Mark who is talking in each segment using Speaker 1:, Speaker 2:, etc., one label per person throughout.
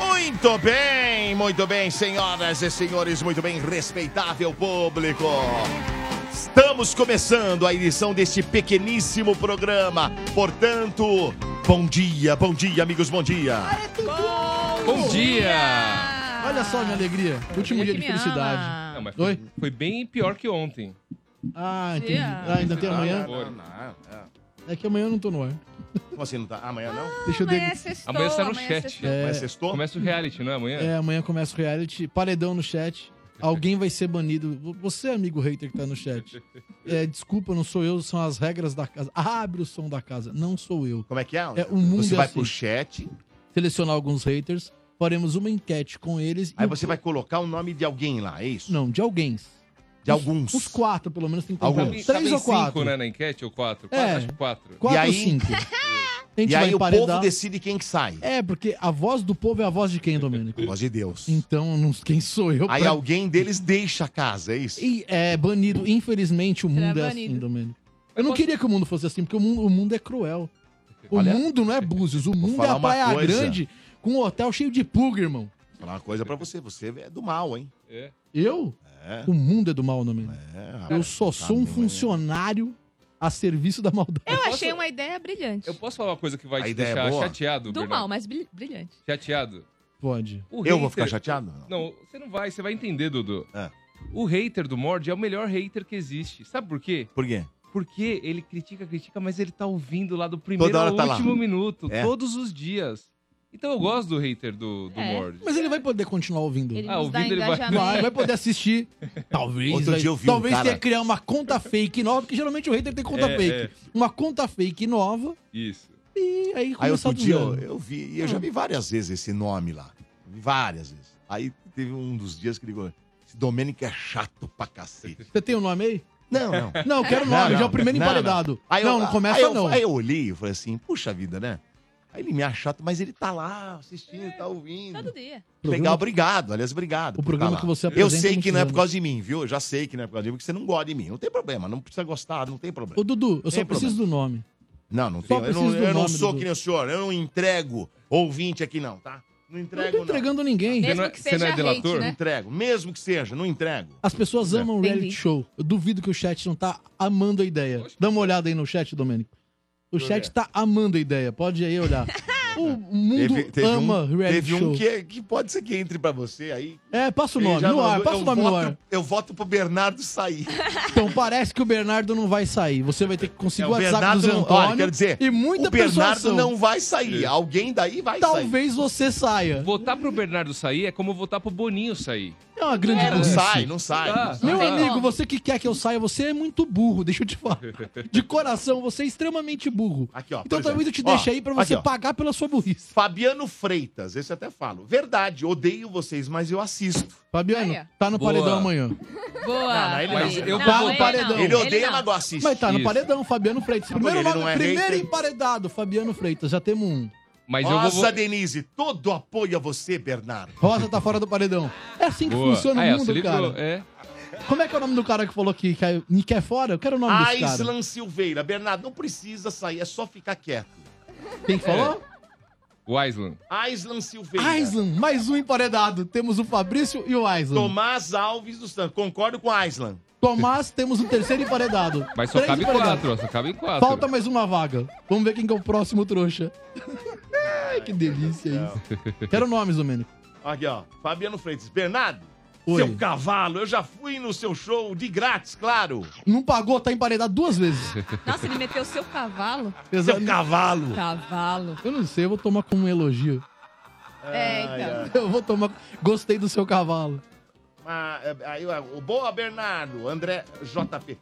Speaker 1: Muito bem, muito bem, senhoras e senhores, muito bem, respeitável público. Estamos começando a edição deste pequeníssimo programa. Portanto, bom dia, bom dia, amigos, bom dia.
Speaker 2: Bom dia!
Speaker 3: Olha É só minha alegria. Último dia de felicidade.
Speaker 2: Não, Ah, mas
Speaker 3: Oi?
Speaker 2: foi, foi bem pior que ontem.
Speaker 3: Ah, entendi.
Speaker 4: Yeah.
Speaker 3: Ah, ainda tem amanhã?
Speaker 2: Não, não,
Speaker 3: É que amanhã eu não tô no ar.
Speaker 1: Como assim não tá? Amanhã não?
Speaker 3: Deixa eu
Speaker 4: Amanhã
Speaker 3: ver.
Speaker 4: sextou,
Speaker 2: Amanhã está no
Speaker 4: amanhã tá-
Speaker 2: chat.
Speaker 4: sextou.
Speaker 3: É,
Speaker 1: Mas sextou?
Speaker 2: Começa o reality, não é amanhã?
Speaker 3: é, amanhã começa o reality. Paredão no chat. Alguém vai ser banido. V- Você, amigo hater que tá no chat. É, desculpa, não sou eu, são as regras da casa. Abre o som da casa, não sou eu.
Speaker 1: Como é que é?
Speaker 3: É, o mundo
Speaker 1: você
Speaker 3: é
Speaker 1: vai
Speaker 3: assim.
Speaker 1: pro chat,
Speaker 3: Selecionar alguns haters, faremos uma enquete com eles. e
Speaker 1: aí
Speaker 3: o-
Speaker 1: você vai colocar o nome de alguém lá, é isso?
Speaker 3: Não, de alguém.
Speaker 1: De alguns.
Speaker 3: Uns quatro, pelo menos, tem que ter
Speaker 1: Alguns.
Speaker 2: Cabem-
Speaker 3: Três
Speaker 2: cabem
Speaker 3: ou quatro.
Speaker 2: cinco, né, na enquete, ou quatro?
Speaker 3: É.
Speaker 2: Quatro, acho que quatro.
Speaker 1: E
Speaker 3: Quatro
Speaker 1: aí-
Speaker 3: ou cinco. A gente
Speaker 1: E aí
Speaker 3: vai
Speaker 1: o
Speaker 3: emparedar.
Speaker 1: povo decide quem que sai.
Speaker 3: É, porque a voz do povo é a voz de quem, Domênico?
Speaker 1: Voz de Deus.
Speaker 3: Então, não, quem sou eu?
Speaker 1: Aí
Speaker 3: pra-
Speaker 1: alguém deles deixa a casa, é isso?
Speaker 3: E é banido. Infelizmente, o mundo é assim,
Speaker 4: banido.
Speaker 3: Domênico. Eu não queria que o mundo fosse assim, porque o mundo, o mundo é cruel. O
Speaker 1: Olha,
Speaker 3: mundo não é Búzios, o mundo é
Speaker 1: falar
Speaker 3: a
Speaker 1: uma
Speaker 3: Praia
Speaker 1: coisa.
Speaker 3: Grande com um hotel cheio de pulga, irmão.
Speaker 1: Falar uma coisa pra você, você é do mal, hein?
Speaker 2: É.
Speaker 3: Eu?
Speaker 1: É.
Speaker 3: O mundo é do mal, Domênico.
Speaker 1: é
Speaker 3: Eu
Speaker 1: rapaz,
Speaker 3: só
Speaker 1: tá
Speaker 3: sou um
Speaker 1: mesmo, hein?
Speaker 3: funcionário a serviço da maldade.
Speaker 4: Eu
Speaker 2: posso-
Speaker 4: achei uma ideia brilhante.
Speaker 2: Eu posso falar uma coisa que vai
Speaker 1: A
Speaker 2: te
Speaker 1: ideia é
Speaker 2: deixar
Speaker 1: boa?
Speaker 2: chateado,
Speaker 4: Do
Speaker 2: Bernardo?
Speaker 4: mal, mas bri- brilhante.
Speaker 2: Chateado.
Speaker 3: Pode.
Speaker 2: O
Speaker 1: Eu vou ficar
Speaker 2: hater-
Speaker 1: chateado? Não.
Speaker 2: Não, você não vai, você vai entender, Dudu.
Speaker 1: É.
Speaker 2: O hater do Mord é o melhor hater que existe. Sabe por quê?
Speaker 1: Por quê?
Speaker 2: Porque ele critica, critica, mas ele tá ouvindo lá do primeiro
Speaker 1: Toda hora
Speaker 2: ao
Speaker 1: tá lá.
Speaker 2: último minuto,
Speaker 1: É.
Speaker 2: todos os dias. Então eu gosto do hater do, do
Speaker 4: É.
Speaker 2: Mord.
Speaker 3: Mas ele vai poder continuar ouvindo.
Speaker 4: Ele
Speaker 2: Ah,
Speaker 4: nos dá
Speaker 2: ouvindo ele vai-
Speaker 4: engajamento.
Speaker 3: Vai, vai poder assistir. Talvez.
Speaker 1: Outro
Speaker 3: vai-
Speaker 1: dia eu vi um
Speaker 3: talvez
Speaker 1: cara-
Speaker 3: tenha que criar uma conta fake nova, porque geralmente o hater tem conta
Speaker 2: É,
Speaker 3: fake.
Speaker 2: é.
Speaker 3: Uma conta fake nova
Speaker 2: Isso.
Speaker 3: e aí começar
Speaker 1: Aí outro
Speaker 3: do
Speaker 1: dia
Speaker 3: zero.
Speaker 1: eu, eu vi, e eu
Speaker 3: Ah.
Speaker 1: já vi várias vezes esse nome lá. Vi Várias vezes. Aí teve um dos dias que ligou. Esse Domênico é chato pra cacete.
Speaker 3: Você tem o nome aí?
Speaker 1: Não, não.
Speaker 3: Não, eu quero
Speaker 1: Não,
Speaker 3: nome, já é
Speaker 1: não,
Speaker 3: o primeiro
Speaker 1: não,
Speaker 3: emparedado.
Speaker 1: Aí
Speaker 3: não,
Speaker 1: eu-
Speaker 3: não começa
Speaker 1: aí eu-
Speaker 3: não.
Speaker 1: Aí eu olhei e falei assim, puxa vida, né? Aí ele me acha chato, mas ele tá lá assistindo, tá ouvindo.
Speaker 4: Todo dia.
Speaker 1: Legal, obrigado. Aliás, obrigado.
Speaker 3: O
Speaker 1: por
Speaker 3: programa
Speaker 1: tá lá.
Speaker 3: que você
Speaker 1: Eu
Speaker 3: apresenta há
Speaker 1: sei que
Speaker 3: muitos
Speaker 1: não é por
Speaker 3: anos.
Speaker 1: causa de mim, viu? Eu já sei que não é por causa de mim, porque você não gosta de mim. Não tem problema, não precisa gostar, não tem problema.
Speaker 3: Ô, Dudu, eu só
Speaker 1: Tem
Speaker 3: preciso do nome.
Speaker 1: Não, não
Speaker 3: Só
Speaker 1: tem. Eu não,
Speaker 3: preciso do
Speaker 1: eu não
Speaker 3: nome,
Speaker 1: sou
Speaker 3: Dudu.
Speaker 1: que nem o senhor. Eu não entrego ouvinte aqui, não, tá? Não
Speaker 3: Eu não
Speaker 1: entrego,
Speaker 3: tô
Speaker 1: não.
Speaker 3: entregando ninguém.
Speaker 2: Você
Speaker 4: Mesmo
Speaker 2: não é-
Speaker 4: que
Speaker 2: você não
Speaker 4: seja
Speaker 2: é delator?
Speaker 4: hate,
Speaker 1: Não
Speaker 4: né?
Speaker 1: entrego. Mesmo que seja, não entrego.
Speaker 3: As pessoas amam o reality
Speaker 4: Entendi.
Speaker 3: show. Eu duvido que o chat não tá amando a ideia. Dá uma olhada aí no chat, Domênico. O chat tá amando a ideia. Pode aí olhar. O mundo ama
Speaker 1: um,
Speaker 3: reality
Speaker 1: teve
Speaker 3: show.
Speaker 1: um que, que pode ser que entre pra você aí.
Speaker 3: É, passa o
Speaker 1: Ele
Speaker 3: nome
Speaker 1: já
Speaker 3: no ar,
Speaker 1: mandou,
Speaker 3: passa
Speaker 1: eu
Speaker 3: o nome no
Speaker 1: voto,
Speaker 3: ar.
Speaker 1: Eu voto pro Bernardo sair.
Speaker 3: Então parece que o Bernardo não vai sair. Você vai ter que conseguir
Speaker 1: É,
Speaker 3: o WhatsApp do Zé
Speaker 1: não-
Speaker 3: Antônio
Speaker 1: olha, quero dizer,
Speaker 3: e muita
Speaker 1: o Bernardo
Speaker 3: persuasão.
Speaker 1: não vai sair. Alguém daí vai sair.
Speaker 3: Talvez você saia.
Speaker 2: Votar pro Bernardo sair é como votar pro Boninho sair.
Speaker 3: É uma grande
Speaker 1: Não
Speaker 3: burrice.
Speaker 1: sai, não sai.
Speaker 2: Tá.
Speaker 1: não sai.
Speaker 3: Meu
Speaker 4: Não tem
Speaker 3: amigo,
Speaker 4: como.
Speaker 3: você que quer que eu saia, você é muito burro, deixa eu te falar. De coração, você é extremamente burro.
Speaker 1: Aqui, ó. por
Speaker 3: Então talvez
Speaker 1: exemplo.
Speaker 3: eu te
Speaker 1: é. Ó,
Speaker 3: deixe aí pra você
Speaker 1: aqui, ó.
Speaker 3: pagar pela sua burrice.
Speaker 1: Fabiano Freitas, esse eu até falo. Verdade, odeio vocês, mas eu assisto.
Speaker 3: Fabiano,
Speaker 4: Aí, ó.
Speaker 3: tá no
Speaker 2: Boa.
Speaker 3: paredão amanhã.
Speaker 4: Boa.
Speaker 1: Não, não, ele
Speaker 2: não. Eu
Speaker 3: vou
Speaker 4: ele
Speaker 3: paredão.
Speaker 4: não,
Speaker 1: Ele odeia,
Speaker 4: não.
Speaker 1: mas eu assisto.
Speaker 3: Mas tá no
Speaker 2: Isso.
Speaker 3: paredão, Fabiano Freitas. Primeiro
Speaker 1: ele
Speaker 3: nome,
Speaker 1: não é
Speaker 3: primeiro
Speaker 1: hater.
Speaker 3: emparedado, Fabiano Freitas. Já temos um.
Speaker 2: Mas eu vou.
Speaker 1: Nossa, Denise, todo apoio a você, Bernardo.
Speaker 3: Rosa tá fora do paredão. É assim que
Speaker 2: Boa.
Speaker 3: funciona
Speaker 2: Ah, é,
Speaker 3: o mundo,
Speaker 2: se livrou,
Speaker 3: cara.
Speaker 2: é.
Speaker 3: Como é que é o nome do cara que falou que quer, me quer fora? Eu quero o nome desse cara.
Speaker 1: Aislan Silveira. Bernardo, não precisa sair, é só ficar quieto.
Speaker 3: Quem que falou?
Speaker 2: O Island.
Speaker 1: Aislan Silveira.
Speaker 3: Aislan, mais um emparedado. Temos o Fabrício e o Aislan.
Speaker 1: Tomás Alves dos Santos. Concordo com Aislan.
Speaker 3: Tomás, temos um terceiro emparedado.
Speaker 2: Mas só
Speaker 3: Três
Speaker 2: cabe
Speaker 3: emparedados.
Speaker 2: quatro, ó, só cabe quatro.
Speaker 3: Falta mais uma vaga. Vamos ver quem que é o próximo trouxa. Ai, que delícia isso. Quero nomes, Domênico.
Speaker 1: Aqui, ó. Fabiano Freitas. Bernardo,
Speaker 3: Oi.
Speaker 1: seu cavalo, eu já fui no seu show de grátis, claro.
Speaker 3: Não pagou, tá emparedado duas vezes.
Speaker 4: Nossa, ele meteu seu cavalo.
Speaker 3: Exa-
Speaker 1: Seu cavalo.
Speaker 4: Cavalo.
Speaker 3: Eu não sei, eu vou tomar como um elogio.
Speaker 4: É, então.
Speaker 3: Eu vou tomar. Gostei do seu cavalo.
Speaker 1: Ah, é, aí, ó, o boa, Bernardo. André JP.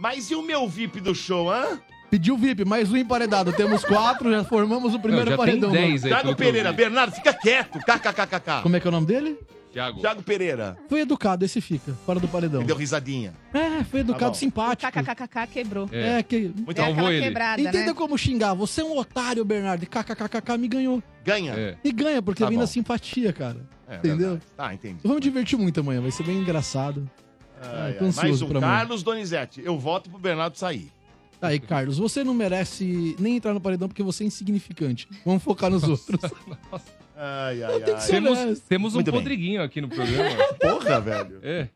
Speaker 1: Mas e o meu VIP do show, hã?
Speaker 3: é Pediu VIP, mais um emparedado. Temos quatro, já formamos o primeiro
Speaker 5: já tem
Speaker 3: paredão. mano.
Speaker 5: 10 aí.
Speaker 1: Thiago
Speaker 5: pelo que eu
Speaker 1: Pereira,
Speaker 5: vi.
Speaker 1: Bernardo, fica quieto. KKKKK.
Speaker 3: Como é que é o nome dele?
Speaker 5: Thiago.
Speaker 1: Thiago Pereira.
Speaker 3: Foi educado, esse fica, fora do paredão.
Speaker 1: Ele deu risadinha.
Speaker 3: É, foi educado,
Speaker 1: Tá bom.
Speaker 4: Tá,
Speaker 3: simpático.
Speaker 4: KKKK quebrou.
Speaker 5: É.
Speaker 3: É, que.
Speaker 1: Muito
Speaker 4: é
Speaker 1: bom.
Speaker 5: Salvou
Speaker 4: aquela
Speaker 5: ele.
Speaker 4: quebrada,
Speaker 3: Entenda
Speaker 4: né?
Speaker 3: como xingar. Você é um otário, Bernardo. KKKKK me ganhou.
Speaker 1: Ganha.
Speaker 5: é.
Speaker 3: E ganha, porque
Speaker 1: Tá
Speaker 3: vem na
Speaker 1: bom.
Speaker 3: simpatia, cara.
Speaker 1: É,
Speaker 3: Entendeu?
Speaker 1: verdade. Tá, entendi.
Speaker 3: Vamos divertir muito amanhã, vai ser bem engraçado.
Speaker 1: Ai, ai.
Speaker 3: tô
Speaker 1: Mais
Speaker 3: ansioso
Speaker 1: um.
Speaker 3: pra amanhã.
Speaker 1: Carlos Donizete. Eu voto pro Bernardo sair.
Speaker 3: Tá Aí, Carlos, você não merece nem entrar no paredão porque você é insignificante. Vamos focar nos outros.
Speaker 1: Ai, ai,
Speaker 3: Tem que
Speaker 1: ai.
Speaker 3: ser um
Speaker 5: Temos,
Speaker 3: honesto.
Speaker 5: temos um
Speaker 1: Muito bem.
Speaker 5: Rodriguinho aqui no programa.
Speaker 1: Porra, velho.
Speaker 5: É.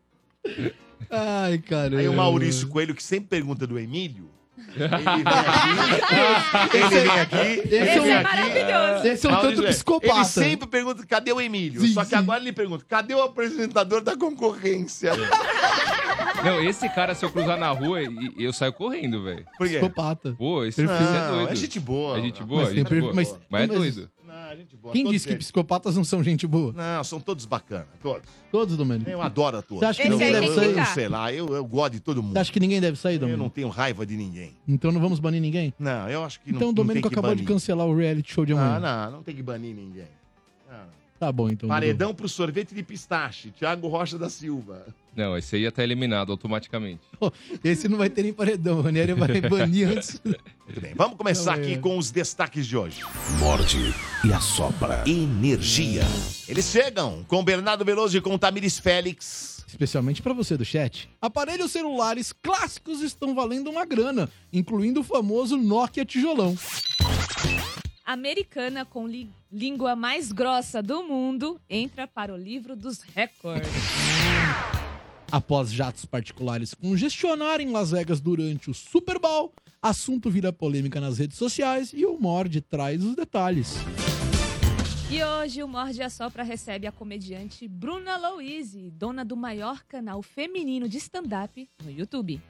Speaker 3: Ai, cara.
Speaker 1: Aí o Maurício Coelho, que sempre pergunta do Emílio. Ele vem aqui. ele vem aqui.
Speaker 3: Esse
Speaker 4: Esse
Speaker 3: é um-
Speaker 4: é maravilhoso.
Speaker 3: Esse é um
Speaker 1: Maurício
Speaker 3: tanto
Speaker 1: Coelho.
Speaker 3: psicopata.
Speaker 1: Ele sempre pergunta, cadê o Emílio?
Speaker 3: Sim,
Speaker 1: Só que
Speaker 3: sim.
Speaker 1: agora ele pergunta, cadê o apresentador da concorrência?
Speaker 3: É.
Speaker 5: Não, esse cara, se eu cruzar na rua, e- eu saio correndo, velho.
Speaker 1: Por quê?
Speaker 3: Psicopata.
Speaker 5: Pô, esse
Speaker 1: Não,
Speaker 5: esse é doido.
Speaker 1: é gente boa.
Speaker 5: É gente boa,
Speaker 3: Mas tem
Speaker 5: gente
Speaker 3: perfil-
Speaker 5: boa.
Speaker 3: mas-
Speaker 5: Mas é
Speaker 3: mas-
Speaker 5: doido.
Speaker 1: Não, é gente boa.
Speaker 3: Quem
Speaker 1: Todos
Speaker 3: disse que
Speaker 1: eles.
Speaker 3: psicopatas não são gente boa?
Speaker 1: Não, são todos bacanas, todos.
Speaker 3: Todos, Domênico.
Speaker 1: Eu adoro a todos.
Speaker 3: Você acha que
Speaker 1: eu,
Speaker 3: ninguém
Speaker 1: eu,
Speaker 3: deve
Speaker 1: eu,
Speaker 3: sair?
Speaker 1: sei lá, eu, eu gosto de todo mundo.
Speaker 3: Você acha que ninguém deve sair,
Speaker 1: Eu não
Speaker 3: Domênico?
Speaker 1: tenho raiva de ninguém.
Speaker 3: Então não vamos banir ninguém?
Speaker 1: Não, eu acho que não
Speaker 3: Então o
Speaker 1: não
Speaker 3: Domênico
Speaker 1: tem que
Speaker 3: acabou de
Speaker 1: banir.
Speaker 3: cancelar o reality show de
Speaker 1: Ah,
Speaker 3: amanhã.
Speaker 1: não, não tem que banir ninguém. Ah, Não, não.
Speaker 3: Tá bom, então.
Speaker 1: Paredão pro sorvete de pistache, Thiago Rocha da Silva.
Speaker 5: Não, esse aí ia estar eliminado automaticamente.
Speaker 3: Dudu. Esse não vai ter nem paredão. O Ranieri vai banir antes.
Speaker 1: Muito bem, vamos começar
Speaker 3: Não, é.
Speaker 1: aqui com os destaques de hoje.
Speaker 6: morde e assopra. Energia.
Speaker 1: Eles chegam com Bernardo Veloso e com Tamires Félix.
Speaker 3: Especialmente pra você do chat. Aparelhos celulares clássicos estão valendo uma grana, incluindo o famoso Nokia tijolão.
Speaker 4: Americana com li- língua mais grossa do mundo entra para o livro dos recordes.
Speaker 3: Após jatos particulares congestionarem Las Vegas durante o Super Bowl, assunto vira polêmica nas redes sociais e o Mord traz os detalhes.
Speaker 4: E hoje o Morde a Sopra recebe a comediante Bruna Louise, dona do maior canal feminino de stand-up no YouTube.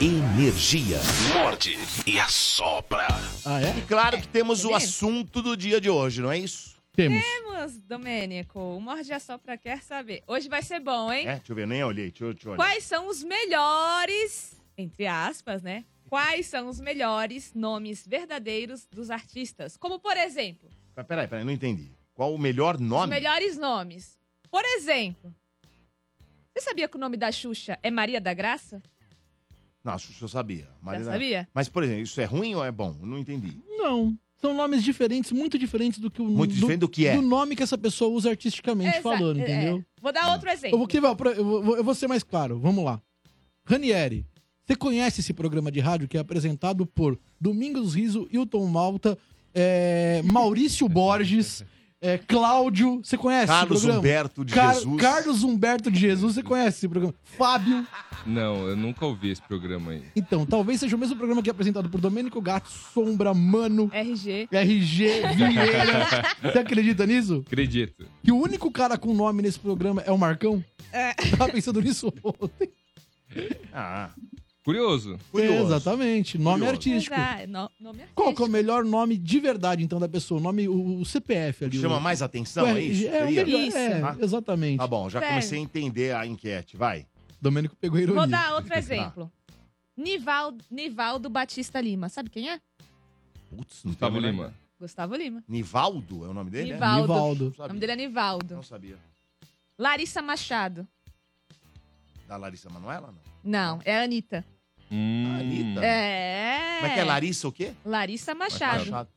Speaker 6: Energia. Morde e assopra.
Speaker 3: Ah, é?
Speaker 1: E claro que temos o
Speaker 4: Beleza.
Speaker 1: assunto do dia de hoje, não é isso?
Speaker 3: Temos.
Speaker 4: Vamos, Domênico, o Morde a Sopra quer saber. Hoje vai ser bom, hein?
Speaker 1: É, deixa eu ver, nem olhei, deixa eu, deixa eu olhar.
Speaker 4: Quais são os melhores, entre aspas, né? Quais são os melhores nomes verdadeiros dos artistas? Como, por exemplo,
Speaker 1: Mas Peraí, peraí, não entendi. Qual o melhor
Speaker 4: os
Speaker 1: nome?
Speaker 4: melhores nomes. Por exemplo, você sabia que o nome da Xuxa é Maria da Graça?
Speaker 1: Não, acho que eu sabia. Marina-
Speaker 4: Já sabia?
Speaker 1: Mas, por exemplo, isso é ruim ou é bom? Não entendi.
Speaker 3: Não. São nomes diferentes, muito diferentes do que o
Speaker 1: Muito
Speaker 3: do,
Speaker 1: diferente do que é.
Speaker 3: do nome que essa pessoa usa artisticamente
Speaker 4: Exa-
Speaker 3: falando,
Speaker 4: é,
Speaker 3: entendeu?
Speaker 4: é. Vou dar outro
Speaker 3: Eu
Speaker 4: exemplo.
Speaker 3: vou, que- eu vou- eu vou- eu vou ser mais claro, vamos lá. Ranieri, você conhece esse programa de rádio que é apresentado por Domingos Riso, Hilton Malta, é, Maurício Borges, é, Cláudio, você conhece
Speaker 1: Carlos
Speaker 3: esse programa?
Speaker 1: Humberto de
Speaker 3: Car-
Speaker 1: Jesus.
Speaker 3: Carlos Humberto de Jesus, você conhece esse programa? Fábio.
Speaker 5: Não, eu nunca ouvi esse programa aí.
Speaker 3: Então, talvez seja o mesmo programa que é apresentado por Domênico Gato, Sombra, Mano,
Speaker 4: RG.
Speaker 3: RG, Vieira. Você acredita nisso?
Speaker 5: Acredito.
Speaker 3: Que o único cara com nome nesse programa é o Marcão?
Speaker 4: É.
Speaker 3: Tava pensando nisso ontem.
Speaker 1: Ah,
Speaker 5: Curioso.
Speaker 1: curioso.
Speaker 3: Exatamente. Nome
Speaker 1: Curioso.
Speaker 3: artístico.
Speaker 4: Exa- no- nome
Speaker 3: Qual que é o
Speaker 4: artístico.
Speaker 3: melhor nome de verdade, então, da pessoa? O nome, o, o CPF ali.
Speaker 1: Chama
Speaker 3: o,
Speaker 1: mais atenção,
Speaker 3: o
Speaker 1: é
Speaker 3: RG,
Speaker 1: isso?
Speaker 3: É, o
Speaker 1: Seria?
Speaker 3: melhor,
Speaker 4: Isso.
Speaker 3: é,
Speaker 1: Ah.
Speaker 3: exatamente.
Speaker 1: Tá bom, já
Speaker 4: Sério.
Speaker 1: comecei a entender a enquete, vai.
Speaker 3: Domênico pegou é a ironia.
Speaker 4: Vou dar outro exemplo. Nivaldo, Nivaldo Batista Lima. Sabe quem é?
Speaker 1: Putz, não
Speaker 5: Gustavo
Speaker 1: tem, né?
Speaker 5: Lima.
Speaker 4: Gustavo Lima.
Speaker 1: Nivaldo é o nome dele?
Speaker 4: Nivaldo.
Speaker 1: Né? Não
Speaker 3: Nivaldo.
Speaker 4: O
Speaker 1: sabia.
Speaker 4: nome dele é Nivaldo.
Speaker 1: Não sabia.
Speaker 4: Larissa Machado.
Speaker 1: Da Larissa Manoela, não?
Speaker 4: Não, é a Anitta.
Speaker 5: Hum,
Speaker 1: Anitta.
Speaker 4: É.
Speaker 1: Como é que é Larissa o quê?
Speaker 4: Larissa
Speaker 1: é
Speaker 4: Machado.
Speaker 5: Machado.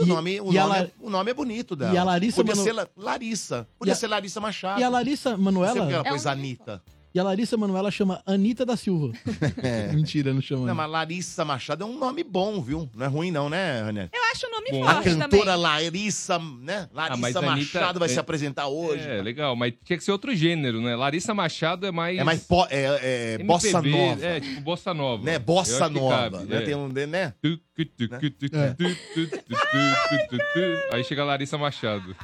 Speaker 1: O nome, o
Speaker 3: e a
Speaker 1: nome,
Speaker 3: La-
Speaker 1: é, o nome é bonito dela.
Speaker 3: E a Larissa
Speaker 1: Podia
Speaker 3: Mano-
Speaker 1: ser La- Larissa. Podia
Speaker 3: E a-
Speaker 1: ser Larissa Machado.
Speaker 3: E a Larissa
Speaker 1: Não sei porque
Speaker 3: Manuela?
Speaker 1: ela
Speaker 4: É
Speaker 1: pôs
Speaker 4: um-
Speaker 1: Anitta.
Speaker 3: E a Larissa Manuela chama Anitta da Silva. Mentira, não chama.
Speaker 1: É. Não, mas Larissa Machado é um nome bom, viu? Não é ruim não, né, Renan?
Speaker 4: Eu acho o nome
Speaker 5: Bom.
Speaker 1: A
Speaker 4: forte
Speaker 1: cantora
Speaker 4: também.
Speaker 1: Larissa, né?
Speaker 5: Ah, mas
Speaker 1: Larissa
Speaker 5: a Anitta-
Speaker 1: Machado vai
Speaker 5: é-
Speaker 1: se apresentar hoje.
Speaker 5: É, legal, mas tinha que ser outro gênero, né? Larissa Machado é mais.
Speaker 1: É, mais po- é, é
Speaker 5: MPB,
Speaker 1: bossa nova.
Speaker 5: É, tipo bossa nova.
Speaker 1: Né?
Speaker 5: Eu
Speaker 1: Bossa
Speaker 5: acho que
Speaker 1: nova.
Speaker 5: cabe,
Speaker 1: né?
Speaker 5: é.
Speaker 1: Tem um, né?
Speaker 5: Tu, tu, tu, tu, tu,
Speaker 3: É.
Speaker 5: tu, tu, tu, tu, tu, tu. Aí chega a Larissa Machado.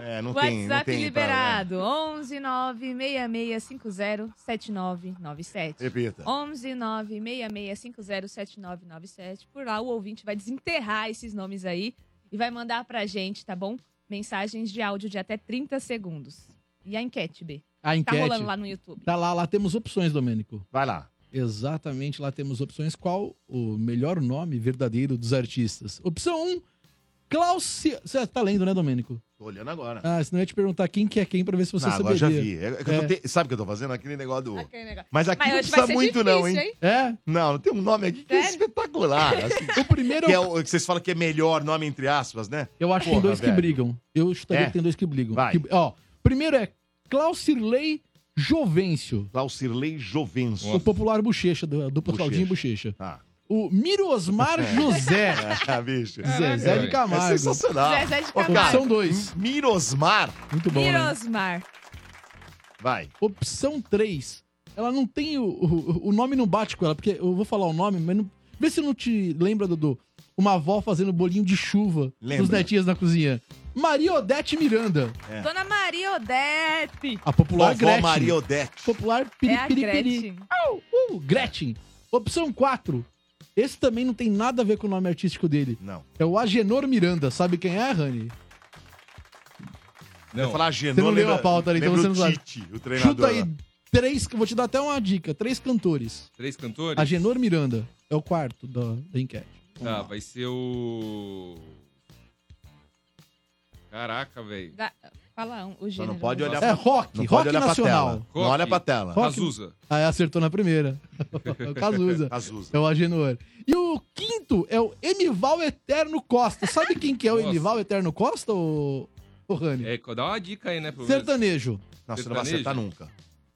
Speaker 1: É, não tem, não
Speaker 4: WhatsApp
Speaker 1: tem. pra-
Speaker 4: liberado. 11 11966507997.
Speaker 1: É. Repita.
Speaker 4: 11 966507997. Por lá o ouvinte vai desenterrar esses nomes aí e vai mandar pra gente, tá bom? Mensagens de áudio de até 30 segundos. E a enquete, B.
Speaker 3: A
Speaker 4: Tá
Speaker 3: enquete.
Speaker 1: Tá.
Speaker 4: rolando lá no YouTube.
Speaker 3: Tá lá, lá temos opções, Domênico.
Speaker 1: Vai lá.
Speaker 3: Exatamente, lá temos opções. Qual o melhor nome verdadeiro dos artistas? Opção 1, Klaus... Ci- Você tá lendo, né, Domênico?
Speaker 1: Tô olhando agora.
Speaker 3: Ah, senão eu ia te perguntar quem que é quem pra ver se você
Speaker 1: Não, agora
Speaker 3: saberia.
Speaker 1: já vi. É- é que eu tô
Speaker 3: É.
Speaker 1: te- Sabe o que eu tô fazendo? Aquele negócio do.
Speaker 4: Tá Aquele negócio.
Speaker 1: Mas aqui É
Speaker 4: Mas
Speaker 1: não
Speaker 4: hoje vai
Speaker 1: precisa
Speaker 4: ser
Speaker 1: muito,
Speaker 4: difícil,
Speaker 1: não, hein?
Speaker 4: hein?
Speaker 3: É?
Speaker 1: Não, tem um nome aqui que é
Speaker 4: Sério?
Speaker 1: espetacular. assim,
Speaker 3: O primeiro
Speaker 1: que,
Speaker 3: é
Speaker 1: é
Speaker 3: o...
Speaker 1: o, que vocês falam que é melhor nome, entre aspas, né?
Speaker 3: Eu acho que
Speaker 1: Porra,
Speaker 3: tem dois
Speaker 1: velho.
Speaker 3: que brigam. Eu chutaria
Speaker 1: É?
Speaker 3: que tem dois que brigam.
Speaker 1: Vai.
Speaker 3: Que- ó, primeiro é Klaus Cirlei Jovencio.
Speaker 1: Claucirlei Jovenso.
Speaker 3: O popular bochecha, do- a dupla
Speaker 1: Bochecha. É.
Speaker 3: Claudinho e Bochecha.
Speaker 1: Ah,
Speaker 3: O Miro Osmar José.
Speaker 1: ah, bicho.
Speaker 3: Zé, Zé de
Speaker 5: É
Speaker 1: É
Speaker 3: Camargo.
Speaker 1: sensacional.
Speaker 4: Zezé de
Speaker 1: Ô, cara,
Speaker 4: Camargo.
Speaker 3: Opção 2.
Speaker 1: Mirosmar.
Speaker 3: Muito bom, né?
Speaker 4: Mirosmar.
Speaker 1: Vai.
Speaker 3: Opção 3. Ela não tem o, o, o nome não bate com ela, porque eu vou falar o nome, mas não, vê se não te lembra, Dudu. Uma avó fazendo bolinho de chuva
Speaker 1: Lembra.
Speaker 3: dos netinhos na cozinha. Maria Odete Miranda.
Speaker 1: É.
Speaker 4: Dona Maria Odete.
Speaker 3: A popular
Speaker 1: Vovó
Speaker 3: Gretchen.
Speaker 1: Maria Odete.
Speaker 3: Popular
Speaker 4: É a
Speaker 3: piripiripiri.
Speaker 4: Gretchen.
Speaker 3: uh, Gretchen. Opção 4. Esse também não tem nada a ver com o nome artístico dele.
Speaker 1: Não.
Speaker 3: É o Agenor Miranda. Sabe quem é, Rani?
Speaker 1: Eu ia falar Genô,
Speaker 3: Você não leu
Speaker 1: lembra-
Speaker 3: a pauta ali, então
Speaker 1: lembra
Speaker 3: você não
Speaker 1: o
Speaker 3: sabe.
Speaker 1: Tite, o treinador. né?
Speaker 3: Chuta aí
Speaker 1: lá.
Speaker 3: três, que eu vou te dar até uma dica. Três cantores.
Speaker 5: Três cantores?
Speaker 3: Agenor Miranda é o quarto da, da enquete. Vamos
Speaker 5: Tá,
Speaker 3: lá.
Speaker 5: vai ser o. Caraca, velho.
Speaker 4: Da- Fala um, o
Speaker 1: Só
Speaker 4: gênero.
Speaker 1: não pode olhar
Speaker 3: É
Speaker 1: pra...
Speaker 3: rock,
Speaker 1: Não pode
Speaker 3: rock
Speaker 1: olhar pra tela.
Speaker 3: nacional.
Speaker 1: Não olha pra tela.
Speaker 3: Rock-
Speaker 5: Azusa.
Speaker 3: Aí acertou na primeira. É o Cazuza.
Speaker 1: Azusa.
Speaker 3: É o Agenor. E o quinto é o Emival Eterno Costa. Sabe quem que é o
Speaker 5: Nossa.
Speaker 3: Emival Eterno Costa, ô, ô Rani?
Speaker 5: É, dá uma dica aí, né? Pelo menos.
Speaker 3: Sertanejo.
Speaker 1: Não, você não vai
Speaker 5: Sertanejo?
Speaker 1: acertar nunca.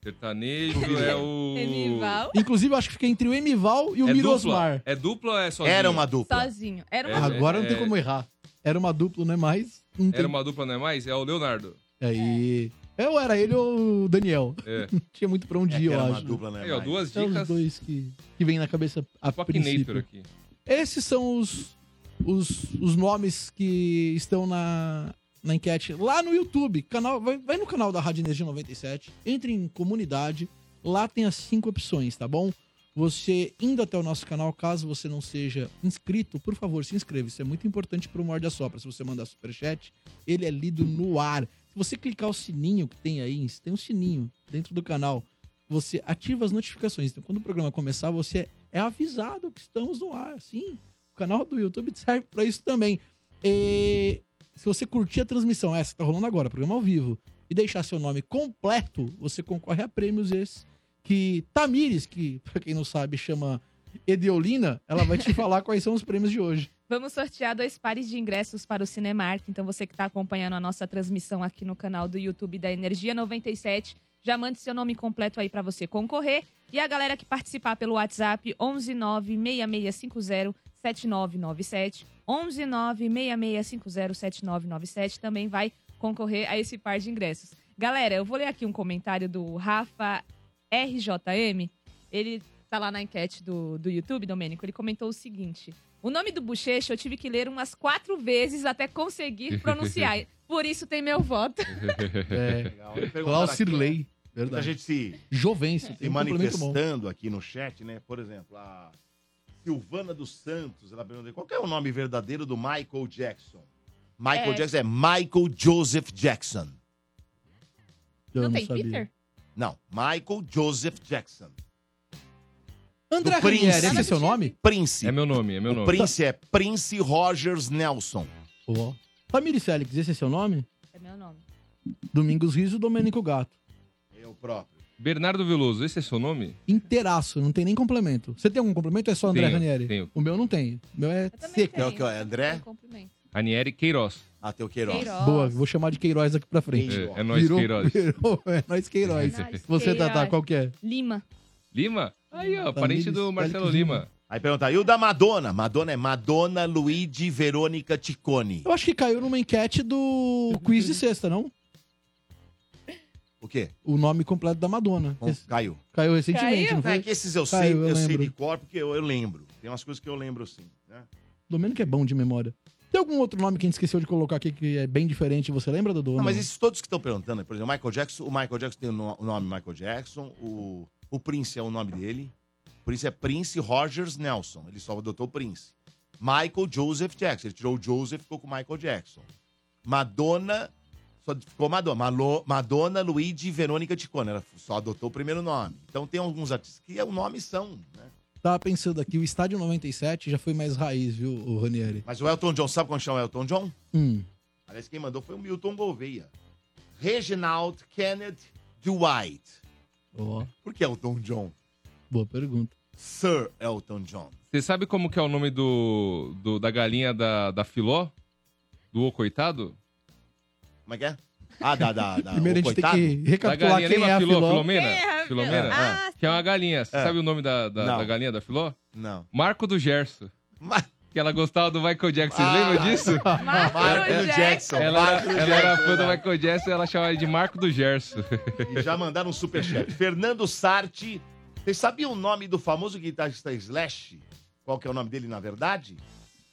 Speaker 5: Sertanejo é o.
Speaker 4: Genival.
Speaker 3: Inclusive, eu acho que fica entre o Emival e o
Speaker 5: É
Speaker 3: Mirosmar.
Speaker 5: dupla? É dupla ou é sozinho?
Speaker 1: Era uma dupla.
Speaker 4: Sozinho. Era
Speaker 5: É,
Speaker 4: uma
Speaker 3: Agora não tem
Speaker 5: é.
Speaker 3: como errar. Era uma dupla, não é mais? Não tem.
Speaker 5: Era uma dupla, não é mais? É o Leonardo.
Speaker 3: Aí. Eu era ele ou o Daniel.
Speaker 5: É.
Speaker 3: Não tinha muito pra onde
Speaker 1: É,
Speaker 3: ir, Um eu
Speaker 1: era uma
Speaker 3: acho.
Speaker 1: dupla, né?
Speaker 5: Aí, ó,
Speaker 1: Mike?
Speaker 5: duas
Speaker 3: São É os
Speaker 5: dicas.
Speaker 3: dois que, que vem na cabeça a
Speaker 5: Cocknator
Speaker 3: princípio.
Speaker 5: aqui.
Speaker 3: Esses são os, os, os nomes que estão na, na enquete lá no YouTube. Canal, vai, vai no canal da Rádio Energia 97, entre em comunidade, lá tem as cinco opções, tá bom? Você indo até o nosso canal, caso você não seja inscrito, por favor, se inscreva. Isso é muito importante pro Morde a Sopra. Se você mandar superchat, ele é lido no ar. Se você clicar o sininho que tem aí, tem um sininho dentro do canal, você ativa as notificações. Então, quando o programa começar, você é avisado que estamos no ar, sim. O canal do YouTube serve pra isso também. E se você curtir a transmissão, essa tá rolando agora, programa ao vivo, e deixar seu nome completo, você concorre a prêmios esses que Tamires, que pra quem não sabe chama Edeolina, ela vai te falar quais são os prêmios de hoje.
Speaker 4: Vamos sortear dois pares de ingressos para o Cinemark. Então, você que está acompanhando a nossa transmissão aqui no canal do YouTube da Energia 97, já mande seu nome completo aí para você concorrer. E a galera que participar pelo WhatsApp, 11966507997, 11966507997, também vai concorrer a esse par de ingressos. Galera, eu vou ler aqui um comentário do Rafa RJM. Ele tá lá na enquete do, do YouTube, Domênico. Ele comentou o seguinte. O nome do Bochecha eu tive que ler umas quatro vezes até conseguir pronunciar. Por isso tem meu voto.
Speaker 3: É,
Speaker 1: Legal. Me perguntaram aqui,
Speaker 3: Claucirlei,
Speaker 1: Muita
Speaker 3: verdade.
Speaker 1: gente se,
Speaker 4: É.
Speaker 3: Jovencio,
Speaker 1: se
Speaker 3: tem um complemento bom.
Speaker 1: manifestando aqui no chat, né? Por exemplo, a Silvana dos Santos, ela perguntou qual que é o nome verdadeiro do Michael Jackson? Michael
Speaker 4: É.
Speaker 1: Jackson é Michael Joseph Jackson.
Speaker 3: Eu
Speaker 4: não tem
Speaker 3: sabia.
Speaker 4: Peter?
Speaker 1: Não, Michael Joseph Jackson.
Speaker 3: André
Speaker 1: Do Prince.
Speaker 3: Ranieri, esse é seu nome?
Speaker 1: Prince.
Speaker 5: É meu nome, é meu
Speaker 1: o
Speaker 5: nome.
Speaker 1: Prince é Prince Rogers Nelson.
Speaker 3: Ó. Tamires Félix, esse é seu nome?
Speaker 4: É meu nome.
Speaker 3: Domingos Riso, Domênico Gato.
Speaker 1: Eu próprio.
Speaker 5: Bernardo Veloso, esse é seu nome?
Speaker 3: Inteiraço, não tem nem complemento. Você tem algum complemento ou é só André
Speaker 5: Tenho,
Speaker 3: Ranieri?
Speaker 5: tenho.
Speaker 3: O meu não tem. O meu é
Speaker 4: Eu também
Speaker 3: seco.
Speaker 1: É o
Speaker 4: tenho.
Speaker 1: que, ó, é André?
Speaker 4: Tem cumprimento.
Speaker 5: Aniele Queiroz.
Speaker 1: Até o Queiroz.
Speaker 4: Queiroz.
Speaker 3: Boa, vou chamar de Queiroz aqui pra frente.
Speaker 1: Queiroz.
Speaker 5: É, é nós, Queiroz.
Speaker 3: virou- é nóis Queiroz.
Speaker 4: Nice.
Speaker 3: Você,
Speaker 1: tá-
Speaker 3: Tatá,
Speaker 4: Queiroz.
Speaker 3: qual que é?
Speaker 4: Lima.
Speaker 5: Lima? Aí, ó,
Speaker 3: Tamires
Speaker 5: parente do Marcelo
Speaker 3: Félix
Speaker 5: Lima.
Speaker 1: Aí perguntar, e o da Madonna? Madonna é Madonna Luigi Verônica Ticone.
Speaker 3: Eu acho que caiu numa enquete do quiz de sexta, não?
Speaker 1: O quê?
Speaker 3: O nome completo da Madonna.
Speaker 1: Bom,
Speaker 3: Esse-
Speaker 1: caiu.
Speaker 3: Caiu recentemente,
Speaker 4: Caiu?
Speaker 3: não
Speaker 1: É
Speaker 3: foi?
Speaker 1: que esses eu sei,
Speaker 3: Caiu,
Speaker 1: eu,
Speaker 3: eu
Speaker 1: sei de
Speaker 3: lembro.
Speaker 1: cor, porque eu, eu lembro. Tem umas coisas que eu lembro sim. né?
Speaker 3: Domênico que é bom de memória. Tem algum outro nome que a gente esqueceu de colocar aqui que é bem diferente? Você lembra, Dudu?
Speaker 1: Não, mas
Speaker 3: Não.
Speaker 1: esses todos que estão perguntando, por exemplo, Michael Jackson, o Michael Jackson tem o no- o nome Michael Jackson, o, o Prince é o nome dele. Por isso é Prince Rogers Nelson. Ele só adotou o Prince. Michael Joseph Jackson. Ele tirou o Joseph e ficou com o Michael Jackson. Madonna. só Só ficou Madonna. Malo- Madonna, Luigi e Verônica Ticone. Ela só adotou o primeiro nome. Então tem alguns artistas que o nome são, né?
Speaker 3: Tava pensando aqui, o estádio 97 já foi mais raiz, viu, o Ranieri?
Speaker 1: Mas o Elton John, sabe como é chama o Elton John?
Speaker 3: Hum.
Speaker 1: Aliás, quem mandou foi o Milton Gouveia. Reginald Kenneth Dwight.
Speaker 3: Ó,
Speaker 1: Por que Elton John?
Speaker 3: boa pergunta.
Speaker 1: Sir Elton John.
Speaker 5: Você sabe como que é o nome do, do- da galinha da, da Filó? Do O Coitado?
Speaker 1: Como é que é? Ah, da, da, da.
Speaker 3: Primeiro
Speaker 1: o
Speaker 3: a gente
Speaker 1: coitado?
Speaker 3: tem que
Speaker 5: Da
Speaker 3: recapitular
Speaker 5: galinha,
Speaker 3: quem é a
Speaker 5: Filó?
Speaker 3: Filó.
Speaker 5: Filomena?
Speaker 4: É,
Speaker 5: Filomena?
Speaker 4: Ah,
Speaker 5: Que é uma galinha. Você
Speaker 1: É.
Speaker 5: sabe o nome da, da,
Speaker 1: Não.
Speaker 5: da galinha da Filó?
Speaker 1: Não.
Speaker 5: Marco do Gerso.
Speaker 1: Mas...
Speaker 5: Que ela gostava do Michael Jackson. Vocês
Speaker 1: Ah.
Speaker 5: lembram disso?
Speaker 1: Michael
Speaker 4: Marco Jackson.
Speaker 1: Ah, Jackson.
Speaker 5: Ela
Speaker 1: Marco
Speaker 5: era, ela era
Speaker 1: Jackson,
Speaker 5: fã do
Speaker 1: né?
Speaker 5: Michael Jackson e ela chamava ele de Marco do Gerso.
Speaker 1: E já mandaram um superchat. Fernando Sarti. Vocês sabiam o nome do famoso guitarrista Slash? Qual que é o nome dele, na verdade?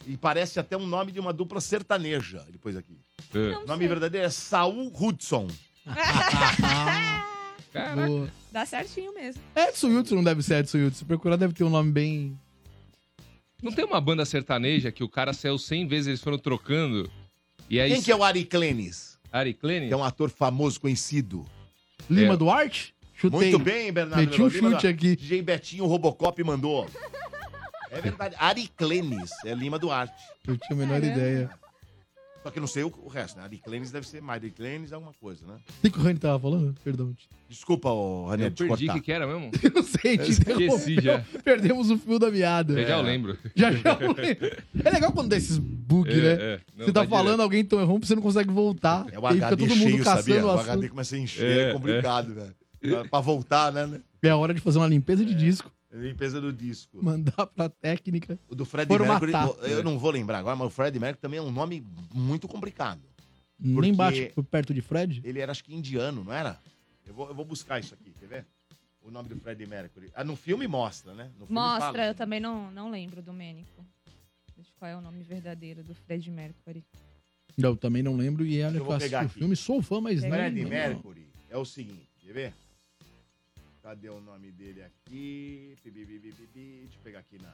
Speaker 1: E parece até um nome de uma dupla sertaneja. Ele pôs aqui.
Speaker 5: É.
Speaker 1: O nome verdadeiro é Saul Hudson.
Speaker 5: Caraca.
Speaker 3: Boa.
Speaker 4: Dá certinho mesmo.
Speaker 3: Edson Hudson É, não deve ser Edson Hudson. Se procurar, deve ter um nome bem...
Speaker 5: Não tem uma banda sertaneja que o cara saiu 100 vezes, eles foram trocando. E aí,
Speaker 1: Quem que é o Ari Clenis?
Speaker 5: Ari Klein?
Speaker 1: Que é um ator famoso, conhecido.
Speaker 3: Lima
Speaker 5: É.
Speaker 3: Duarte? Chutei.
Speaker 1: Muito bem, Bernardo.
Speaker 3: Meti um
Speaker 1: Lima Lima.
Speaker 3: chute aqui.
Speaker 1: DJ Betinho Robocop mandou. É verdade. Ari Clenis é Lima Duarte.
Speaker 3: Eu tinha a menor ideia.
Speaker 1: Só que eu não sei o, o resto, né? Ari Clenis deve ser mais. Ari Clenis é alguma coisa, né?
Speaker 3: O que o Rani tava falando? Perdão. Tito.
Speaker 1: Desculpa, ô, Renan,
Speaker 5: Eu
Speaker 1: te
Speaker 5: perdi o
Speaker 1: cortar.
Speaker 5: que, que era mesmo?
Speaker 3: Eu não sei, te
Speaker 5: Esqueci já.
Speaker 3: Perdemos o fio da meada.
Speaker 5: Eu já lembro.
Speaker 3: Já, já eu lembro. É legal quando dá esses bug, né?
Speaker 5: É, é. Não,
Speaker 3: você tá
Speaker 5: dá
Speaker 3: falando, alguém então interrompe, você não consegue voltar.
Speaker 1: É o HD cheio, sabia?
Speaker 3: o
Speaker 1: O
Speaker 3: assunto.
Speaker 1: HD começa a encher, é,
Speaker 5: É,
Speaker 1: complicado, velho. Pra- Pra voltar, né?
Speaker 3: É a hora de fazer uma limpeza
Speaker 1: É.
Speaker 3: de disco,
Speaker 1: Limpeza do disco.
Speaker 3: mandar pra técnica.
Speaker 1: O do Fred
Speaker 3: Foram
Speaker 1: Mercury,
Speaker 3: matar.
Speaker 1: eu não vou lembrar agora, mas o Fred Mercury também é um nome muito complicado. Porque-
Speaker 3: Nem bate por perto de Fred.
Speaker 1: Ele era, acho que, indiano, não era? Eu vou, eu vou buscar isso aqui, quer ver? O nome do Fred Mercury. Ah, no filme mostra, né? No filme
Speaker 4: Mostra,
Speaker 1: fala.
Speaker 4: eu também não, não lembro, Domênico. Deixa eu ver qual é o nome verdadeiro do Fred Mercury.
Speaker 3: Não, Eu também não lembro. E é, olha,
Speaker 1: Eu
Speaker 3: eu
Speaker 1: vou
Speaker 3: assisti
Speaker 1: pegar
Speaker 3: o
Speaker 1: aqui.
Speaker 3: filme, sou fã, mas não.
Speaker 1: Fred
Speaker 3: não, não.
Speaker 1: Mercury é o seguinte, quer ver? Cadê o nome dele aqui? Pi, pi, pi, pi, pi, pi. Deixa eu pegar aqui na.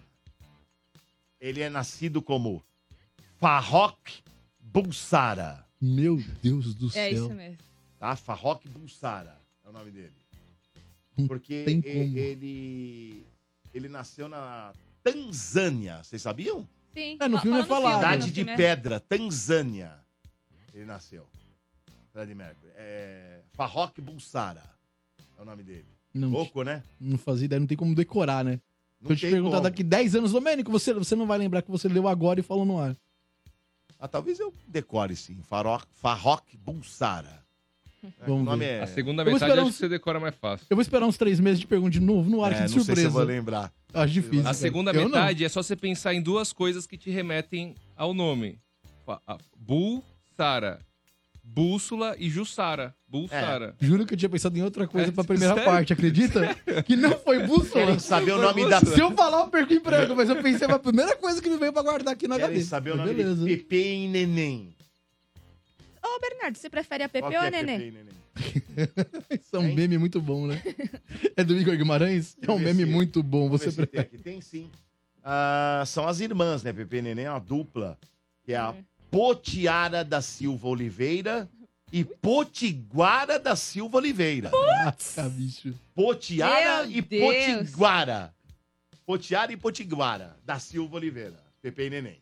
Speaker 1: Ele é nascido como Farrokh Bulsara,
Speaker 3: Meu Deus do
Speaker 4: É isso
Speaker 3: céu.
Speaker 4: mesmo.
Speaker 1: tá? Farrokh Bulsara é o nome dele.
Speaker 3: Não
Speaker 1: Porque
Speaker 3: tem
Speaker 1: e-
Speaker 3: como.
Speaker 1: ele ele nasceu na Tanzânia, vocês sabiam?
Speaker 4: Sim.
Speaker 3: É, no
Speaker 4: fa-
Speaker 3: filme
Speaker 4: fala
Speaker 3: eu falava.
Speaker 4: filme,
Speaker 1: Cidade
Speaker 4: no
Speaker 1: de
Speaker 4: filme é-
Speaker 1: Pedra, Tanzânia. Ele nasceu. Fred Mercury. É... Farrokh Bulsara é o nome dele.
Speaker 3: Não,
Speaker 1: Louco, né?
Speaker 3: não fazia ideia, não tem como decorar, né?
Speaker 1: Não
Speaker 3: Se eu te
Speaker 1: tem
Speaker 3: perguntar
Speaker 1: como.
Speaker 3: daqui 10 anos, Domênico, você, você não vai lembrar que você leu agora e falou no ar.
Speaker 1: Ah, talvez eu decore sim. Farroc, Farroc Bulsara. É,
Speaker 3: Vamos
Speaker 1: o nome
Speaker 5: A
Speaker 1: é.
Speaker 5: segunda
Speaker 3: Eu vou
Speaker 5: metade
Speaker 3: esperar um
Speaker 5: acho
Speaker 3: uns-
Speaker 5: que você decora mais fácil.
Speaker 3: Eu vou esperar uns três meses de pergunta de novo no ar,
Speaker 1: é,
Speaker 3: que
Speaker 1: não
Speaker 3: de
Speaker 1: sei se eu vou
Speaker 3: surpresa.
Speaker 1: lembrar.
Speaker 3: Acho difícil.
Speaker 5: A
Speaker 1: velho.
Speaker 5: segunda
Speaker 3: Eu não.
Speaker 5: metade é só você pensar em duas coisas que te remetem ao nome. Fa- a- Bull Sara. Bússola e Jussara.
Speaker 3: É.
Speaker 5: Bull Sara.
Speaker 3: Juro que eu tinha pensado em outra coisa
Speaker 5: É,
Speaker 3: pra primeira
Speaker 5: sério?
Speaker 3: parte, acredita? Que não foi bússola.
Speaker 1: Querem saber o nome da.
Speaker 3: Se eu falar, eu perco o emprego, mas eu pensei, foi a primeira coisa que me veio pra guardar aqui na
Speaker 1: Querem
Speaker 3: cabeça.
Speaker 1: saber o nome
Speaker 3: É Beleza. né?
Speaker 1: de Pepe e Neném.
Speaker 4: Ô, Bernardo, você prefere a Pepe
Speaker 1: Qual
Speaker 4: ou
Speaker 1: que
Speaker 4: a
Speaker 1: é Pepe e
Speaker 4: Nenê?
Speaker 1: Neném?
Speaker 3: Isso é um
Speaker 1: Hein?
Speaker 3: meme muito bom, né? É do Igor Guimarães? É um
Speaker 1: Vamos ver
Speaker 3: meme
Speaker 1: se-
Speaker 3: muito bom.
Speaker 1: Vamos ver
Speaker 3: Você
Speaker 1: se tem
Speaker 3: prefere.
Speaker 1: aqui. Tem sim. Ah, são as irmãs, né? Pepe e Neném é uma dupla. Que é a
Speaker 4: É.
Speaker 1: Potiara da Silva Oliveira e Potiguara da Silva Oliveira.
Speaker 3: Caraca, bicho.
Speaker 1: Potiara
Speaker 4: Meu
Speaker 1: e
Speaker 4: Deus.
Speaker 1: Potiguara. Potiara e Potiguara, da Silva Oliveira. Pepe e Neném.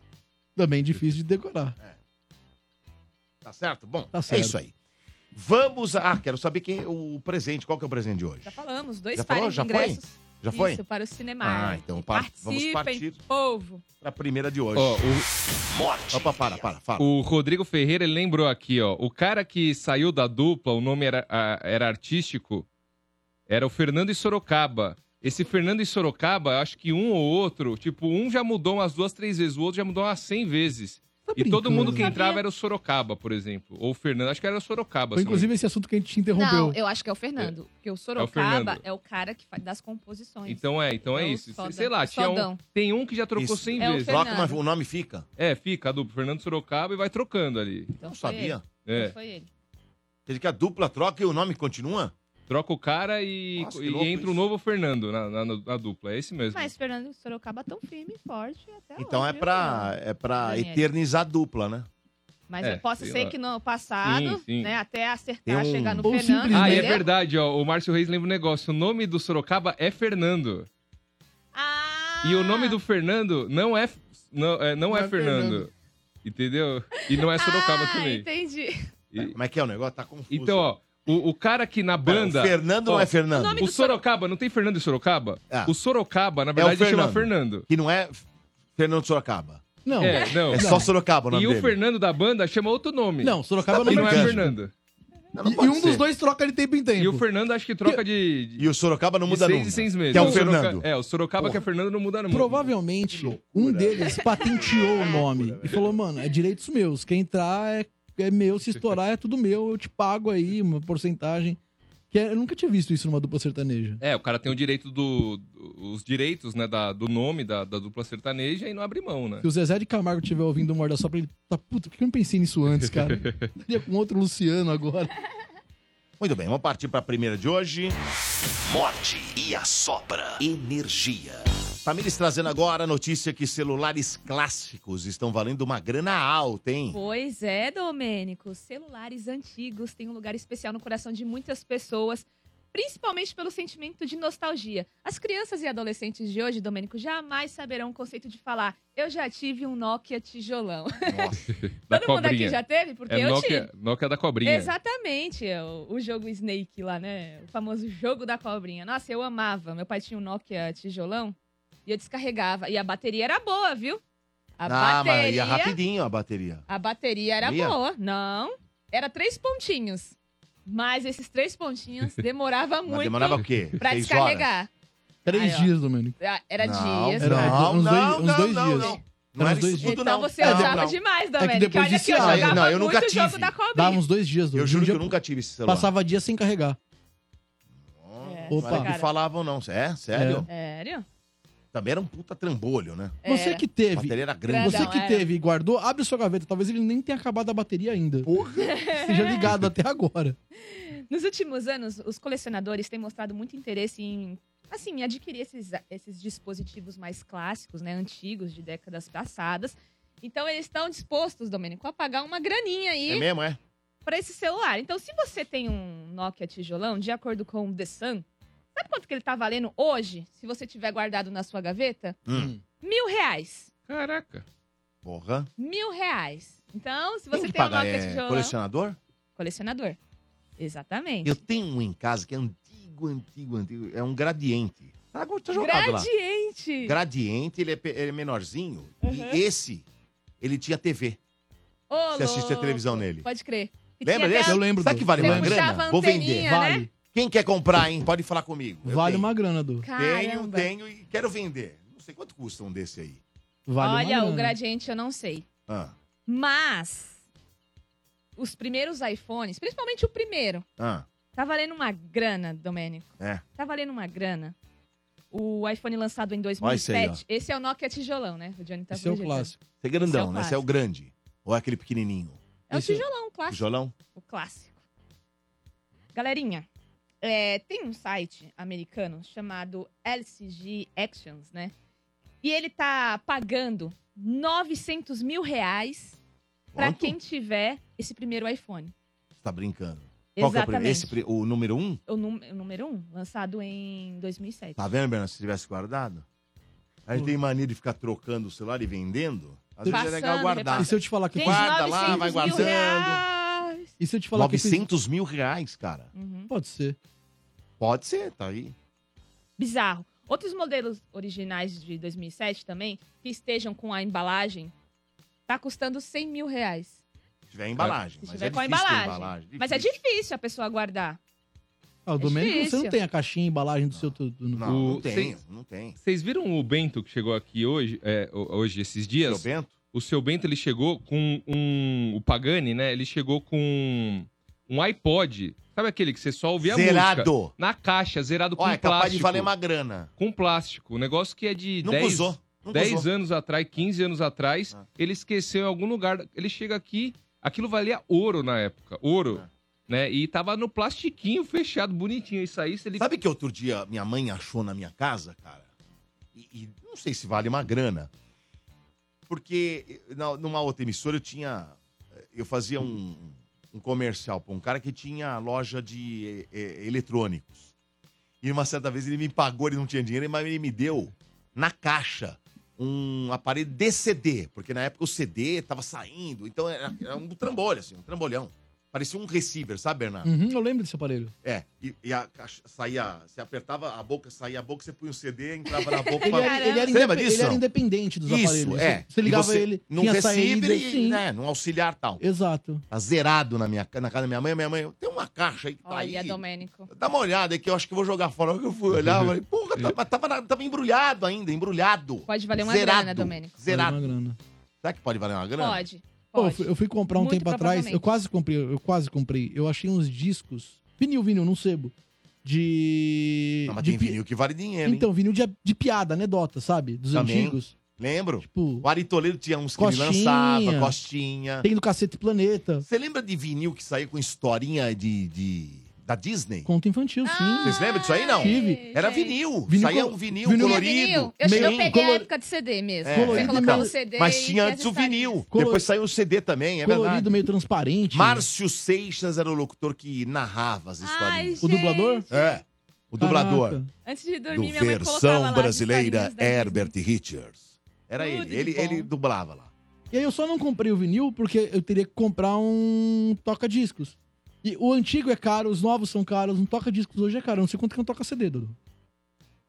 Speaker 3: Também é difícil de decorar.
Speaker 1: Tá certo? Bom,
Speaker 3: Tá certo.
Speaker 1: é isso aí. Vamos. a- Ah, quero saber quem o presente. Qual que é o presente de hoje?
Speaker 4: Já falamos, dois
Speaker 1: Já falou?
Speaker 4: pares de
Speaker 1: Já foi?
Speaker 4: ingressos.
Speaker 1: Já foi?
Speaker 4: Isso, para o cinema.
Speaker 1: Ah, então par- vamos partir.
Speaker 4: povo.
Speaker 1: Pra primeira de hoje.
Speaker 5: Ó,
Speaker 1: Opa, para, para, fala.
Speaker 5: o, o Rodrigo Ferreira ele lembrou aqui, ó. O cara que saiu da dupla, o nome era, a- era artístico, era o Fernando e Sorocaba. Esse Fernando e Sorocaba, eu acho que um ou outro, tipo, um já mudou umas duas, três vezes, o outro já mudou umas 100 vezes.
Speaker 3: Tá
Speaker 5: E todo
Speaker 3: brincando.
Speaker 5: mundo que
Speaker 4: Sabia?
Speaker 5: entrava era o Sorocaba, por exemplo. Ou o Fernando. Acho que era o Sorocaba.
Speaker 3: Foi
Speaker 5: se não me
Speaker 3: inclusive esse assunto que a gente te interrompeu.
Speaker 4: Não, eu acho que é o Fernando. Porque o Sorocaba é
Speaker 5: Fernando.
Speaker 4: o, cara que faz das composições.
Speaker 5: Então é, então é,
Speaker 4: É o
Speaker 5: isso.
Speaker 4: Soda.
Speaker 5: Sei lá, tinha
Speaker 4: Sodão.
Speaker 5: um, tem um que já trocou
Speaker 1: Isso.
Speaker 5: 100
Speaker 4: É o
Speaker 5: vezes.
Speaker 4: Fernando.
Speaker 1: Troca uma- o nome fica?
Speaker 5: É, fica a dupla Fernando Sorocaba e vai trocando ali.
Speaker 4: Então
Speaker 1: Não
Speaker 4: foi ele.
Speaker 1: sabia.
Speaker 5: É,
Speaker 4: Então Foi ele.
Speaker 1: Quer dizer que a dupla troca e o nome continua?
Speaker 5: Troca o cara e,
Speaker 1: Nossa, que
Speaker 5: e
Speaker 1: louco
Speaker 5: entra
Speaker 1: isso.
Speaker 5: o novo Fernando na, na- na dupla. É esse mesmo.
Speaker 4: Mas Fernando Sorocaba tão firme e forte até
Speaker 1: Então
Speaker 4: hoje,
Speaker 1: é
Speaker 4: viu,
Speaker 1: pra, é pra
Speaker 4: Daniele.
Speaker 1: eternizar a dupla, né?
Speaker 4: Fernando? Mas
Speaker 5: É,
Speaker 4: eu posso
Speaker 5: sei
Speaker 4: ser
Speaker 5: lá.
Speaker 4: que no passado,
Speaker 5: Sim, sim.
Speaker 4: né? Até
Speaker 3: Tem
Speaker 4: acertar,
Speaker 3: um-
Speaker 4: chegar no
Speaker 3: Ou
Speaker 4: Fernando.
Speaker 3: simplesmente-
Speaker 5: Ah, e é
Speaker 4: entendeu?
Speaker 5: verdade, ó. O Márcio Reis lembra um negócio. O nome do Sorocaba é Fernando.
Speaker 4: Ah!
Speaker 5: E o nome do Fernando não é. Não é, não é
Speaker 3: Não é
Speaker 5: Fernando.
Speaker 3: Fernando.
Speaker 5: Entendeu? E não é Sorocaba
Speaker 4: ah,
Speaker 5: também.
Speaker 4: entendi.
Speaker 5: E-
Speaker 1: Como é que é o negócio? Tá confuso.
Speaker 5: então, ó, o, o cara que na
Speaker 1: Pera, o
Speaker 5: banda.
Speaker 1: Fernando não
Speaker 5: Ó,
Speaker 1: é Fernando.
Speaker 4: o nome-
Speaker 5: O Sorocaba, não tem Fernando e Sorocaba?
Speaker 1: Ah. É
Speaker 5: O Sorocaba, na verdade, chama
Speaker 1: Fernando.
Speaker 5: Fernando.
Speaker 1: Que não é F- Fernando Sorocaba.
Speaker 3: Não,
Speaker 5: É, não.
Speaker 1: É só Sorocaba o nome
Speaker 5: E
Speaker 1: dele.
Speaker 5: o Fernando da banda chama outro nome.
Speaker 3: não, Sorocaba
Speaker 5: E
Speaker 3: não
Speaker 5: não é
Speaker 1: brincando.
Speaker 3: é
Speaker 5: Fernando.
Speaker 1: Não, não
Speaker 3: E, e
Speaker 1: pode
Speaker 3: um dos
Speaker 1: ser.
Speaker 3: dois troca de tempo em tempo.
Speaker 5: E o Fernando acho que troca de. de-
Speaker 1: E o Sorocaba não
Speaker 5: de
Speaker 1: muda
Speaker 5: seis
Speaker 1: nunca.
Speaker 5: em seis meses.
Speaker 1: Que é o
Speaker 5: Soroca-
Speaker 1: Fernando.
Speaker 5: É, o Sorocaba que é Fernando não muda nunca.
Speaker 3: Provavelmente um deles patenteou o nome e falou, mano, é direitos meus. Quem entrar é, é meu, se estourar é tudo meu, eu te pago aí uma porcentagem. Que é- eu nunca tinha visto isso numa dupla sertaneja.
Speaker 5: É, o cara tem o direito do. do- Os direitos, né, da, do nome da, da dupla sertaneja e não abre mão, né?
Speaker 3: Se o Zezé de Camargo tiver ouvindo o Morda Sopra, ele tá, puta, por que eu não pensei nisso antes, cara? Estaria com outro Luciano agora.
Speaker 1: Muito bem, vamos partir pra primeira de hoje.
Speaker 6: Morde e assopra. Energia.
Speaker 1: Tamires trazendo agora a notícia que celulares clássicos estão valendo uma grana alta, hein?
Speaker 4: Pois é, Domênico. Celulares antigos têm um lugar especial no coração de muitas pessoas, principalmente pelo sentimento de nostalgia. As crianças e adolescentes de hoje, Domênico, jamais saberão o conceito de falar eu já tive um Nokia tijolão.
Speaker 1: Nossa.
Speaker 5: Da
Speaker 4: Todo mundo aqui
Speaker 5: cobrinha.
Speaker 4: já teve? Porque
Speaker 5: é
Speaker 4: eu tive.
Speaker 5: Nokia, Nokia da cobrinha.
Speaker 4: Exatamente, é o, o jogo Snake lá, né? O famoso jogo da cobrinha. Nossa, eu amava. Meu pai tinha um Nokia tijolão e eu descarregava. E a bateria era boa, viu? A
Speaker 1: ah, mas ia
Speaker 4: bateria.
Speaker 1: rapidinho a bateria.
Speaker 4: a bateria era
Speaker 1: Ia?
Speaker 4: boa. Não. Era três pontinhos. Mas esses três pontinhos demorava
Speaker 1: Mas
Speaker 4: muito
Speaker 1: demorava o quê?
Speaker 4: pra
Speaker 1: Seis
Speaker 4: descarregar.
Speaker 3: Três
Speaker 4: Aí, ó.
Speaker 3: dias, Domênico.
Speaker 4: Ah, Era
Speaker 1: Não,
Speaker 4: dias.
Speaker 3: Era
Speaker 4: né?
Speaker 1: Não,
Speaker 3: uns dois,
Speaker 1: não,
Speaker 3: uns
Speaker 1: não,
Speaker 3: dois
Speaker 1: não,
Speaker 3: dias.
Speaker 1: não. Não
Speaker 3: Era
Speaker 1: era
Speaker 3: uns dois
Speaker 1: isso
Speaker 3: dias.
Speaker 1: tudo,
Speaker 4: Então
Speaker 1: não. É,
Speaker 4: você
Speaker 1: Não,
Speaker 4: usava
Speaker 1: não.
Speaker 4: demais,
Speaker 3: que
Speaker 4: Domênico.
Speaker 3: depois
Speaker 4: Olha
Speaker 3: disso-
Speaker 4: que eu
Speaker 3: Ah, eu-
Speaker 4: jogava
Speaker 1: não, eu nunca
Speaker 4: muito o jogo
Speaker 1: tive.
Speaker 4: da cobrinha.
Speaker 3: Dava uns dois dias,
Speaker 1: Eu
Speaker 3: Domênico.
Speaker 1: juro
Speaker 3: Um
Speaker 1: que
Speaker 3: dia
Speaker 1: eu nunca tive esse celular.
Speaker 3: Passava dias sem carregar.
Speaker 1: Não,
Speaker 4: É,
Speaker 1: não era
Speaker 3: Opa.
Speaker 1: que falavam, não. É? Sério?
Speaker 4: Sério?
Speaker 1: Também era um puta trambolho, né?
Speaker 3: Você
Speaker 4: Era.
Speaker 3: que
Speaker 1: A
Speaker 3: É. teve,
Speaker 1: bateria era grande.
Speaker 3: você
Speaker 4: Grandão,
Speaker 3: que
Speaker 4: era.
Speaker 3: teve e guardou, abre sua gaveta. Talvez ele nem tenha acabado a bateria ainda. Seja ligado até agora.
Speaker 4: Nos últimos anos, os colecionadores têm mostrado muito interesse em, assim, em adquirir esses, esses dispositivos mais clássicos, né, antigos, de décadas passadas. Então, eles estão dispostos, Domênico, a pagar uma graninha
Speaker 1: É
Speaker 4: aí
Speaker 1: mesmo, é?
Speaker 4: pra esse celular. Então, se você tem um Nokia tijolão, de acordo com o The Sun, sabe quanto que ele tá valendo hoje, se você tiver guardado na sua gaveta?
Speaker 1: Hum.
Speaker 4: Mil reais.
Speaker 5: Caraca.
Speaker 1: Porra.
Speaker 4: Mil reais. Então, se
Speaker 1: Você
Speaker 4: você
Speaker 1: Tem que
Speaker 4: tem um
Speaker 1: pagar,
Speaker 4: Nokia
Speaker 1: é
Speaker 4: tijolão...
Speaker 1: colecionador?
Speaker 4: Colecionador. Exatamente.
Speaker 1: Eu tenho um em casa que é antigo, antigo, antigo. É um gradiente. Tá, tá jogado lá.
Speaker 4: Gradiente!
Speaker 1: Gradiente, ele é, pe- ele é menorzinho.
Speaker 4: Uhum.
Speaker 1: E esse, ele tinha TV.
Speaker 4: Ô,
Speaker 1: Você assistia
Speaker 4: louco.
Speaker 1: televisão nele.
Speaker 4: Pode crer. E
Speaker 1: Lembra
Speaker 4: tinha
Speaker 1: desse?
Speaker 3: Eu lembro
Speaker 1: Sabe
Speaker 3: do-
Speaker 1: que vale
Speaker 3: Você
Speaker 1: uma
Speaker 4: puxava a
Speaker 1: grana? Vou
Speaker 4: anteninha.
Speaker 1: vender.
Speaker 4: Tinha, né?
Speaker 3: Vale.
Speaker 1: Quem quer comprar, hein? Pode falar comigo. Eu
Speaker 3: Vale
Speaker 1: tenho.
Speaker 3: uma grana, do.
Speaker 4: Caramba.
Speaker 1: Tenho, tenho e quero vender. Não sei quanto custa um desse aí.
Speaker 3: Vale uma
Speaker 4: Olha,
Speaker 3: grana.
Speaker 4: o gradiente eu não sei.
Speaker 1: Ah,
Speaker 4: Mas os primeiros iPhones, principalmente o primeiro,
Speaker 1: ah.
Speaker 4: tá valendo uma grana, Domênico.
Speaker 1: É.
Speaker 4: Tá valendo uma grana. O iPhone lançado em
Speaker 1: Olha esse aí,
Speaker 4: 2007. esse é o Nokia tijolão, né? O Johnny tá
Speaker 3: Esse é o
Speaker 4: projetando.
Speaker 3: clássico.
Speaker 1: Esse é grandão,
Speaker 4: Esse é o
Speaker 1: né? Esse é o
Speaker 4: clássico.
Speaker 1: grande. Ou é aquele pequenininho?
Speaker 4: É o
Speaker 3: Esse é-
Speaker 4: tijolão, o clássico.
Speaker 1: Tijolão?
Speaker 4: O clássico. Galerinha, é, tem um site americano chamado LCG Actions, né? E ele tá pagando 900 mil reais pra
Speaker 1: Quanto?
Speaker 4: quem tiver esse primeiro iPhone.
Speaker 1: Você tá brincando. Qual que é o primeiro? Esse, pri- o número um?
Speaker 4: o, num- o número um, lançado em 2007.
Speaker 1: Tá vendo, Bernardo? Se tivesse guardado. A
Speaker 3: Hum.
Speaker 1: gente tem mania de ficar trocando o celular e vendendo. Às vezes é
Speaker 4: Passando,
Speaker 1: legal guardar.
Speaker 3: E se eu te falar que eu
Speaker 4: Gente,
Speaker 3: fiz-
Speaker 1: guarda lá, vai
Speaker 4: 900
Speaker 1: guardando.
Speaker 4: mil reais.
Speaker 3: E se eu te falar que eu fiz-
Speaker 1: 900 mil reais, cara.
Speaker 4: Uhum.
Speaker 3: Pode ser.
Speaker 1: Pode ser, tá aí.
Speaker 4: Bizarro. Outros modelos originais de 2007 também, que estejam com a embalagem, tá custando 100 mil reais.
Speaker 1: Se tiver embalagem.
Speaker 4: Se
Speaker 1: mas
Speaker 4: tiver
Speaker 1: é
Speaker 4: com a
Speaker 1: difícil ter
Speaker 4: embalagem. Mas é
Speaker 1: difícil.
Speaker 4: difícil a pessoa guardar.
Speaker 3: Ah, o
Speaker 4: É
Speaker 3: Domênico, você não
Speaker 4: difícil.
Speaker 3: tem a caixinha, a embalagem do seu tudo. não.
Speaker 1: Não, não
Speaker 5: O-
Speaker 1: tem, não tem.
Speaker 5: Vocês viram o Bento que chegou aqui hoje, é, ho- hoje esses
Speaker 1: Seu
Speaker 5: dias?
Speaker 1: Bento?
Speaker 5: O seu Bento, ele chegou com um... O Pagani, né? Ele chegou com um iPod. Sabe aquele que você só ouvia a música?
Speaker 1: Zerado.
Speaker 5: Na caixa, zerado com
Speaker 1: Olha, é
Speaker 5: plástico.
Speaker 1: capaz de valer uma grana.
Speaker 5: Com plástico. Um negócio que é de
Speaker 1: Nunca
Speaker 5: 10,
Speaker 1: usou. Nunca
Speaker 5: 10
Speaker 1: usou.
Speaker 5: anos atrás, 15 anos atrás,
Speaker 1: Ah.
Speaker 5: ele esqueceu em algum lugar. Ele chega aqui, aquilo valia ouro na época, ouro,
Speaker 1: Ah.
Speaker 5: né? E tava no plastiquinho fechado, bonitinho. Isso aí, se ele...
Speaker 1: Sabe que outro dia minha mãe achou na minha casa, cara? E, e não sei se vale uma grana. Porque na- numa outra emissora eu tinha eh, eu fazia um, um comercial para um cara que tinha loja de eh, eh, eletrônicos. E uma certa vez ele me pagou, ele não tinha dinheiro, mas ele me deu na caixa um aparelho de CD, porque na época o CD estava saindo, então era, era um trambolho, assim, um trambolhão. Parecia um receiver, sabe, Bernardo?
Speaker 3: Uhum, eu lembro desse aparelho.
Speaker 1: É, e, e a caixa saía, você apertava a boca, saía a boca, você punha o CD, entrava na boca.
Speaker 3: Ele
Speaker 1: falava-
Speaker 3: era, ele era
Speaker 1: Você lembra
Speaker 3: indepe-
Speaker 1: disso,
Speaker 3: ele era
Speaker 1: não?
Speaker 3: independente dos
Speaker 1: Isso,
Speaker 3: aparelhos. assim.
Speaker 1: é.
Speaker 3: Você ligava
Speaker 1: E você
Speaker 3: ele,
Speaker 1: num
Speaker 3: tinha assim.
Speaker 1: receiver
Speaker 3: saída.
Speaker 1: e,
Speaker 3: Sim,
Speaker 1: né, num auxiliar tal.
Speaker 3: Exato.
Speaker 1: Tá zerado na, minha, na casa da minha mãe. Minha mãe, tem uma caixa aí que tá
Speaker 4: Olha,
Speaker 1: aí.
Speaker 4: Domênico.
Speaker 1: Dá uma olhada aqui, eu acho que eu vou jogar fora. Eu fui olhar, eu falei, porra, tava, tava, na- tava embrulhado ainda, embrulhado.
Speaker 4: Pode valer uma
Speaker 1: zerado,
Speaker 4: grana, Domênico.
Speaker 1: Zerado.
Speaker 3: Uma grana.
Speaker 1: Será que pode valer uma grana?
Speaker 4: Pode.
Speaker 3: Pô, eu
Speaker 4: pode.
Speaker 3: fui- eu fui comprar um
Speaker 4: Muito
Speaker 3: tempo atrás, eu
Speaker 4: provavelmente.
Speaker 3: quase comprei, eu quase comprei. Eu achei uns discos, vinil, vinil, não sebo, de...
Speaker 1: Não, mas
Speaker 3: de
Speaker 1: tem
Speaker 3: pi-
Speaker 1: vinil que vale dinheiro, hein?
Speaker 3: Então, vinil de, de piada, anedota, sabe? Dos
Speaker 1: Também.
Speaker 3: antigos.
Speaker 1: Lembro.
Speaker 3: Tipo,
Speaker 1: O Ari Toledo tinha uns que
Speaker 3: Costinha.
Speaker 1: ele lançava, costinha.
Speaker 3: tem do Cacete Planeta,
Speaker 1: Você lembra de vinil que saiu com historinha de, de- da Disney?
Speaker 3: conto infantil, sim.
Speaker 1: Vocês lembram disso aí, não?
Speaker 3: Tive.
Speaker 1: Era
Speaker 4: Gente.
Speaker 1: vinil.
Speaker 3: Vinil
Speaker 1: Saía
Speaker 3: col-
Speaker 1: um vinil,
Speaker 3: vinil-
Speaker 1: colorido.
Speaker 4: Vinil. Eu,
Speaker 1: meio-
Speaker 4: eu peguei a
Speaker 3: color-
Speaker 4: época de CD mesmo.
Speaker 1: É.
Speaker 4: Você
Speaker 3: Colorido,
Speaker 4: colocava
Speaker 3: não.
Speaker 4: o CD
Speaker 1: Mas
Speaker 4: e
Speaker 1: tinha antes o
Speaker 4: acessórios.
Speaker 1: vinil.
Speaker 3: Color-
Speaker 1: Depois saiu o CD também, é verdade.
Speaker 3: Colorido, meio transparente.
Speaker 1: Márcio Seixas era o locutor que narrava as
Speaker 4: Ai,
Speaker 1: histórias.
Speaker 3: O dublador?
Speaker 4: gente.
Speaker 1: É, o dublador.
Speaker 3: Caraca.
Speaker 4: Antes de
Speaker 1: Do
Speaker 4: dormir, minha mãe colocava lá.
Speaker 1: Versão
Speaker 4: as
Speaker 1: Brasileira
Speaker 4: historinhas da
Speaker 1: Herbert Richards. Era
Speaker 4: Tudo
Speaker 1: ele,
Speaker 4: de
Speaker 1: ele,
Speaker 4: bom.
Speaker 1: ele dublava lá.
Speaker 3: E aí eu só não comprei o vinil porque eu teria que comprar um toca-discos. E o antigo é caro, os novos são caros, um toca-discos hoje é caro. Eu não sei quanto que é um toca-CD, Dudu.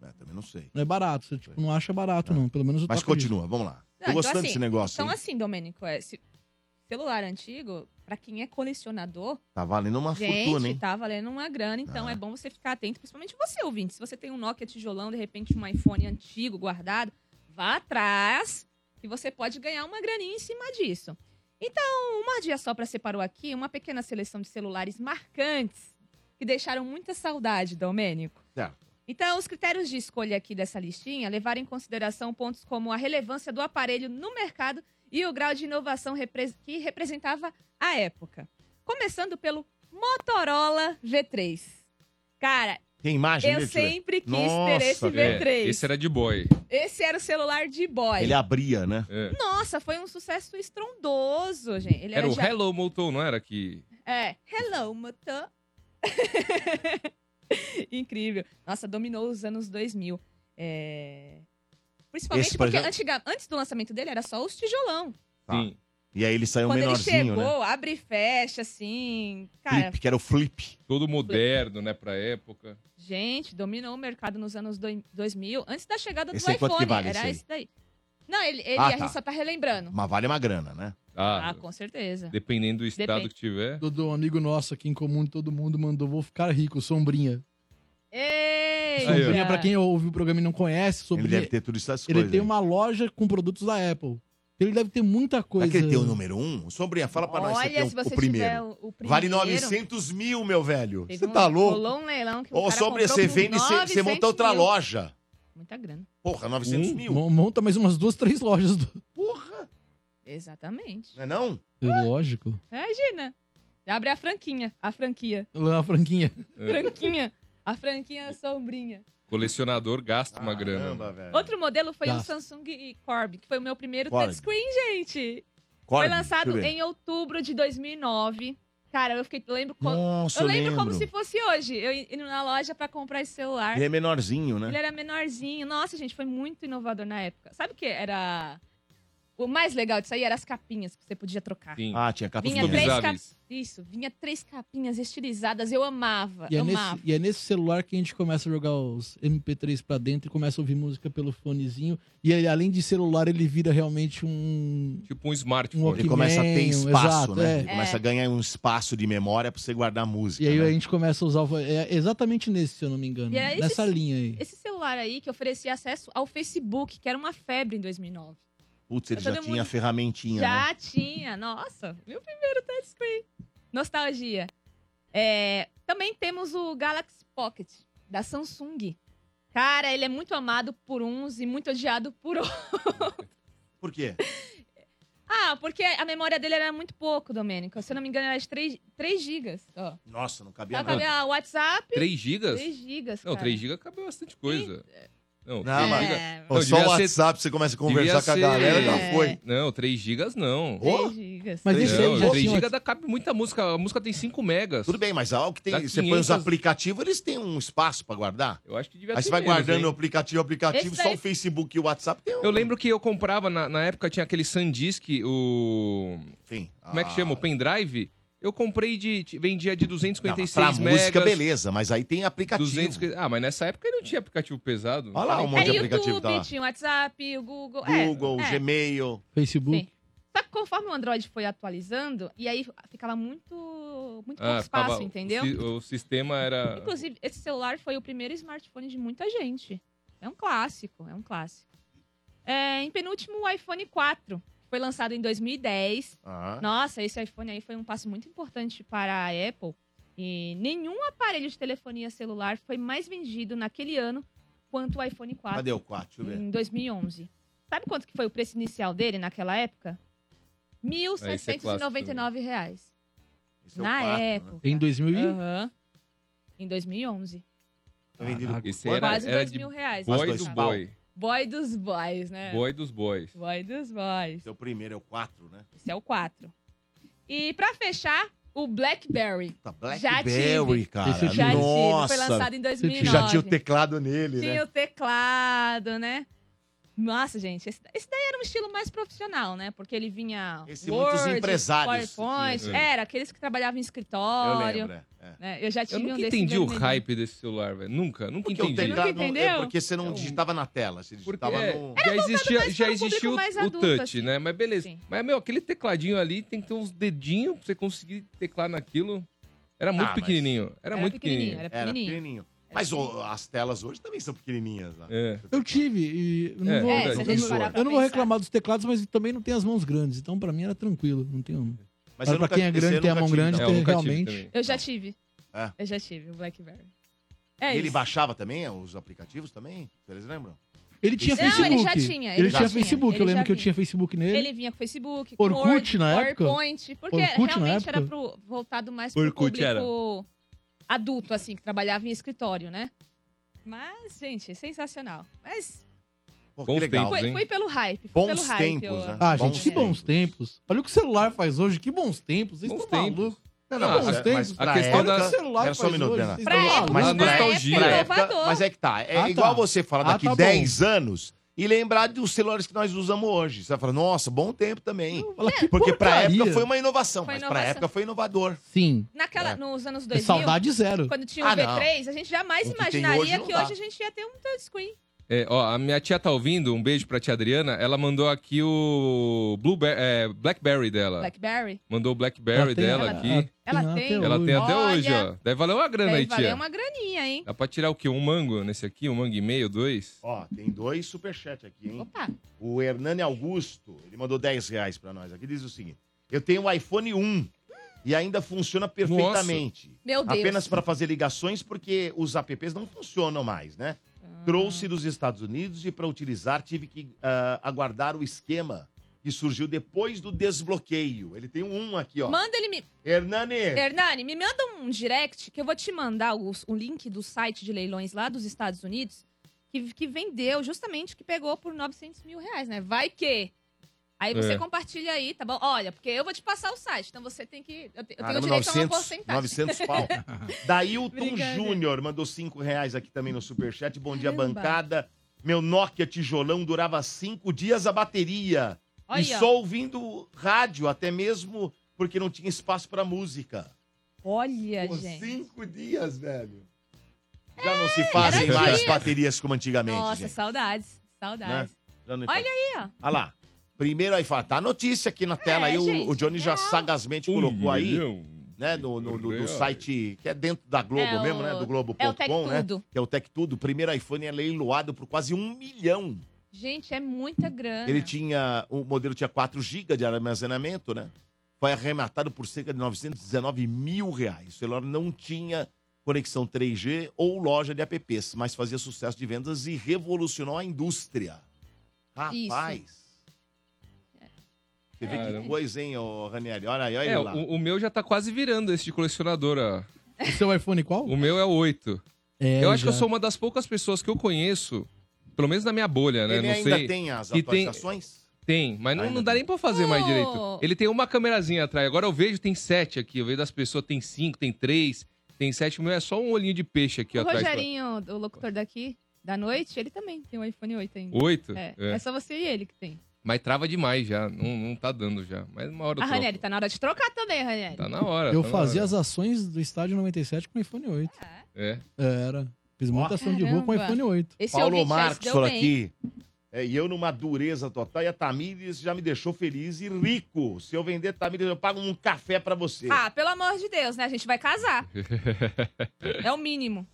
Speaker 1: É, também não sei.
Speaker 3: Não é barato, você tipo, não acha barato, não. Pelo menos o
Speaker 1: É. Mas
Speaker 3: toca-discos.
Speaker 1: continua, vamos lá.
Speaker 4: Não,
Speaker 1: Tô
Speaker 4: então
Speaker 1: gostando
Speaker 4: assim,
Speaker 1: desse negócio,
Speaker 4: Então,
Speaker 1: hein?
Speaker 4: assim, Domênico, é, se- celular antigo, pra quem é colecionador,
Speaker 1: Tá valendo uma
Speaker 4: assim. gente,
Speaker 1: fortuna, hein?
Speaker 4: tá valendo uma grana, então
Speaker 1: Ah.
Speaker 4: é bom você ficar atento, principalmente você, ouvinte. Se você tem um Nokia tijolão, de repente um iPhone antigo guardado, vá atrás e você pode ganhar uma graninha em cima disso. Então, uma dia só para separou aqui uma pequena seleção de celulares marcantes que deixaram muita saudade, Domênico.
Speaker 1: Certo.
Speaker 4: Então, os critérios de escolha aqui dessa listinha levaram em consideração pontos como a relevância do aparelho no mercado e o grau de inovação repre- que representava a época. Começando pelo Motorola V3. Cara,
Speaker 1: Tem imagem né,
Speaker 4: eu
Speaker 1: dele? Deixa eu ver.
Speaker 4: sempre quis ter
Speaker 1: Nossa,
Speaker 4: esse
Speaker 1: velho.
Speaker 4: V3.
Speaker 5: É, esse
Speaker 4: esse, era...
Speaker 5: era de boy.
Speaker 4: o celular de boy.
Speaker 1: Ele abria, né?
Speaker 5: É.
Speaker 4: Nossa, foi um sucesso estrondoso, gente. Ele
Speaker 5: Era o
Speaker 4: de-
Speaker 5: Hello Motor, não era que.
Speaker 4: É, hello, motor. Incrível. Nossa, dominou os anos 2000. É... Principalmente
Speaker 1: Esse, por
Speaker 4: porque
Speaker 1: exemplo-
Speaker 4: antiga- antes do lançamento dele era só os tijolão.
Speaker 1: Tá.
Speaker 5: Sim.
Speaker 1: E aí ele saiu
Speaker 4: Quando ele
Speaker 1: menorzinho, né?
Speaker 4: chegou, abre e fecha, assim. Cara,
Speaker 1: Flip, que era o flip.
Speaker 5: Todo moderno, né, pra época.
Speaker 4: gente, dominou o mercado nos anos doi- 2000, antes da chegada do
Speaker 1: Esse aí, quanto que
Speaker 4: iPhone.
Speaker 1: vale esse
Speaker 4: era
Speaker 1: aí?
Speaker 4: esse daí. Não, ele, ele-
Speaker 1: Ah,
Speaker 4: a
Speaker 1: tá.
Speaker 4: gente só tá relembrando.
Speaker 1: Mas vale uma grana, né?
Speaker 5: Ah,
Speaker 4: Ah, com certeza.
Speaker 5: dependendo do estado
Speaker 4: Depende.
Speaker 5: que tiver.
Speaker 3: Dudu, um amigo nosso aqui em comum, todo mundo mandou, vou ficar rico, Sombrinha.
Speaker 4: Eita!
Speaker 5: Aí, ó.
Speaker 3: Sombrinha, pra quem ouve o programa e não conhece,
Speaker 1: Ele
Speaker 3: Sombrinha,
Speaker 1: deve
Speaker 3: ele,
Speaker 1: ter tudo essas coisas.
Speaker 3: tem
Speaker 1: aí.
Speaker 3: uma loja com produtos da Apple. Ele deve ter muita coisa.
Speaker 1: Será que ele tem o número um? Sombrinha, fala pra nós.
Speaker 4: Olha,
Speaker 1: tem
Speaker 4: se
Speaker 1: o,
Speaker 4: você
Speaker 1: o primeiro.
Speaker 4: tiver o, o primeiro...
Speaker 1: Vale 900 mil, meu velho.
Speaker 4: Teve
Speaker 1: Você
Speaker 4: um-
Speaker 1: tá louco?
Speaker 4: Rolou um leilão que o
Speaker 1: Ô,
Speaker 4: cara
Speaker 1: Sombrinha,
Speaker 4: comprou
Speaker 1: você
Speaker 4: por
Speaker 1: vende, você, você
Speaker 4: 900
Speaker 1: monta outra
Speaker 4: mil.
Speaker 1: loja.
Speaker 4: Muita grana.
Speaker 1: Porra, 900
Speaker 5: Um,
Speaker 1: mil.
Speaker 3: Mon- Monta mais umas duas, três lojas. Do...
Speaker 1: Porra.
Speaker 4: Exatamente.
Speaker 1: Não é não?
Speaker 3: Lógico.
Speaker 4: Imagina. Abre a franquinha. A franquia.
Speaker 3: Lá na franquinha.
Speaker 5: É.
Speaker 4: Franquinha. A
Speaker 1: É.
Speaker 4: franquinha sombrinha.
Speaker 5: Colecionador gasta
Speaker 3: É
Speaker 5: uma grana.
Speaker 1: Caramba, velho.
Speaker 4: Outro modelo
Speaker 1: Tá.
Speaker 4: foi o
Speaker 3: Nossa.
Speaker 4: Samsung Corb, que foi o meu primeiro
Speaker 1: Corb.
Speaker 4: touchscreen, gente.
Speaker 1: Corby,
Speaker 4: Foi lançado
Speaker 1: deixa eu ver.
Speaker 4: em outubro de 2009. Cara, eu fiquei, lembro como,
Speaker 1: Nossa,
Speaker 4: eu lembro, como se fosse hoje. Eu indo na loja pra comprar esse celular.
Speaker 1: Ele é menorzinho, né?
Speaker 4: Ele era menorzinho. Nossa, gente, foi muito inovador na época. Sabe o que era. O mais legal disso aí eram as capinhas que você podia trocar.
Speaker 5: Sim.
Speaker 1: Ah, tinha capinha.
Speaker 4: Vinha
Speaker 5: Customizáveis.
Speaker 4: três, cap... Isso, vinha três capinhas estilizadas. Eu amava,
Speaker 3: E é,
Speaker 4: amava.
Speaker 3: nesse, e é nesse celular que a gente começa a jogar os MP3 pra dentro e começa a ouvir música pelo fonezinho. E ele, além de celular, ele vira realmente um.
Speaker 5: Tipo um
Speaker 3: Um
Speaker 5: smartphone.
Speaker 1: Ele
Speaker 3: Walkman,
Speaker 1: começa a ter espaço,
Speaker 3: exato,
Speaker 1: né?
Speaker 3: é.
Speaker 1: Ele começa a ganhar um espaço de memória pra você guardar música.
Speaker 3: E aí
Speaker 1: né?
Speaker 3: a gente começa a usar o. fo- É exatamente nesse, se eu não me engano.
Speaker 4: E é esse-
Speaker 3: Nessa linha aí.
Speaker 4: Esse celular aí que oferecia acesso ao Facebook, que era uma febre em 2009.
Speaker 1: Putz, ele
Speaker 4: Tá
Speaker 1: já
Speaker 4: todo
Speaker 1: tinha a
Speaker 4: mundo-
Speaker 1: ferramentinha, né?
Speaker 4: Já tinha, nossa, meu primeiro touchscreen. Nostalgia. É, também temos o Galaxy Pocket, da Samsung. Cara, ele é muito amado por uns e muito odiado por outros.
Speaker 1: Por quê?
Speaker 4: Ah, porque a memória dele era muito pouco, Domênico. Se eu não me engano, era de 3, 3 gigas. Ó.
Speaker 1: Nossa, não cabia
Speaker 4: Então,
Speaker 1: nada.
Speaker 4: cabia WhatsApp,
Speaker 5: 3 gigas?
Speaker 4: 3 gigas,
Speaker 5: Não,
Speaker 4: cara.
Speaker 5: 3 gigas cabe bastante coisa. Não,
Speaker 1: Não,
Speaker 5: três
Speaker 1: mas-
Speaker 5: gigas-
Speaker 4: É,
Speaker 5: Não,
Speaker 1: Só o
Speaker 5: devia ser-
Speaker 1: WhatsApp, você começa a conversar
Speaker 5: devia
Speaker 1: com a
Speaker 5: ser-
Speaker 1: galera, já
Speaker 4: É.
Speaker 1: foi.
Speaker 5: Não, 3 gigas não.
Speaker 1: Ô,
Speaker 4: três gigas.
Speaker 3: Mas
Speaker 1: Três
Speaker 3: esse aí
Speaker 1: anos,
Speaker 3: já
Speaker 1: três
Speaker 5: não, 3
Speaker 3: tinha...
Speaker 5: gigas dá, cabe muita música. A música tem 5 megas.
Speaker 1: Tudo bem, mas algo que tem.
Speaker 5: Dá
Speaker 1: Você põe os
Speaker 5: 500.
Speaker 1: aplicativos, eles têm um espaço pra guardar.
Speaker 5: Eu acho que devia
Speaker 1: Aí
Speaker 5: ter
Speaker 1: você vai
Speaker 5: menos,
Speaker 1: guardando o
Speaker 5: hein?
Speaker 1: aplicativo, o aplicativo,
Speaker 4: Esse
Speaker 1: só
Speaker 4: aí-
Speaker 1: o Facebook e o WhatsApp tem um.
Speaker 5: né? Eu lembro que eu comprava, na, na época tinha aquele SanDisk, o...
Speaker 1: Enfim,
Speaker 5: Como é que
Speaker 1: ah,
Speaker 5: chama? O pendrive. Eu comprei de... de- Vendia de
Speaker 1: não, mas
Speaker 5: 256
Speaker 1: pra
Speaker 5: megas.
Speaker 1: música, beleza, mas aí tem aplicativo.
Speaker 5: 200... que- Ah, mas nessa época não tinha aplicativo pesado.
Speaker 1: Olha lá um monte
Speaker 4: Era
Speaker 1: de aplicativo.
Speaker 4: É YouTube,
Speaker 1: Tá? lá.
Speaker 4: tinha o WhatsApp, o Google. é,
Speaker 1: Google,
Speaker 4: é.
Speaker 1: Gmail.
Speaker 3: Facebook.
Speaker 4: Sim. Só que conforme o Android foi atualizando, e aí ficava muito, muito pouco
Speaker 5: Ah,
Speaker 4: espaço,
Speaker 5: ficava-
Speaker 4: entendeu?
Speaker 5: O, si- o sistema era...
Speaker 4: Inclusive, esse celular foi o primeiro smartphone de muita gente. É um clássico, é um clássico. É, em penúltimo, o iPhone 4. Foi lançado em 2010.
Speaker 1: Ah.
Speaker 4: Nossa, esse iPhone aí foi um passo muito importante para a Apple. E nenhum aparelho de telefonia celular foi mais vendido naquele ano quanto o iPhone 4
Speaker 1: Cadê o 4? Deixa eu ver.
Speaker 4: em 2011. Sabe quanto que foi o preço inicial dele naquela época? R$
Speaker 5: É, esse é clássico
Speaker 4: 1.799. reais.
Speaker 1: Esse é o
Speaker 4: Na
Speaker 1: quatro, né?
Speaker 4: época.
Speaker 3: Em 2000 e...
Speaker 4: Aham. Em 2011.
Speaker 1: Tá vendido por
Speaker 5: Esse
Speaker 1: quanto?
Speaker 5: Era-
Speaker 4: Quase
Speaker 5: era
Speaker 4: 2
Speaker 5: de
Speaker 4: mil reais.
Speaker 1: Quase
Speaker 5: Boy
Speaker 1: dois
Speaker 5: do
Speaker 4: sabe?
Speaker 1: pau.
Speaker 5: boy.
Speaker 4: Boy dos boys, né?
Speaker 5: Boy dos boys.
Speaker 4: Boy dos boys.
Speaker 1: Esse é o primeiro, é o 4, né?
Speaker 4: Esse é o 4. E pra fechar, o BlackBerry.
Speaker 1: Tá
Speaker 4: Já tive.
Speaker 1: Blackberry, cara.
Speaker 3: Esse eu tive.
Speaker 4: Já tive.
Speaker 1: Nossa.
Speaker 4: Foi lançado em
Speaker 1: que
Speaker 4: 2009.
Speaker 1: já tinha o teclado nele,
Speaker 4: Tinha
Speaker 1: né?
Speaker 4: o teclado, né? Nossa, gente, esse, esse daí era um estilo mais profissional, né? Porque ele vinha.
Speaker 1: Esse muitos empresários né?
Speaker 4: PowerPoint.
Speaker 5: tinham.
Speaker 4: Era, aqueles que trabalhavam em
Speaker 1: Eu
Speaker 4: escritório.
Speaker 1: lembro. é, é.
Speaker 4: né? Eu já
Speaker 5: Eu
Speaker 4: tive um
Speaker 5: nunca
Speaker 4: desse
Speaker 5: entendi o
Speaker 4: vermelhinho.
Speaker 5: hype desse celular, velho. Nunca, nunca
Speaker 1: Porque o
Speaker 5: entendi.
Speaker 1: teclado
Speaker 4: Nunca
Speaker 1: não, é
Speaker 4: entendeu?
Speaker 1: porque você
Speaker 5: É
Speaker 1: não
Speaker 5: um-
Speaker 1: digitava na tela, você
Speaker 5: Porque
Speaker 1: digitava
Speaker 5: é,
Speaker 1: no.
Speaker 5: já
Speaker 4: mais
Speaker 5: existia,
Speaker 4: para
Speaker 5: já
Speaker 4: um público
Speaker 5: existia o,
Speaker 4: mais
Speaker 5: o
Speaker 4: adulto,
Speaker 5: touch,
Speaker 4: assim.
Speaker 5: né? Mas beleza.
Speaker 4: Sim.
Speaker 5: Mas, meu, aquele tecladinho ali tem que ter uns dedinhos pra você conseguir teclar naquilo. Era muito
Speaker 1: Ah, mas-
Speaker 5: pequenininho. Era,
Speaker 4: Era
Speaker 5: muito
Speaker 4: pequenininho,
Speaker 5: pequenininho.
Speaker 4: era
Speaker 1: Era
Speaker 4: pequenininho. É
Speaker 1: pequenininho. Mas ô, as telas hoje também são pequenininhas. Né?
Speaker 5: É.
Speaker 3: Eu tive, e eu não,
Speaker 5: É,
Speaker 3: vou,
Speaker 5: é, se a
Speaker 3: eu
Speaker 5: gente
Speaker 3: não-
Speaker 4: parar pra
Speaker 3: eu não vou
Speaker 4: pensar.
Speaker 3: reclamar dos teclados, mas também não tenho as mãos grandes, então pra mim era tranquilo, não tenho...
Speaker 1: Mas
Speaker 3: Mas
Speaker 1: eu
Speaker 3: pra
Speaker 1: nunca
Speaker 3: quem é
Speaker 1: esse
Speaker 3: grande,
Speaker 1: eu
Speaker 3: tem a
Speaker 1: nunca
Speaker 3: mão
Speaker 1: tive,
Speaker 3: grande,
Speaker 1: não.
Speaker 5: É, eu nunca tive
Speaker 3: realmente.
Speaker 5: também.
Speaker 4: Eu já tive.
Speaker 1: É.
Speaker 4: Eu já tive o Blackberry. É
Speaker 1: E ele
Speaker 4: isso.
Speaker 1: baixava também os aplicativos também? Vocês lembram?
Speaker 3: Ele tinha
Speaker 4: Não,
Speaker 3: Facebook.
Speaker 4: ele já tinha, ele
Speaker 3: Ele
Speaker 1: já
Speaker 3: tinha
Speaker 4: tinha,
Speaker 3: Facebook,
Speaker 4: ele
Speaker 3: eu lembro
Speaker 4: já
Speaker 3: que eu
Speaker 4: vinha.
Speaker 3: tinha Facebook nele.
Speaker 4: Ele vinha com Facebook, com
Speaker 3: Orkut
Speaker 4: Word,
Speaker 3: na época?
Speaker 4: PowerPoint, porque
Speaker 3: Orkut na
Speaker 4: realmente era
Speaker 3: época?
Speaker 4: pro, voltado mais pro
Speaker 5: Orkut
Speaker 4: público adulto, assim, que trabalhava em escritório, né? Mas, gente, sensacional. Mas
Speaker 1: Pô, que
Speaker 5: Bons
Speaker 1: legal.
Speaker 5: tempos,
Speaker 4: foi,
Speaker 5: hein?
Speaker 4: foi pelo hype, foi pelo
Speaker 1: Bons
Speaker 4: hype.
Speaker 1: tempos,
Speaker 4: eu-
Speaker 1: né?
Speaker 3: Ah, gente,
Speaker 1: Bons
Speaker 3: que bons tempos. Olha o que o celular faz hoje, que bons tempos. Vocês
Speaker 5: Bons
Speaker 3: estão malucos.
Speaker 1: Não,
Speaker 3: Ah,
Speaker 1: não, mas,
Speaker 3: bons tempos.
Speaker 1: mas pra
Speaker 5: A questão
Speaker 1: época-
Speaker 5: da-
Speaker 3: celular
Speaker 1: Pera só um minuto, Renan.
Speaker 3: vocês
Speaker 4: Pra
Speaker 3: estão
Speaker 4: época,
Speaker 3: malucos?
Speaker 1: Mas
Speaker 5: Ah,
Speaker 1: pra
Speaker 5: nostalgia.
Speaker 1: época-
Speaker 5: É
Speaker 4: inovador.
Speaker 1: mas é que tá. É
Speaker 3: Ah, tá.
Speaker 1: igual você falar
Speaker 3: Ah,
Speaker 1: daqui
Speaker 3: tá bom.
Speaker 1: 10 anos e lembrar dos celulares que nós usamos hoje. Você vai falar, nossa, bom tempo também.
Speaker 3: Fala, que
Speaker 1: Porque pra
Speaker 3: porcaria.
Speaker 1: época foi uma inovação,
Speaker 4: Foi
Speaker 1: mas pra
Speaker 4: inovação.
Speaker 1: época foi inovador.
Speaker 3: Sim,
Speaker 4: Naquela,
Speaker 1: É.
Speaker 4: Nos anos
Speaker 3: é
Speaker 4: 2000,
Speaker 3: saudade zero.
Speaker 4: quando tinha o
Speaker 1: Ah, não.
Speaker 4: V3, a gente jamais
Speaker 1: O que tem hoje
Speaker 4: imaginaria
Speaker 1: não
Speaker 4: que
Speaker 1: dá.
Speaker 4: hoje a gente ia ter um touchscreen.
Speaker 5: É, ó, a minha tia tá ouvindo, um beijo pra tia Adriana. Ela mandou aqui o Blueberry, é, Blackberry dela.
Speaker 4: Blackberry.
Speaker 5: Mandou o Blackberry
Speaker 3: Ela tem-
Speaker 5: dela
Speaker 4: ela-
Speaker 5: aqui.
Speaker 4: Ela
Speaker 3: Ela
Speaker 4: tem.
Speaker 3: tem-
Speaker 5: Ela tem até
Speaker 4: Olha,
Speaker 5: hoje, ó. Deve valer uma grana
Speaker 4: Deve
Speaker 5: aí,
Speaker 4: valer
Speaker 5: tia.
Speaker 4: uma graninha, hein?
Speaker 5: Dá pra tirar o quê? Um mango nesse aqui? Um mango e meio, dois?
Speaker 1: Ó, tem dois superchats aqui, hein?
Speaker 4: Opa,
Speaker 1: O Hernani Augusto, ele mandou 10 reais pra nós aqui. Diz o seguinte: Eu tenho um iPhone 1 e ainda funciona perfeitamente.
Speaker 4: meu Deus.
Speaker 1: Apenas para fazer ligações, porque os apps não funcionam mais, né?
Speaker 4: Ah.
Speaker 1: Trouxe dos Estados Unidos e para utilizar tive que ah, aguardar o esquema que surgiu depois do desbloqueio. Ele tem um aqui, ó.
Speaker 4: Manda ele me.
Speaker 1: Hernani,
Speaker 4: Hernani, me manda um direct que eu vou te mandar os- o link do site de leilões lá dos Estados Unidos que, que vendeu, justamente, que pegou por 900 mil reais, né? Vai que. Aí você
Speaker 5: É.
Speaker 4: compartilha aí, tá bom? Olha, porque eu vou te passar o site, então você tem que. Eu, te- eu tenho
Speaker 1: Caramba,
Speaker 4: o direito a uma
Speaker 1: 900,
Speaker 4: porcentagem.
Speaker 1: 900 pau. Dailton
Speaker 4: Obrigada.
Speaker 1: Júnior mandou 5 reais aqui também no superchat. Bom dia,
Speaker 4: Caramba.
Speaker 1: bancada. Meu Nokia tijolão durava cinco dias a bateria.
Speaker 4: Olha,
Speaker 1: E só ouvindo rádio, até mesmo porque não tinha espaço para música.
Speaker 4: olha
Speaker 1: Pô,
Speaker 4: É, gente.
Speaker 1: cinco dias, velho. Já não se fazem
Speaker 4: era
Speaker 1: mais
Speaker 4: dias.
Speaker 1: baterias como antigamente,
Speaker 4: Nossa,
Speaker 1: gente. Né?
Speaker 4: saudades. Saudades.
Speaker 1: Já não- é
Speaker 4: Olha aí, ó. É,
Speaker 1: Olha lá. Primeiro aí fala, tá a notícia aqui na tela. aí o-
Speaker 4: gente,
Speaker 1: o Johnny já
Speaker 4: real.
Speaker 1: sagazmente colocou
Speaker 5: Um
Speaker 1: aí,
Speaker 5: milhão
Speaker 1: né,
Speaker 5: de
Speaker 1: no, no- no- no
Speaker 5: reais.
Speaker 1: site que é dentro da Globo
Speaker 4: É
Speaker 1: mesmo,
Speaker 4: o-
Speaker 1: né? Do
Speaker 4: É o Tec
Speaker 1: Globo.com, né?
Speaker 4: Tudo.
Speaker 1: Que é o Tech Tudo. O primeiro iPhone é leiloado por quase um milhão.
Speaker 4: Gente, é muita grana.
Speaker 1: Ele tinha, o modelo tinha 4 GB de armazenamento, né? Foi arrematado por cerca de 919 mil reais. O celular não tinha conexão 3G ou loja de apps, mas fazia sucesso de vendas e revolucionou a indústria. Rapaz! Você vê que
Speaker 5: Caramba.
Speaker 1: coisa, hein, ô Ranieri? Olha aí, olha
Speaker 5: É,
Speaker 1: ele lá.
Speaker 5: o, o meu já tá quase virando esse de colecionador, ó.
Speaker 3: Ah, O seu iPhone qual?
Speaker 5: O meu é o 8.
Speaker 3: É,
Speaker 5: eu um acho
Speaker 3: já.
Speaker 5: que eu sou uma das poucas pessoas que eu conheço, Pelo menos na minha bolha, né?
Speaker 1: Ele
Speaker 5: não
Speaker 1: ainda
Speaker 5: sei. Tem,
Speaker 1: tem as
Speaker 5: E tem-
Speaker 1: atualizações?
Speaker 5: mas não,
Speaker 1: Ainda
Speaker 5: não dá
Speaker 1: tem.
Speaker 5: nem pra fazer mais
Speaker 4: Oh.
Speaker 5: direito. Ele tem uma câmerazinha atrás. Agora eu vejo, tem sete aqui. Eu vejo das pessoas, tem cinco, tem três, tem sete. O meu é só um olhinho de peixe aqui
Speaker 4: o
Speaker 5: atrás.
Speaker 4: Rogerinho, o locutor daqui, da noite, ele também tem o iPhone 8 ainda.
Speaker 5: Oito?
Speaker 4: É,
Speaker 5: É.
Speaker 4: é só você e ele que tem.
Speaker 5: Mas trava demais já. Não, não tá dando já. Mas uma hora eu
Speaker 4: A
Speaker 5: troco.
Speaker 4: Ranieri, tá na hora de trocar também, Ranieri.
Speaker 5: Tá na hora.
Speaker 3: Eu
Speaker 5: tá na
Speaker 3: fazia
Speaker 5: hora.
Speaker 3: as ações do estádio 97 com o iPhone 8.
Speaker 5: É.
Speaker 3: Era. Fiz muita ação de rua
Speaker 4: Caramba.
Speaker 3: com o iPhone 8.
Speaker 4: Esse
Speaker 1: Paulo
Speaker 4: ouvinte já se
Speaker 1: Marques
Speaker 4: deu
Speaker 1: por
Speaker 4: bem.
Speaker 1: aqui. É, e eu numa dureza total. E a Tamires já me deixou feliz e rico. Se eu vender Tamires, eu pago um café pra você.
Speaker 4: Ah, pelo amor de Deus, né? A gente vai casar. é o mínimo.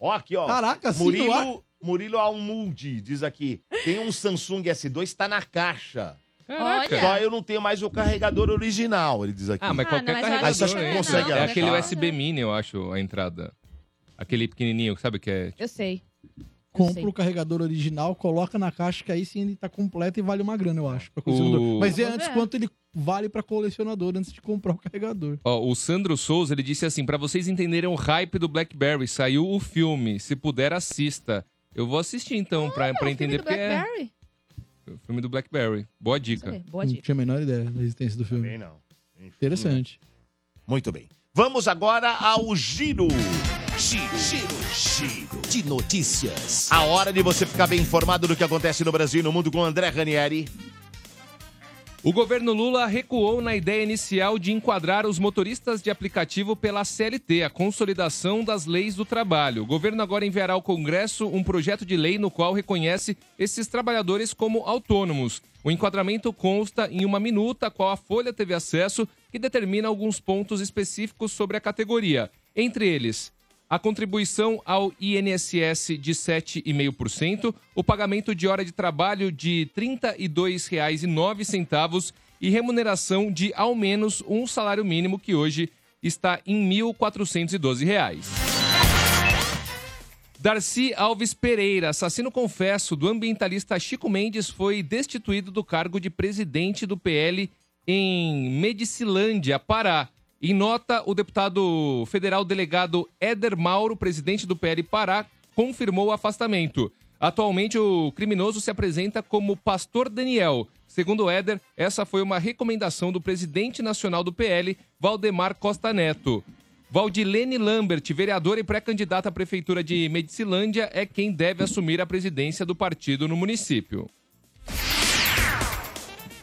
Speaker 1: Ó, aqui, ó.
Speaker 3: Caraca, assim no ar.
Speaker 1: Murilo, Murilo Almudi diz aqui: tem um Samsung S2, tá na caixa.
Speaker 5: Caraca.
Speaker 4: Olha.
Speaker 1: Só eu não tenho mais o carregador original, ele diz aqui.
Speaker 5: Ah, mas
Speaker 4: É. Ah,
Speaker 5: qualquer
Speaker 4: não, mas eu
Speaker 5: carregador.
Speaker 1: acho que
Speaker 5: né?
Speaker 1: não é, consegue
Speaker 5: é
Speaker 1: achar.
Speaker 5: aquele USB mini, eu acho, a entrada. Aquele pequenininho, sabe que é.
Speaker 4: Eu sei.
Speaker 3: Compra
Speaker 4: sei.
Speaker 3: o carregador original, coloca na caixa, que aí sim ele tá completo e vale uma grana, eu acho. pra colecionador.
Speaker 5: O-
Speaker 3: Mas é
Speaker 4: Vamos
Speaker 3: antes
Speaker 4: ver.
Speaker 3: quanto ele vale pra colecionador antes de comprar o carregador.
Speaker 5: Ó, o Sandro Souza, ele disse assim, pra vocês entenderem o hype do BlackBerry, saiu o filme, se puder assista. Eu vou assistir então, pra, pra
Speaker 4: O Ah, filme
Speaker 5: entender,
Speaker 4: do
Speaker 5: porque é
Speaker 4: Blackberry?
Speaker 5: o filme do BlackBerry. Boa
Speaker 4: Deixa eu
Speaker 5: dica.
Speaker 4: ver. Boa
Speaker 3: não
Speaker 4: dica.
Speaker 3: tinha a menor ideia da existência do filme.
Speaker 1: Também não. Enfim.
Speaker 3: Interessante.
Speaker 1: Muito bem. Vamos agora ao giro.
Speaker 6: Giro, giro, giro de notícias.
Speaker 1: A hora de você ficar bem informado do que acontece no Brasil e no mundo com André Ranieri.
Speaker 5: O governo Lula recuou na ideia inicial de enquadrar os motoristas de aplicativo pela CLT, a consolidação das leis do trabalho. O governo agora enviará ao Congresso um projeto de lei no qual reconhece esses trabalhadores como autônomos. O enquadramento consta em uma minuta a qual a Folha teve acesso, que determina alguns pontos específicos sobre a categoria. Entre eles, a contribuição ao INSS de 7,5%, o pagamento de hora de trabalho de R$ 32,09 e remuneração de ao menos um salário mínimo que hoje está em R$ 1.412. reais. Darcy Alves Pereira, assassino confesso do ambientalista Chico Mendes, foi destituído do cargo de presidente do PL em Medicilândia, Pará. Em nota, o deputado federal delegado Éder Mauro, presidente do PL Pará, confirmou o afastamento. Atualmente, o criminoso se apresenta como Pastor Daniel. Segundo Éder, essa foi uma recomendação do presidente nacional do PL, Valdemar Costa Neto. Valdilene Lambert, vereadora e pré-candidata à prefeitura de Medicilândia, é quem deve assumir a presidência do partido no município.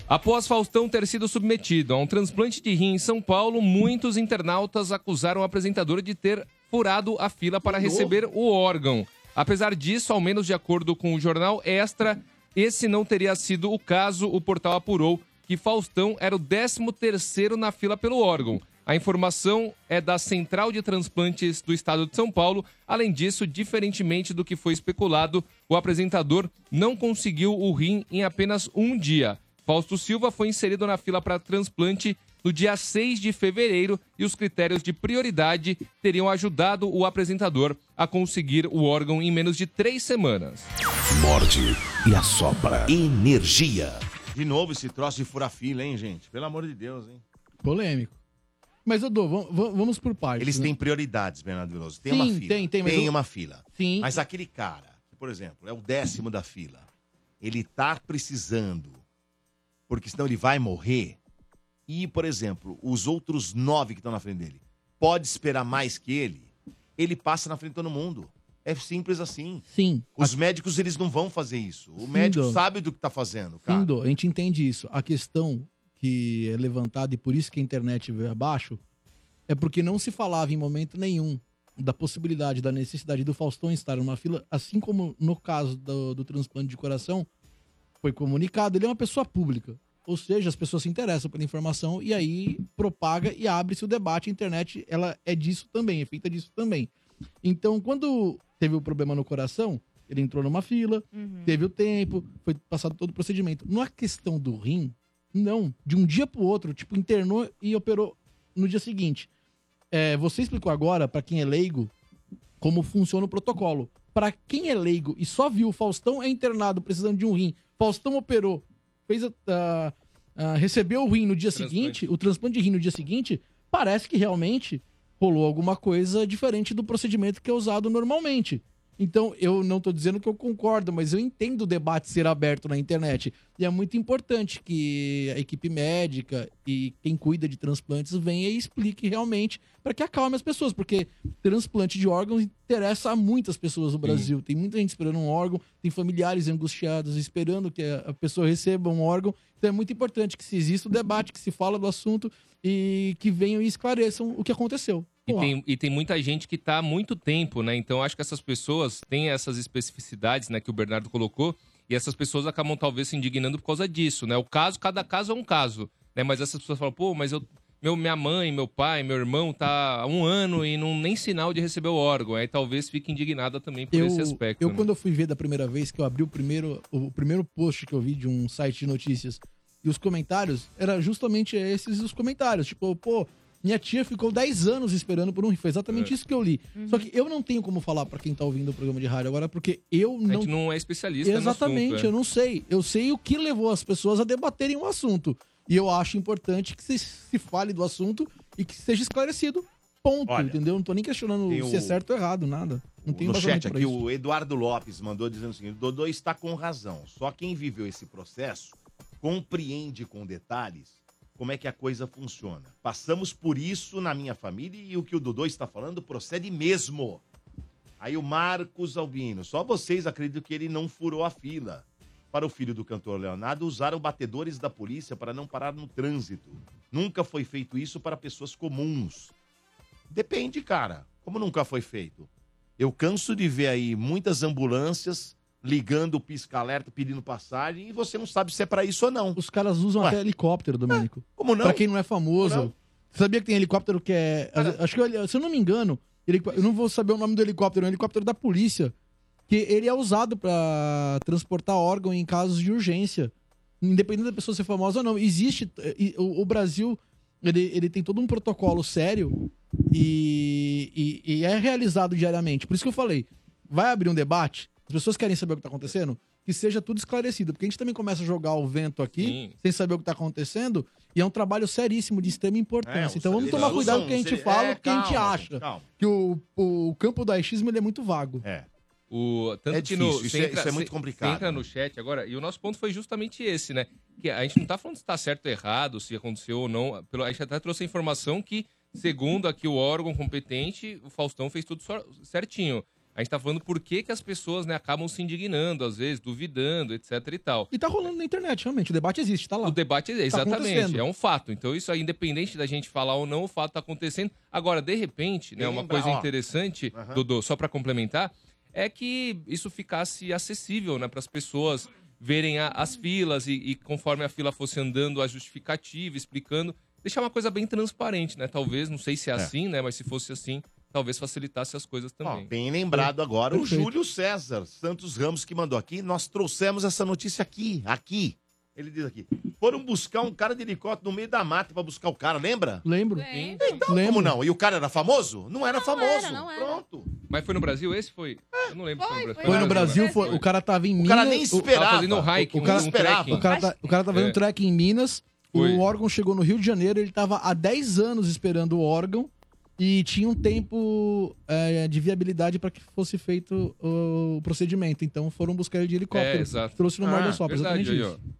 Speaker 5: Após Faustão ter sido submetido a um transplante de rim em São Paulo, muitos internautas acusaram o apresentador de ter furado a fila para receber o órgão. Apesar disso, ao menos de acordo com o jornal Extra, esse não teria sido o caso. O portal apurou que Faustão era o 13º na fila pelo órgão. A informação é da Central de Transplantes do Estado de São Paulo. Além disso, diferentemente do que foi especulado, o apresentador não conseguiu o rim em apenas um dia. Fausto Silva foi inserido na fila para transplante no dia 6 de fevereiro e os critérios de prioridade teriam ajudado o apresentador a conseguir o órgão em menos de três semanas.
Speaker 6: Morde e assopra. Energia.
Speaker 1: De novo esse troço de fura-fila, hein, gente? Pelo amor de Deus, hein?
Speaker 3: Polêmico. Mas, Odô, vamos, vamos por partes.
Speaker 1: Eles
Speaker 3: né?
Speaker 1: têm prioridades, Bernardo Veloso. Tem
Speaker 3: Sim,
Speaker 1: uma fila.
Speaker 3: tem, tem, mas eu-
Speaker 1: uma fila.
Speaker 3: Sim.
Speaker 1: Mas aquele cara, que, por exemplo, é o décimo da fila, ele tá precisando, porque senão ele vai morrer. E, por exemplo, os outros nove que estão na frente dele, pode esperar mais que ele, ele passa na frente de todo mundo. É simples assim.
Speaker 3: Sim.
Speaker 1: Os médicos, eles não vão fazer isso. O
Speaker 3: Sim,
Speaker 1: médico
Speaker 3: Dom.
Speaker 1: sabe do que tá fazendo, cara.
Speaker 3: Sim, Dô, a gente entende isso. A questão que é levantada, e por isso que a internet veio abaixo, é porque não se falava em momento nenhum da possibilidade, da necessidade do Faustão estar numa fila, assim como no caso do, do transplante de coração, foi comunicado. Ele é uma pessoa pública. Ou seja, as pessoas se interessam pela informação e aí propaga e abre-se o debate. A internet, ela é disso também, é feita disso também. Então, quando teve o problema no coração, ele entrou numa fila,
Speaker 4: Uhum.
Speaker 3: teve o tempo, foi passado todo o procedimento. Na questão do rim, não. De um dia pro outro, tipo, internou e operou no dia seguinte. É, você explicou agora, pra quem é leigo, como funciona o protocolo. Pra quem é leigo e só viu, Faustão é internado precisando de um rim. Faustão operou, fez a- a- a- recebeu o rim no dia
Speaker 5: Transplante.
Speaker 3: seguinte, o transplante de rim no dia seguinte, parece que realmente rolou alguma coisa diferente do procedimento que é usado normalmente. Então, eu não tô dizendo que eu concordo, mas eu entendo o debate ser aberto na internet. E é muito importante que a equipe médica e quem cuida de transplantes venha e explique realmente para que acalme as pessoas, porque transplante de órgãos interessa a muitas pessoas no Brasil. Tem muita gente esperando um órgão, tem familiares angustiados esperando que a a pessoa receba um órgão. Então é muito importante que se exista o debate, que se fala do assunto e que venham e esclareçam o que aconteceu.
Speaker 5: E
Speaker 3: Pô,
Speaker 5: tem, e tem muita gente que tá há muito tempo, né? Então acho que essas pessoas têm essas especificidades, né, que o Bernardo colocou, e essas pessoas acabam talvez se indignando por causa disso, né? O caso, cada caso é um caso, né? Mas essas pessoas falam, pô, mas eu, meu, minha mãe, meu pai, meu irmão tá há um ano e não nem sinal de receber o órgão. Aí talvez fique indignada também por
Speaker 3: eu,
Speaker 5: esse aspecto.
Speaker 3: eu
Speaker 5: né?
Speaker 3: quando eu fui ver da primeira vez que eu abri o primeiro, o primeiro post que eu vi de um site de notícias e os comentários, era justamente esses os comentários. Tipo, pô, minha tia ficou 10 anos esperando por um rim. Foi exatamente isso que eu li. Só que eu não tenho como falar pra quem tá ouvindo o programa de rádio agora, porque eu
Speaker 5: A
Speaker 3: não
Speaker 5: gente não é especialista no
Speaker 3: Exatamente,
Speaker 5: assunto, é.
Speaker 3: eu não sei. Eu sei o que levou as pessoas a debaterem o assunto. E eu acho importante que se, se fale do assunto e que seja esclarecido. Ponto,
Speaker 1: Olha,
Speaker 3: entendeu? Não tô nem questionando
Speaker 1: tem o-
Speaker 3: se é certo ou errado, nada. Não tem
Speaker 1: no
Speaker 3: embasamento
Speaker 1: chat
Speaker 3: pra
Speaker 1: aqui,
Speaker 3: isso.
Speaker 1: o Eduardo Lopes mandou dizendo o seguinte: Dodô está com razão. Só quem viveu esse processo compreende com detalhes como é que a coisa funciona. Passamos por isso na minha família e o que o Dodô está falando procede mesmo. Aí o Marcos Albino, só vocês acreditam que ele não furou a fila. Para o filho do cantor Leonardo, usaram batedores da polícia para não parar no trânsito. Nunca foi feito isso para pessoas comuns. Depende, cara. Como nunca foi feito. Eu canso de ver aí muitas ambulâncias ligando o pisca-alerta pedindo passagem e você não sabe se é pra isso ou não.
Speaker 3: Os caras usam
Speaker 1: Ué.
Speaker 3: até helicóptero, Domênico.
Speaker 1: Como não?
Speaker 3: Pra quem não é famoso.
Speaker 1: Não.
Speaker 3: Você sabia que tem helicóptero que é. Acho que, eu- se eu não me engano, ele- eu não vou saber o nome do helicóptero, é um helicóptero da polícia. Que ele é usado pra transportar órgão em casos de urgência. Independente da pessoa ser famosa ou não. Existe. eh, e O o Brasil, ele, ele tem todo um protocolo sério e, e- e é realizado diariamente. Por isso que eu falei: vai abrir um debate, as pessoas querem saber o que tá acontecendo, que seja tudo esclarecido. Porque a gente também começa a jogar o vento aqui,
Speaker 5: Sim.
Speaker 3: sem saber o que tá acontecendo, e é um trabalho seríssimo de extrema importância.
Speaker 5: É,
Speaker 3: então vamos
Speaker 1: eles
Speaker 3: tomar cuidado
Speaker 1: usam,
Speaker 3: com o que a gente
Speaker 1: se-
Speaker 3: fala,
Speaker 1: é,
Speaker 3: o que a gente
Speaker 1: calma,
Speaker 3: acha.
Speaker 1: Calma.
Speaker 3: Que o, o campo do achismo ele é muito vago.
Speaker 1: É.
Speaker 5: O, tanto
Speaker 1: É
Speaker 5: que no-
Speaker 1: difícil, isso
Speaker 5: você
Speaker 1: é- isso é muito
Speaker 5: você-
Speaker 1: complicado,
Speaker 5: você entra
Speaker 1: né?
Speaker 5: no chat agora, e o nosso ponto foi justamente esse, né? Que a gente não tá falando se tá certo ou errado, se aconteceu ou não. Pelo, a gente até trouxe a informação que, segundo aqui o órgão competente, o Faustão fez tudo só- certinho. A gente tá falando por que, que as pessoas né, acabam se indignando, às vezes, duvidando, etc e tal.
Speaker 3: E tá rolando na internet, realmente. O debate existe, tá
Speaker 5: O
Speaker 3: lá.
Speaker 5: debate, exatamente,
Speaker 3: acontecendo.
Speaker 5: é um fato. Então, isso aí, independente da gente falar ou não, o fato tá acontecendo. Agora, de repente, né, uma
Speaker 1: Lembra,
Speaker 5: coisa
Speaker 1: ó.
Speaker 5: interessante,
Speaker 1: Aham.
Speaker 5: Dodô, só para complementar, é que isso ficasse acessível né, para as pessoas verem a- as filas e, e conforme a fila fosse andando, a justificativa, explicando. Deixar uma coisa bem transparente, né? Talvez, não sei se é, assim, né? Mas se fosse assim, talvez facilitasse as coisas
Speaker 1: Ó,
Speaker 5: também.
Speaker 1: bem lembrado agora
Speaker 3: Perfeito.
Speaker 1: o Júlio César Santos Ramos que mandou aqui. Nós trouxemos essa notícia aqui, aqui. Ele diz aqui. Foram buscar um cara de helicóptero no meio da mata pra buscar o cara, lembra?
Speaker 3: Lembro.
Speaker 4: Sim.
Speaker 1: Então,
Speaker 3: Lembro.
Speaker 1: como não? E o cara era famoso? Não era famoso.
Speaker 4: era, não era.
Speaker 1: Pronto.
Speaker 5: Mas foi no Brasil? Esse foi? Eu não lembro se
Speaker 4: Foi,
Speaker 5: foi,
Speaker 4: foi.
Speaker 3: Foi no Brasil,
Speaker 5: né?
Speaker 3: foi- o cara tava em
Speaker 1: O
Speaker 3: Minas.
Speaker 1: cara nem
Speaker 3: o-
Speaker 1: esperava.
Speaker 5: Tava fazendo um hike,
Speaker 3: O cara
Speaker 5: um, um
Speaker 1: esperava.
Speaker 5: trekking.
Speaker 3: O cara, tá, o cara tá fazendo
Speaker 5: É.
Speaker 3: track em Minas,
Speaker 5: Foi.
Speaker 3: o órgão chegou no Rio de Janeiro, ele tava há 10 anos esperando o órgão e tinha um tempo eh, de viabilidade para que fosse feito o procedimento. Então foram buscar ele de helicóptero.
Speaker 5: É, exato.
Speaker 3: Trouxe no
Speaker 1: Ah,
Speaker 3: Mar da Sopra,
Speaker 5: Verdade,
Speaker 3: exatamente
Speaker 5: aí,
Speaker 3: isso.
Speaker 5: ó.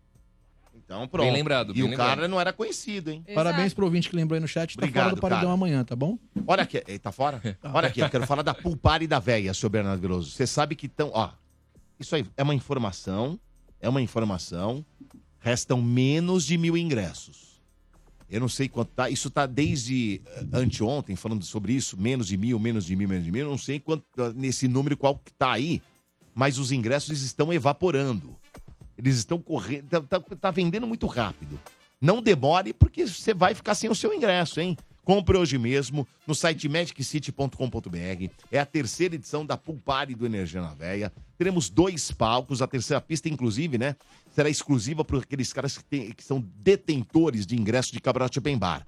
Speaker 1: Então, pronto.
Speaker 5: Bem lembrado,
Speaker 1: e
Speaker 5: bem
Speaker 1: o
Speaker 5: lembrado.
Speaker 1: cara não era conhecido, hein?
Speaker 3: Parabéns
Speaker 4: Exato.
Speaker 3: pro ouvinte que lembrou aí no chat. tá fora
Speaker 1: Obrigado,
Speaker 3: do paredão
Speaker 1: cara.
Speaker 3: amanhã, tá bom?
Speaker 1: Olha aqui, ele tá fora? Olha aqui, eu quero falar da Pulpar e da Véia, seu Bernardo Veloso. Você sabe que estão, ó, isso aí é uma informação, é uma informação, restam menos de mil ingressos. Eu não sei quanto tá, isso tá desde eh, anteontem falando sobre isso, menos de mil, menos de mil, menos de mil, eu não sei quanto, tá nesse número qual que tá aí, mas os ingressos estão evaporando. Eles estão correndo, tá, tá- tá vendendo muito rápido. Não demore, porque você vai ficar sem o seu ingresso, hein? Compre hoje mesmo no site magiccity.com.br. É a terceira edição da Pool Party do Energia na Véia. Teremos dois palcos. A terceira pista, inclusive, né? Será exclusiva para aqueles caras que, têm- que são detentores de ingresso de camarote open bar.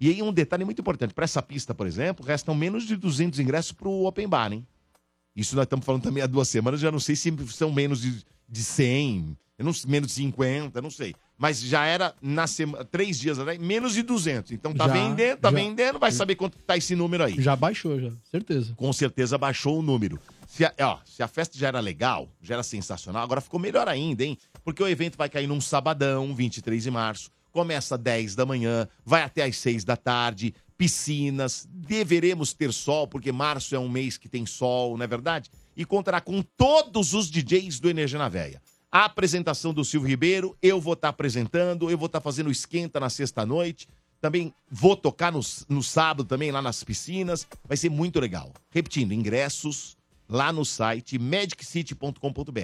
Speaker 1: E aí um detalhe muito importante. Para essa pista, por exemplo, restam menos de 200 ingressos para o open bar, hein? Isso nós estamos falando também há duas semanas, já não sei se são menos de, de 100, eu não, sei, menos de 50, não sei. Mas já era na semana, três dias atrás, menos de 200. Então tá
Speaker 3: Já,
Speaker 1: vendendo, tá
Speaker 3: já.
Speaker 1: vendendo, vai saber quanto que tá esse número aí.
Speaker 3: Já baixou, já. Certeza.
Speaker 1: Com certeza baixou o número. Se a, é, ó, se a festa já era legal, já era sensacional, agora ficou melhor ainda, hein? Porque o evento vai cair num sabadão, 23 de março. Começa às 10 da manhã, vai até às 6 da tarde, piscinas, deveremos ter sol, porque março é um mês que tem sol, não é verdade? E contará com todos os DJs do Energia na Véia. A apresentação do Silvio Ribeiro, eu vou estar apresentando, eu vou estar fazendo esquenta na sexta-noite. Também vou tocar no, no sábado também, lá nas piscinas. Vai ser muito legal. Repetindo, ingressos lá no site magiccity.com.br.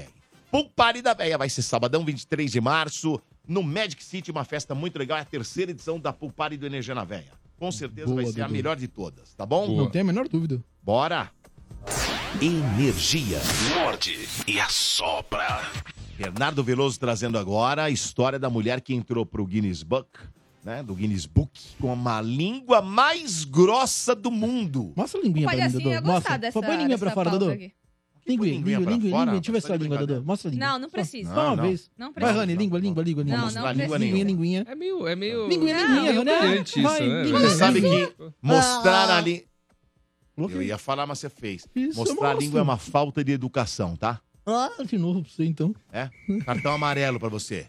Speaker 1: Pool Party da Véia vai ser sabadão, 23 de março, no Magic City, uma festa muito legal. É a terceira edição da Pool Party do Energia na Véia. Com certeza
Speaker 3: Boa,
Speaker 1: vai ser a
Speaker 3: Dudu.
Speaker 1: melhor de todas, tá bom?
Speaker 5: Boa.
Speaker 3: Não tem a menor dúvida.
Speaker 1: Bora!
Speaker 6: Energia. Morde e assopra.
Speaker 1: Bernardo Veloso trazendo agora a história da mulher que entrou pro Guinness Book, né? Do Guinness Book, com uma língua mais grossa do mundo.
Speaker 3: Mostra a linguinha pra mim, Dudu.
Speaker 4: Palhacinho ia gostar
Speaker 3: Mostra.
Speaker 4: dessa,
Speaker 3: Põe a linguinha pra
Speaker 4: dessa
Speaker 3: fora,
Speaker 4: pausa
Speaker 3: Dudu.
Speaker 4: aqui.
Speaker 3: Língua,
Speaker 1: Põe linguinha
Speaker 3: língua,
Speaker 1: pra
Speaker 3: língua,
Speaker 1: fora?
Speaker 3: língua. Deixa eu ver
Speaker 1: Tá
Speaker 3: sua
Speaker 1: de
Speaker 3: língua,
Speaker 1: brincadeira.
Speaker 3: Dudu. Mostra a língua.
Speaker 4: Não, não precisa.
Speaker 3: Só, só uma
Speaker 1: Não, não.
Speaker 3: vez.
Speaker 4: Não
Speaker 3: Vai,
Speaker 4: precisa.
Speaker 3: Rani, língua, língua, língua, língua.
Speaker 4: Não, não
Speaker 1: língua nenhuma.
Speaker 4: precisa.
Speaker 3: Linguinha, linguinha.
Speaker 5: É meio. É meio.
Speaker 3: Linguinha, linguinha,
Speaker 5: meio
Speaker 3: Rani. Ah,
Speaker 5: humilhante
Speaker 3: vai, é
Speaker 5: isso, né?
Speaker 3: linguinha,
Speaker 1: Você
Speaker 3: Mas
Speaker 1: sabe
Speaker 3: não.
Speaker 1: que mostrar a língua. Eu
Speaker 3: Coloquei.
Speaker 1: ia falar, mas você fez.
Speaker 3: Ah. Isso,
Speaker 1: Mostrar a
Speaker 3: mostra.
Speaker 1: língua é uma falta de educação, tá?
Speaker 3: Ah, de novo pra você, então.
Speaker 1: É? Cartão amarelo pra você.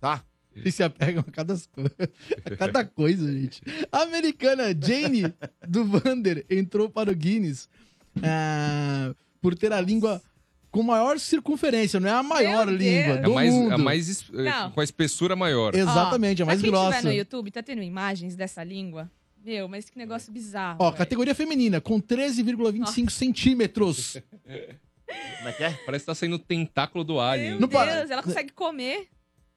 Speaker 1: Tá?
Speaker 3: Vocês se apegam a cada, a cada coisa, gente. A americana Jane do Vander entrou para o Guinness ah, por ter a língua com maior circunferência, não é a maior
Speaker 4: Meu
Speaker 3: língua
Speaker 4: Deus.
Speaker 5: É
Speaker 3: do
Speaker 5: mais,
Speaker 3: mundo.
Speaker 5: é mais es- é,
Speaker 4: Não.
Speaker 5: com a espessura maior.
Speaker 3: Exatamente,
Speaker 4: Ó,
Speaker 3: a mais
Speaker 4: pra
Speaker 3: grossa.
Speaker 4: Quem tiver no YouTube, tá tendo imagens dessa língua? Meu, mas que negócio bizarro.
Speaker 3: Ó,
Speaker 4: velho.
Speaker 3: categoria feminina, com 13,25 centímetros.
Speaker 1: Como é que é?
Speaker 5: Parece que tá saindo tentáculo do
Speaker 4: Meu
Speaker 5: alien.
Speaker 3: Não
Speaker 4: Deus,
Speaker 3: para.
Speaker 4: ela consegue comer.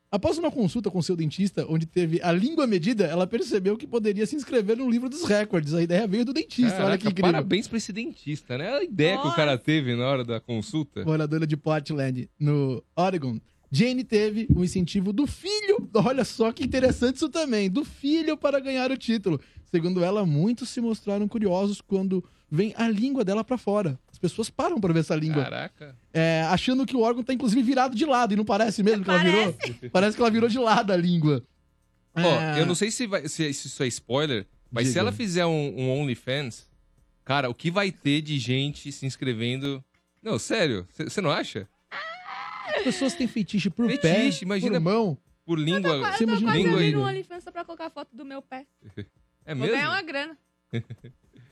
Speaker 3: Após uma consulta com seu dentista, onde teve a língua medida, ela percebeu que poderia se inscrever no livro dos recordes. A ideia veio do dentista, olha que
Speaker 5: Caraca,
Speaker 3: incrível.
Speaker 5: parabéns pra esse dentista, né? A ideia que
Speaker 4: Nossa.
Speaker 5: o cara teve na hora da consulta.
Speaker 3: moradora de Portland, no Oregon, Jane teve o incentivo do filho. Olha só que interessante isso também, do filho para ganhar o título. Segundo ela, muitos se mostraram curiosos quando vem a língua dela para fora. As pessoas param para ver essa língua,
Speaker 5: Caraca.
Speaker 3: é, achando que o órgão tá inclusive virado de lado e não parece mesmo que ela virou. Parece que ela virou de lado a língua. É.
Speaker 5: Ó, eu não sei se, vai- se- se isso é spoiler, mas se
Speaker 3: Diga.
Speaker 5: ela fizer um, um OnlyFans, cara, o que vai ter de gente se inscrevendo? Não, sério, você não acha?
Speaker 3: As pessoas têm fetiche por
Speaker 5: Fetiche,
Speaker 3: pé,
Speaker 5: imagina-
Speaker 3: por mão.
Speaker 5: Por língua.
Speaker 4: Eu
Speaker 3: Você
Speaker 4: tô
Speaker 3: imagina
Speaker 4: quase
Speaker 5: língua
Speaker 4: abrindo
Speaker 3: ainda.
Speaker 4: um OnlyFans só pra colocar foto do meu pé.
Speaker 5: É
Speaker 4: Vou
Speaker 5: mesmo?
Speaker 4: ganhar uma grana.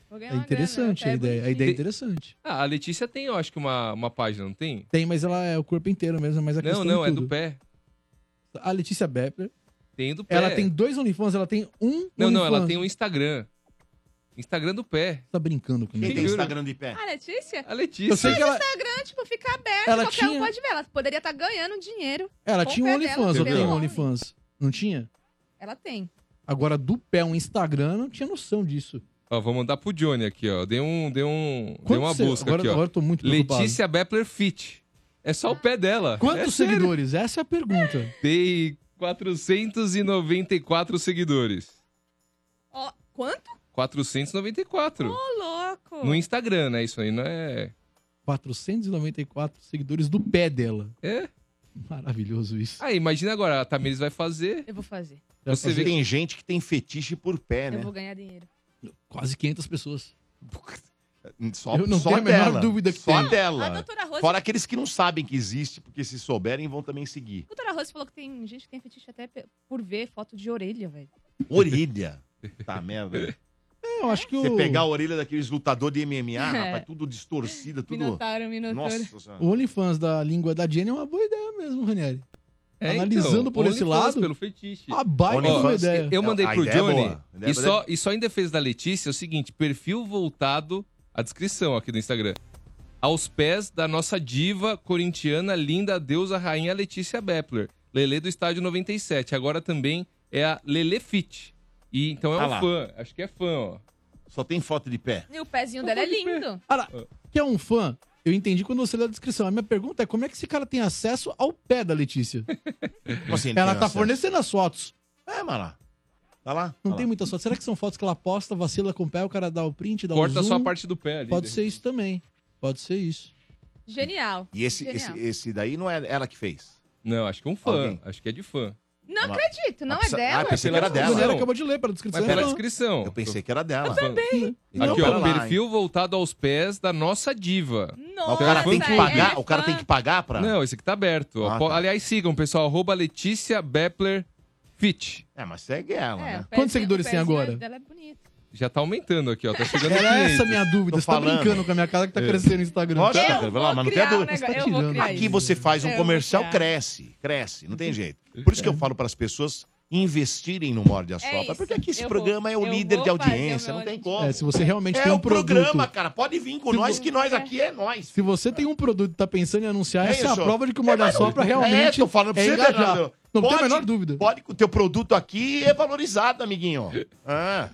Speaker 4: Vou ganhar
Speaker 3: É
Speaker 4: uma grana,
Speaker 3: interessante
Speaker 4: meu pé é
Speaker 3: a ideia, a
Speaker 4: bonitinho.
Speaker 3: ideia é interessante.
Speaker 5: Ah, a Letícia tem, eu acho que uma, uma página, não tem?
Speaker 3: Tem, mas ela é o corpo inteiro mesmo, mas a
Speaker 5: não,
Speaker 3: questão
Speaker 5: não,
Speaker 3: de
Speaker 5: é do
Speaker 3: tudo.
Speaker 5: pé.
Speaker 3: A Letícia Bepler
Speaker 5: Tem do pé.
Speaker 3: Ela tem dois OnlyFans, ela tem um.
Speaker 5: É. Não, não,
Speaker 3: OnlyFans.
Speaker 5: ela tem um Instagram. Instagram do pé.
Speaker 3: Tá brincando
Speaker 1: Quem
Speaker 3: comigo.
Speaker 1: tem Instagram de pé?
Speaker 4: Ah, Letícia?
Speaker 5: A
Speaker 3: Eu
Speaker 5: Letícia.
Speaker 3: sei que ela,
Speaker 4: Instagram, tipo, fica aberto,
Speaker 3: Ela
Speaker 4: qualquer um
Speaker 3: tinha-
Speaker 4: pode ver. Ela poderia estar ganhando dinheiro.
Speaker 3: ela
Speaker 4: Com
Speaker 3: tinha um
Speaker 4: o pé dela,
Speaker 3: OnlyFans, eu
Speaker 5: entendeu?
Speaker 3: tenho um OnlyFans. Não tinha?
Speaker 4: Ela tem.
Speaker 3: Agora, do pé, um Instagram, eu não tinha noção disso.
Speaker 5: Ó, vou mandar pro Johnny aqui, ó. Dei um, dei um, dei
Speaker 3: Quantos
Speaker 5: uma
Speaker 3: se-
Speaker 5: busca
Speaker 3: agora,
Speaker 5: aqui, ó.
Speaker 3: agora eu tô muito preocupado.
Speaker 5: Letícia Bepler Fit. É só o pé dela.
Speaker 3: Quantos
Speaker 5: é sério.
Speaker 3: seguidores? Essa é a pergunta.
Speaker 5: Tem 494 seguidores.
Speaker 4: Ó, quanto?
Speaker 5: 494.
Speaker 3: Oh.
Speaker 4: Ô, louco!
Speaker 5: No Instagram, né? Isso aí não é.
Speaker 3: 494 seguidores do pé dela.
Speaker 5: É?
Speaker 3: Maravilhoso isso.
Speaker 5: Aí, Ah, imagina agora, a Tamires vai fazer.
Speaker 4: Eu vou fazer.
Speaker 3: Já
Speaker 5: Você
Speaker 3: fazer
Speaker 5: vê-
Speaker 1: Tem gente que tem fetiche por pé,
Speaker 4: Eu
Speaker 1: né?
Speaker 4: vou ganhar dinheiro.
Speaker 3: Quase 500 pessoas.
Speaker 1: Só,
Speaker 3: Eu não
Speaker 1: só
Speaker 3: tenho a menor
Speaker 1: dela.
Speaker 3: dúvida que
Speaker 1: só
Speaker 3: tem.
Speaker 4: A
Speaker 1: dela.
Speaker 4: doutora Rose,
Speaker 1: Fora aqueles que não sabem que existe, porque se souberem vão também seguir.
Speaker 4: a doutora Rose falou que tem gente que tem fetiche até pe- por ver foto de orelha, velho.
Speaker 1: Orelha. Tá merda.
Speaker 3: É, eu acho que o,
Speaker 1: Você pegar a orelha daqueles lutador de MMA,
Speaker 4: É.
Speaker 1: rapaz, tudo distorcida, tudo.
Speaker 4: Minotauro, minotauro.
Speaker 1: Nossa senhora.
Speaker 3: o OnlyFans da língua da Jenny é uma boa ideia mesmo, Ranieri.
Speaker 5: É,
Speaker 3: Analisando por esse
Speaker 5: OnlyFans
Speaker 3: lado-
Speaker 5: Pelo fetiche.
Speaker 3: A baita de uma
Speaker 1: OnlyFans,
Speaker 3: ideia.
Speaker 5: Eu mandei
Speaker 1: A
Speaker 5: pro
Speaker 1: ideia é
Speaker 5: Johnny.
Speaker 1: boa. A ideia
Speaker 5: E
Speaker 1: é boa.
Speaker 5: só, e só em defesa da Letícia é o seguinte: perfil voltado à descrição aqui do Instagram. Aos pés da nossa diva corintiana, linda deusa rainha Letícia Bepler. Lele do estádio 97. Agora também é a Lele Fit. E então é
Speaker 1: Ah
Speaker 5: um
Speaker 1: lá.
Speaker 5: fã. Acho que é fã, ó.
Speaker 1: Só tem foto de pé.
Speaker 4: E o pezinho dela é lindo.
Speaker 3: que é um fã, eu entendi quando você leu a descrição. A minha pergunta é como é que esse cara tem acesso ao pé da Letícia?
Speaker 1: Como assim, ele
Speaker 3: ela
Speaker 1: tem
Speaker 3: tá
Speaker 1: acesso?
Speaker 3: fornecendo as fotos.
Speaker 1: É, mas lá. Tá lá?
Speaker 3: Não
Speaker 1: tá
Speaker 3: tem
Speaker 1: lá.
Speaker 3: muitas fotos. Será que são fotos que ela posta, vacila com o pé, o cara dá o print,
Speaker 1: Tá um
Speaker 3: dá
Speaker 5: Corta
Speaker 3: o
Speaker 5: só a
Speaker 3: zoom?
Speaker 5: parte do pé ali.
Speaker 3: Pode
Speaker 5: né?
Speaker 3: ser isso também. Pode ser isso.
Speaker 4: Genial.
Speaker 1: E esse,
Speaker 4: Genial.
Speaker 1: esse, esse daí não é ela que fez.
Speaker 5: Não, acho que é um fã.
Speaker 1: Alguém.
Speaker 5: Acho que é de fã.
Speaker 4: Não
Speaker 1: Uma-
Speaker 4: acredito, não
Speaker 1: Ah,
Speaker 4: é
Speaker 1: precisa-
Speaker 4: dela.
Speaker 1: Ah, pensei que era
Speaker 5: pela-
Speaker 3: A
Speaker 1: dela.
Speaker 3: mulher
Speaker 5: Não.
Speaker 3: acabou de ler pela descrição.
Speaker 5: Mas pela
Speaker 3: Não.
Speaker 5: descrição.
Speaker 1: Eu pensei que era dela.
Speaker 4: é
Speaker 1: Não,
Speaker 5: Aqui,
Speaker 1: pera
Speaker 5: ó,
Speaker 1: lá,
Speaker 5: perfil voltado aos pés da nossa diva.
Speaker 1: Mas
Speaker 4: Nossa,
Speaker 1: Ah, o cara tem que
Speaker 4: é
Speaker 1: pagar,
Speaker 4: fã.
Speaker 1: o cara tem que pagar pra...
Speaker 5: Não, esse aqui tá aberto. ó.
Speaker 1: Ah,
Speaker 5: Po-
Speaker 1: tá.
Speaker 5: Aliás, sigam, pessoal. Arroba Letícia Bepler Fit.
Speaker 1: É, mas segue ela,
Speaker 4: É, o
Speaker 1: né?
Speaker 4: pezinho-
Speaker 3: Quantos seguidores
Speaker 4: o
Speaker 3: tem
Speaker 4: pezinho
Speaker 3: agora?
Speaker 4: Dela é bonito.
Speaker 5: Já tá aumentando aqui, ó. Tá chegando
Speaker 3: Era
Speaker 5: aqui.
Speaker 3: essa a minha dúvida.
Speaker 1: né? Tô
Speaker 3: Você tá
Speaker 1: falando. É.
Speaker 3: brincando com a minha casa que tá crescendo no Instagram.
Speaker 1: Lógico.
Speaker 3: tá?
Speaker 1: Tá,
Speaker 4: Eu
Speaker 1: vai lá,
Speaker 4: vou
Speaker 1: mas não tem
Speaker 4: criar um
Speaker 1: dúvida.
Speaker 4: negócio,
Speaker 3: Tá
Speaker 4: eu vou
Speaker 3: tirando.
Speaker 4: criar
Speaker 1: Aqui
Speaker 4: isso.
Speaker 1: você faz um
Speaker 4: É, eu
Speaker 1: comercial,
Speaker 4: vou criar.
Speaker 1: cresce, cresce, não tem jeito.
Speaker 3: Uhum.
Speaker 1: Por isso que eu falo para as pessoas investirem no Morde a
Speaker 4: É
Speaker 1: Sopra,
Speaker 4: isso,
Speaker 1: porque aqui esse
Speaker 4: eu
Speaker 1: programa
Speaker 4: vou-
Speaker 1: é o
Speaker 4: eu
Speaker 1: líder
Speaker 4: vou
Speaker 1: de
Speaker 4: fazer
Speaker 1: audiência,
Speaker 4: o
Speaker 1: não
Speaker 4: meu
Speaker 1: tem
Speaker 4: audiência.
Speaker 1: como.
Speaker 3: É, se você realmente
Speaker 1: É
Speaker 3: tem um
Speaker 1: o
Speaker 3: produto.
Speaker 1: programa, cara, pode vir com
Speaker 3: Se
Speaker 1: nós,
Speaker 3: vo-
Speaker 1: que nós
Speaker 4: É.
Speaker 1: aqui é nós.
Speaker 3: Se você tem um produto e tá pensando em anunciar,
Speaker 1: É
Speaker 3: essa é a
Speaker 1: isso.
Speaker 3: prova de que o Morda Sopra
Speaker 1: É,
Speaker 3: realmente
Speaker 1: tô falando pra
Speaker 3: é
Speaker 1: você,
Speaker 3: engajar.
Speaker 1: Fernando.
Speaker 3: Não tem a
Speaker 1: Pode-
Speaker 3: menor dúvida.
Speaker 1: Pode que o teu produto aqui é valorizado, amiguinho. Ah,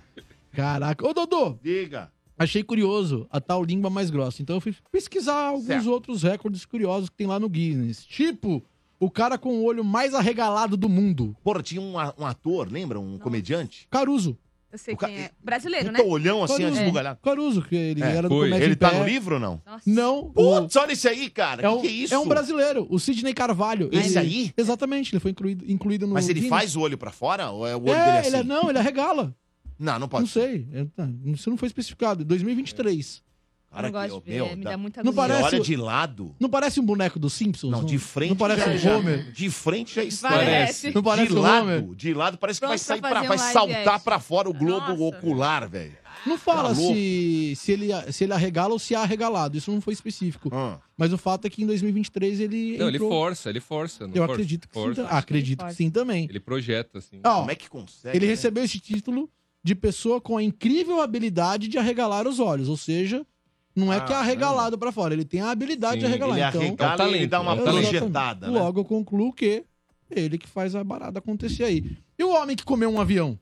Speaker 3: Caraca. Ô, Dodô,
Speaker 1: diga.
Speaker 3: achei curioso a tal língua mais grossa. Então eu fui pesquisar alguns
Speaker 1: Certo.
Speaker 3: outros recordes curiosos que tem lá no Guinness. Tipo, o cara com o olho mais arregalado do mundo.
Speaker 1: Porra, tinha um, a- um ator, lembra? Um comediante?
Speaker 3: Caruso.
Speaker 4: Eu sei
Speaker 1: O ca-
Speaker 4: quem é. Brasileiro, né?
Speaker 3: então,
Speaker 1: Puta olhão assim,
Speaker 3: Caruso.
Speaker 1: esbugalhado.
Speaker 3: Caruso, que ele
Speaker 1: É,
Speaker 3: era do
Speaker 5: foi.
Speaker 3: Comédia
Speaker 1: Ele
Speaker 3: em
Speaker 1: tá
Speaker 3: Pé.
Speaker 1: no livro ou não?
Speaker 4: Nossa.
Speaker 3: Não. o-
Speaker 1: Putz, olha isso aí, cara.
Speaker 3: É
Speaker 1: que
Speaker 3: um,
Speaker 1: que é isso?
Speaker 3: é um brasileiro, o Sidney Carvalho.
Speaker 1: Esse
Speaker 3: Ele-
Speaker 1: aí?
Speaker 3: Exatamente, ele foi incluído, incluído no.
Speaker 1: Mas ele
Speaker 3: Guinness.
Speaker 1: faz o olho pra fora? Ou é o olho
Speaker 3: É,
Speaker 1: dele
Speaker 3: ele é-
Speaker 1: assim?
Speaker 3: não, ele arregala.
Speaker 1: Não, não
Speaker 3: Não
Speaker 1: pode. ser.
Speaker 3: sei. é, tá, Isso não foi especificado. 2023.
Speaker 1: Cara,
Speaker 4: não
Speaker 1: que,
Speaker 4: gosto
Speaker 1: ó,
Speaker 4: de ver,
Speaker 1: meu,
Speaker 4: me
Speaker 1: dá-
Speaker 4: dá muita
Speaker 3: Não
Speaker 4: agonia.
Speaker 1: você
Speaker 3: parece-
Speaker 1: olha de lado.
Speaker 3: Não parece um boneco dos Simpsons?
Speaker 1: Não, de frente.
Speaker 3: Não parece
Speaker 1: já,
Speaker 3: um
Speaker 1: já-
Speaker 3: Homer?
Speaker 1: De frente já está.
Speaker 4: Parece.
Speaker 3: Não parece
Speaker 1: de
Speaker 3: o
Speaker 1: lado,
Speaker 3: Homer?
Speaker 1: de lado, parece que
Speaker 4: Pronto
Speaker 1: vai sair
Speaker 4: pra
Speaker 1: pra,
Speaker 4: fazer
Speaker 1: vai
Speaker 4: um live
Speaker 1: saltar
Speaker 4: action.
Speaker 1: pra fora o globo
Speaker 4: Nossa.
Speaker 1: ocular, velho.
Speaker 3: Não fala
Speaker 1: Tá louco.
Speaker 3: se, se, ele, se ele arregala ou se é arregalado. Isso não foi específico.
Speaker 1: Hum.
Speaker 3: Mas o fato é que em 2023 ele.
Speaker 5: Não, ele
Speaker 3: entrou-
Speaker 5: força, ele força. não
Speaker 3: Eu
Speaker 5: força?
Speaker 3: acredito que sim.
Speaker 5: força.
Speaker 3: tam- Acredito
Speaker 4: Ele
Speaker 3: que sim também.
Speaker 5: Ele projeta, assim.
Speaker 3: Ó,
Speaker 1: Como é que consegue?
Speaker 3: ele
Speaker 1: né?
Speaker 3: recebeu esse título de pessoa com a incrível habilidade de arregalar os olhos. Ou seja, não é
Speaker 1: Ah,
Speaker 3: que é arregalado pra fora. Ele tem a habilidade
Speaker 5: Sim,
Speaker 3: de
Speaker 1: Ele
Speaker 3: arregalar. então,
Speaker 1: arregala
Speaker 5: É um
Speaker 1: e ele dá uma
Speaker 5: talento, é um talento.
Speaker 1: projetada, né?
Speaker 3: Logo eu concluo que é ele que faz a barada acontecer aí. E o homem que comeu um avião?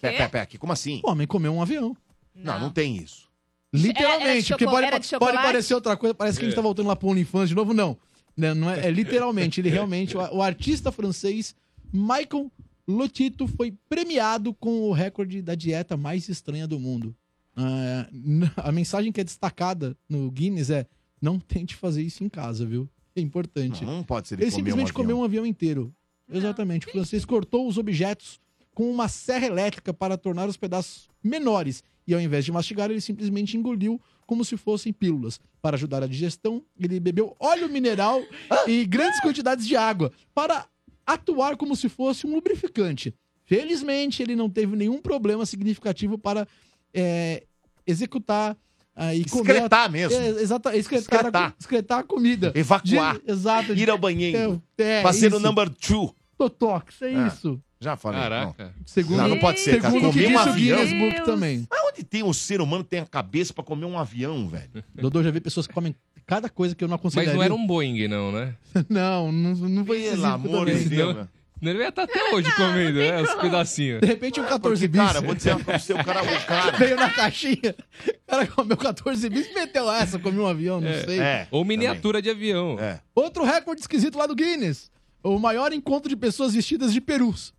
Speaker 1: Pera, pera, pera, aqui, como assim?
Speaker 3: O homem comeu um avião.
Speaker 1: Não, não tem isso.
Speaker 4: Era- era de
Speaker 3: Literalmente, porque
Speaker 4: choco-
Speaker 3: pode,
Speaker 4: era de
Speaker 3: pode
Speaker 4: chocolate?
Speaker 3: parecer outra coisa, parece que a gente tá voltando lá pro OnlyFans de novo, não. Né, não é, é literalmente, ele realmente, o, o artista francês Michael Lotito foi premiado com o recorde da dieta mais estranha do mundo. Ah, n- a mensagem que é destacada no Guinness é: não tente fazer isso em casa, viu? É importante.
Speaker 1: Não, não pode ser ele,
Speaker 3: Ele, simplesmente
Speaker 1: comer
Speaker 3: comeu
Speaker 1: um
Speaker 3: um avião inteiro. Exatamente. O francês cortou os objetos com uma serra elétrica para tornar os pedaços menores. E ao invés de mastigar, ele simplesmente engoliu como se fossem pílulas. Para ajudar a digestão, ele bebeu óleo mineral
Speaker 1: Ah!
Speaker 3: e grandes quantidades de água para atuar como se fosse um lubrificante. Felizmente, ele não teve nenhum problema significativo para é, executar ah, e
Speaker 1: avião.
Speaker 3: comer.
Speaker 1: Excretar
Speaker 3: A,
Speaker 1: mesmo.
Speaker 3: é, exata, excretar,
Speaker 1: Excretar.
Speaker 3: A, excretar a comida.
Speaker 1: Evacuar.
Speaker 3: De- exato, de-
Speaker 1: Ir ao banheiro.
Speaker 3: é,
Speaker 1: Fazer o
Speaker 3: isso.
Speaker 1: number two.
Speaker 3: Totox, é,
Speaker 1: É.
Speaker 3: isso.
Speaker 1: Já falei. não.
Speaker 5: Caraca.
Speaker 3: Segundo,
Speaker 1: Não, não pode ser, cara.
Speaker 3: segundo o que
Speaker 1: Comer um
Speaker 3: disse o
Speaker 1: avião.
Speaker 3: Guinness Book também.
Speaker 1: Onde tem um ser humano que tem a cabeça pra comer um avião, velho?
Speaker 3: Dodô, já vi pessoas que comem cada coisa que eu não
Speaker 5: Mas
Speaker 3: aconselharia.
Speaker 5: não era um Boeing, não, né?
Speaker 3: não, não, não foi
Speaker 1: Pelo
Speaker 3: específico
Speaker 1: amor
Speaker 3: também.
Speaker 1: de Deus.
Speaker 5: Não.
Speaker 1: meu.
Speaker 5: Ele ia estar até
Speaker 3: Ah,
Speaker 5: hoje comendo, né? Os pedacinhos.
Speaker 3: De repente, um 14
Speaker 1: Porque,
Speaker 3: bis.
Speaker 1: cara, vou dizer uma pra você, o cara, o cara.
Speaker 3: Veio na caixinha. O cara comeu 14 bis, meteu essa, comeu um avião, não
Speaker 5: É.
Speaker 3: sei.
Speaker 1: É,
Speaker 5: Ou
Speaker 1: também.
Speaker 5: miniatura de avião.
Speaker 1: É.
Speaker 3: Outro recorde esquisito lá do Guinness. O maior encontro de pessoas vestidas de perus.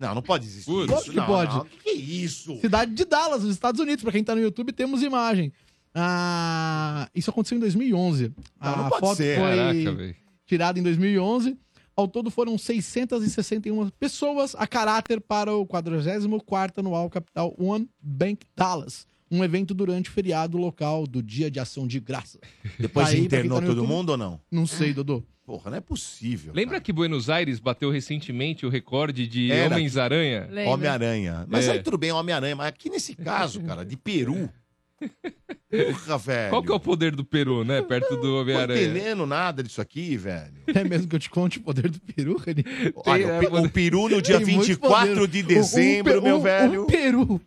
Speaker 1: Não, não pode existir.
Speaker 5: Putz.
Speaker 1: isso.
Speaker 3: Lógico que
Speaker 1: não,
Speaker 3: pode.
Speaker 1: não. Que é isso?
Speaker 3: Cidade de Dallas, nos Estados Unidos. Pra quem tá no YouTube, temos imagem. Ah, isso aconteceu em 2011.
Speaker 1: Não, não
Speaker 3: a
Speaker 1: pode
Speaker 3: foto
Speaker 1: ser.
Speaker 3: foi
Speaker 5: Caraca, velho.
Speaker 3: tirada em 2011. Ao todo foram 661 pessoas a caráter para o 44º Anual Capital One Bank Dallas, um evento durante o feriado local do Dia de Ação de Graça.
Speaker 1: Depois
Speaker 3: Aí, pra quem
Speaker 1: internou
Speaker 3: tá no
Speaker 1: todo
Speaker 3: YouTube.
Speaker 1: mundo ou não?
Speaker 3: Não sei, Dodô.
Speaker 1: Porra, não é possível.
Speaker 5: Lembra que Buenos Aires bateu recentemente o recorde de
Speaker 1: Era.
Speaker 5: Homens-Aranha?
Speaker 3: né?
Speaker 4: Lembra?
Speaker 1: Homem-Aranha. Mas
Speaker 5: É.
Speaker 1: aí tudo bem, Homem-Aranha. Mas aqui nesse caso, cara, de Peru. Porra, velho.
Speaker 5: Qual que é o poder do Peru, né? Perto do
Speaker 1: Não tô
Speaker 5: Homem-Aranha.
Speaker 1: entendendo nada disso aqui, velho.
Speaker 3: É mesmo que eu te conte o poder do peru, Rani?
Speaker 1: Olha, o
Speaker 5: né,
Speaker 1: pe- o Peru no dia
Speaker 3: é, Tem muito
Speaker 1: 24
Speaker 3: poder.
Speaker 1: de
Speaker 3: O- o
Speaker 1: dezembro,
Speaker 3: pe-
Speaker 1: meu
Speaker 3: o-
Speaker 1: velho.
Speaker 3: O peru.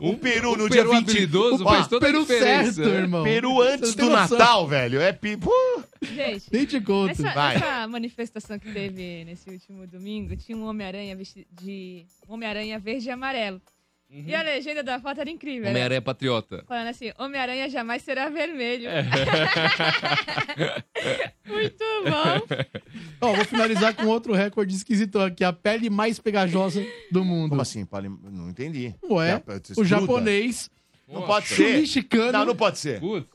Speaker 1: O
Speaker 3: Hum?
Speaker 1: Peru no
Speaker 5: o
Speaker 1: dia
Speaker 5: Peru
Speaker 1: 20.
Speaker 5: habilidoso
Speaker 1: Ó,
Speaker 5: faz toda a
Speaker 3: Peru
Speaker 5: diferença.
Speaker 3: certo,
Speaker 5: né?
Speaker 3: irmão.
Speaker 1: Peru antes
Speaker 3: Você tem
Speaker 1: do
Speaker 3: noção. Hum.
Speaker 1: Natal, velho. É pi- Pô,
Speaker 4: Gente,
Speaker 3: Nem te conto.
Speaker 4: Nessa,
Speaker 1: Vai.
Speaker 4: nessa manifestação que teve nesse último domingo, tinha um Homem-Aranha vestido de um Homem-Aranha verde e amarelo.
Speaker 1: Uhum.
Speaker 4: E a legenda da foto era incrível, né?
Speaker 5: Homem-Aranha é patriota.
Speaker 4: Falando assim, Homem-Aranha jamais será vermelho.
Speaker 1: É.
Speaker 4: Muito bom.
Speaker 3: Ó, vou finalizar com outro recorde esquisito aqui. A pele mais pegajosa do mundo.
Speaker 1: Como assim, Paulo? Não entendi.
Speaker 3: Ué,
Speaker 1: É,
Speaker 3: o
Speaker 1: desfruta.
Speaker 3: japonês,
Speaker 1: Não
Speaker 5: Pô,
Speaker 1: pode
Speaker 3: o
Speaker 1: ser.
Speaker 3: mexicano...
Speaker 1: Não, não pode ser.
Speaker 5: Putz,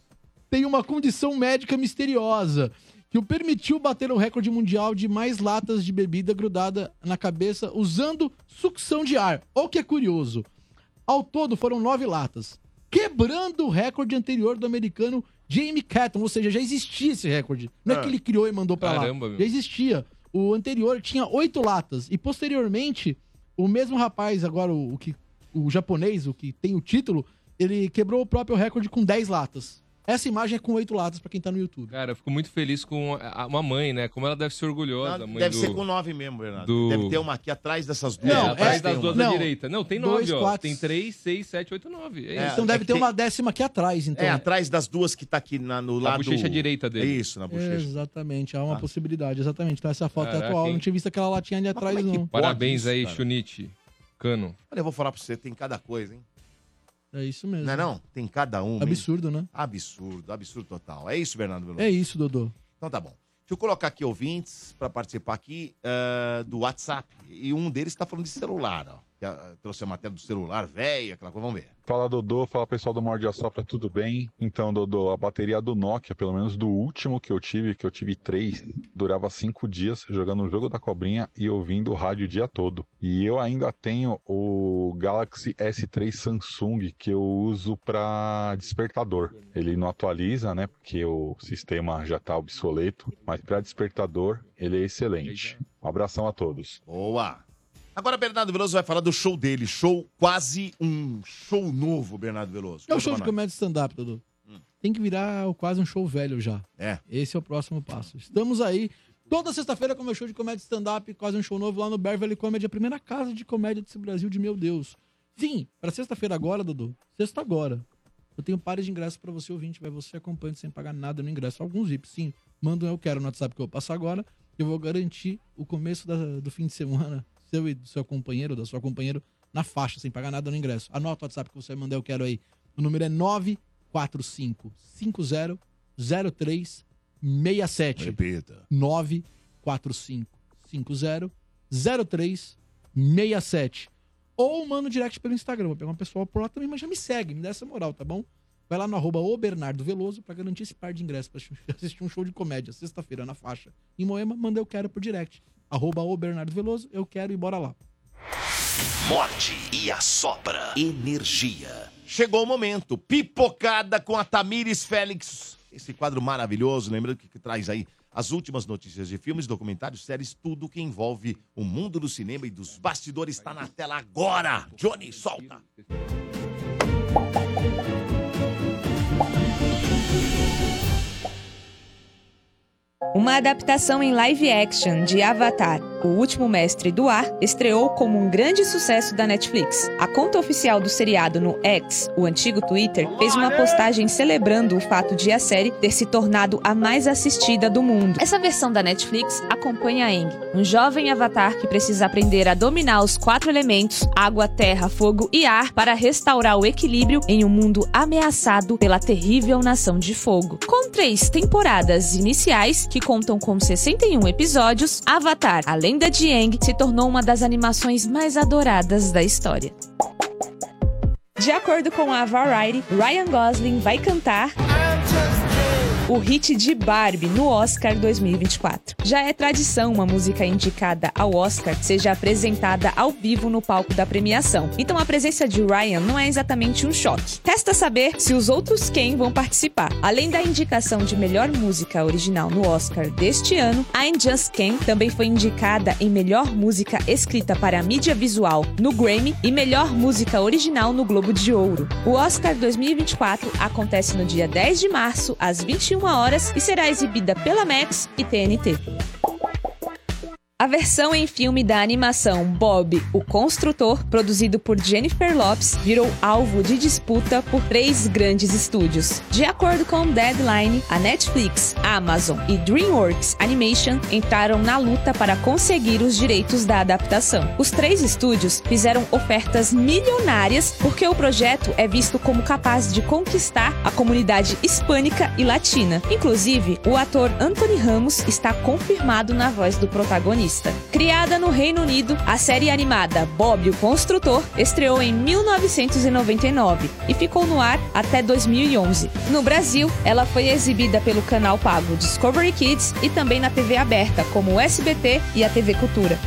Speaker 3: tem uma condição médica misteriosa que o permitiu bater o recorde mundial de mais latas de bebida grudada na cabeça usando sucção de ar. O que é curioso. Ao todo foram nove latas, quebrando o recorde anterior do americano Jamie Catton, ou seja, já existia esse recorde. Não é,
Speaker 1: Ah.
Speaker 3: que ele criou e mandou pra lá.
Speaker 5: Caramba, meu.
Speaker 3: Já existia. O anterior tinha oito latas e posteriormente o mesmo rapaz, agora o, o que o japonês, o que tem o título, ele quebrou o próprio recorde com 10 latas. Essa imagem é com oito latas pra quem tá no YouTube.
Speaker 5: Cara, eu fico muito feliz com a- uma mãe, né? Como ela deve ser orgulhosa. a
Speaker 1: Não,
Speaker 5: mãe
Speaker 1: deve
Speaker 5: do...
Speaker 1: ser com nove mesmo, Bernardo.
Speaker 5: do-
Speaker 1: Deve ter uma aqui atrás dessas duas.
Speaker 5: É,
Speaker 3: Não,
Speaker 5: atrás
Speaker 3: é-
Speaker 5: das
Speaker 1: tem
Speaker 5: duas
Speaker 1: uma.
Speaker 5: da
Speaker 3: não.
Speaker 5: direita. Não, tem
Speaker 3: Dois,
Speaker 5: nove, ó.
Speaker 3: quatro.
Speaker 5: Tem três, seis, sete, oito, nove. É,
Speaker 1: É,
Speaker 5: isso.
Speaker 3: Então
Speaker 1: é
Speaker 3: deve
Speaker 1: que
Speaker 3: ter
Speaker 1: tem-
Speaker 3: uma décima aqui atrás, então.
Speaker 1: É, atrás das duas que tá aqui na, no
Speaker 5: Na
Speaker 1: lado... É
Speaker 5: bochecha direita dele.
Speaker 1: Isso, na bochecha.
Speaker 3: Exatamente, há uma
Speaker 1: Tá.
Speaker 3: possibilidade, exatamente. Então essa foto
Speaker 5: Caraca,
Speaker 3: é atual,
Speaker 5: hein?
Speaker 3: não tinha visto aquela latinha ali
Speaker 1: Mas como
Speaker 3: atrás,
Speaker 1: é que
Speaker 3: não.
Speaker 1: pode
Speaker 5: Parabéns
Speaker 1: isso,
Speaker 5: aí,
Speaker 1: cara?
Speaker 5: Chunite. Cano.
Speaker 1: Olha, eu vou falar pra você, tem cada coisa, hein?
Speaker 3: É isso mesmo.
Speaker 1: Não Hum. é não? Tem cada uma, hein?
Speaker 3: Absurdo, né?
Speaker 1: Absurdo, absurdo total. É isso, Bernardo Veloso?
Speaker 3: É isso, Dodô.
Speaker 1: Então tá bom. Deixa eu colocar aqui ouvintes para participar aqui eh, do WhatsApp. E um deles tá falando de celular, ó. Que, ah, trouxe a matéria do celular velho, aquela coisa, vamos ver.
Speaker 7: Fala Dodô, fala pessoal do Morde a Sopra, tudo bem? Então, Dodô, a bateria do Nokia, pelo menos do último que eu tive, que eu tive três, durava cinco dias jogando o jogo da cobrinha e ouvindo o rádio o dia todo. E eu ainda tenho o Galaxy S3 Samsung que eu uso para despertador. Ele não atualiza, né? Porque o sistema já tá obsoleto, mas para despertador ele é excelente. Um abração a todos.
Speaker 1: Boa. Agora Bernardo Veloso vai falar do show dele, show quase um show novo, Bernardo Veloso.
Speaker 3: É o
Speaker 1: Conta
Speaker 3: show
Speaker 1: pra
Speaker 3: de
Speaker 1: nós.
Speaker 3: comédia stand-up, Dudu.
Speaker 1: Hum.
Speaker 3: Tem que virar quase um show velho já.
Speaker 1: É.
Speaker 3: Esse é o próximo passo. Estamos aí. Toda sexta-feira com o meu show de comédia stand-up, quase um show novo lá no Beverly Comedy, a primeira casa de comédia desse Brasil de meu Deus. Sim, para sexta-feira agora, Dudu. Sexta agora. Eu tenho pares de ingressos para você ouvinte, vai você acompanhando sem pagar nada no ingresso. Alguns VIPs, sim. Manda um eu quero no WhatsApp que eu passo agora. Eu vou garantir o começo da- do fim de semana, seu e do seu companheiro, da sua companheira, na faixa, sem pagar nada no ingresso. Anota o WhatsApp que você vai mandar eu quero aí. O número é 945 50 03 67.
Speaker 1: Repita.
Speaker 3: 945500367. Ou manda um direct pelo Instagram. Vou pegar um pessoal por lá também, mas já me segue, me dá essa moral, tá bom? Vai lá no arroba o Bernardo Veloso pra garantir esse par de ingressos pra assistir um show de comédia, sexta-feira, na faixa. Em Moema, manda eu quero por direct. Arroba o Bernardo Veloso, eu quero e bora lá.
Speaker 8: Morde e assopra. Energia.
Speaker 1: Chegou o momento. Pipocada com a Tamires Félix. Esse quadro maravilhoso, lembrando que, que traz aí as últimas notícias de filmes, documentários, séries, tudo que envolve o mundo do cinema e dos bastidores está na tela agora. Johnny, solta.
Speaker 4: Uma adaptação em live action de Avatar, O Último Mestre do Ar, estreou como um grande sucesso da Netflix. A conta oficial do seriado no X, o antigo Twitter, fez uma postagem celebrando o fato de a série ter se tornado a mais assistida do mundo. Essa versão da Netflix acompanha Aang, um jovem avatar que precisa aprender a dominar os quatro elementos água, terra, fogo e ar para restaurar o equilíbrio em um mundo ameaçado pela terrível nação de fogo. Com três temporadas iniciais, que contam com 61 episódios, Avatar, a lenda de Aang, se tornou uma das animações mais adoradas da história. De acordo com a Variety, Ryan Gosling vai cantar o hit de Barbie no Oscar 2024. Já é tradição uma música indicada ao Oscar seja apresentada ao vivo no palco da premiação. Então a presença de Ryan não é exatamente um choque. Resta saber se os outros quem vão participar. Além da indicação de melhor música original no Oscar deste ano, I'm Just Ken também foi indicada em melhor música escrita para mídia visual no Grammy e melhor música original no Globo de Ouro. O Oscar 2024 acontece no dia 10 de março, às 21 horas, e será exibida pela Max e TNT. A versão em filme da animação Bob, o Construtor, produzido por Jennifer Lopes, virou alvo de disputa por três grandes estúdios. De acordo com Deadline, a Netflix, a Amazon e DreamWorks Animation entraram na luta para conseguir os direitos da adaptação. Os três estúdios fizeram ofertas milionárias porque o projeto é visto como capaz de conquistar a comunidade hispânica e latina. Inclusive, o ator Anthony Ramos está confirmado na voz do protagonista. paulista. Criada no Reino Unido, a série animada Bob o Construtor estreou em 1999 e ficou no ar até 2011. No Brasil, ela foi exibida pelo canal pago Discovery Kids e também na TV aberta, como o SBT e a TV Cultura.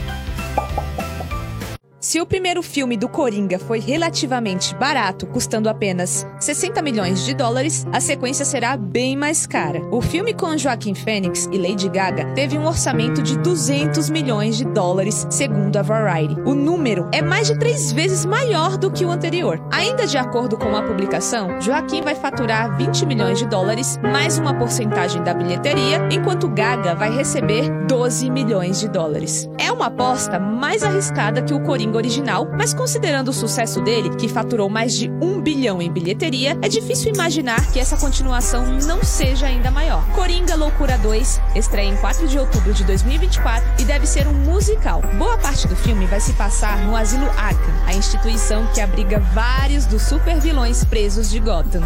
Speaker 4: Se o primeiro filme do Coringa foi relativamente barato, custando apenas 60 milhões de dólares, a sequência será bem mais cara. O filme com Joaquim Fênix e Lady Gaga teve um orçamento de 200 milhões de dólares, segundo a Variety. O número é mais de três vezes maior do que o anterior. Ainda de acordo com a publicação, Joaquim vai faturar 20 milhões de dólares, mais uma porcentagem da bilheteria, enquanto Gaga vai receber 12 milhões de dólares. É uma aposta mais arriscada que o Coringa original, mas considerando o sucesso dele, que faturou mais de um bilhão em bilheteria, é difícil imaginar que essa continuação não seja ainda maior. Coringa Loucura 2 estreia em 4 de outubro de 2024 e deve ser um musical. Boa parte do filme vai se passar no Asilo Arkham, a instituição que abriga vários dos supervilões presos de Gotham.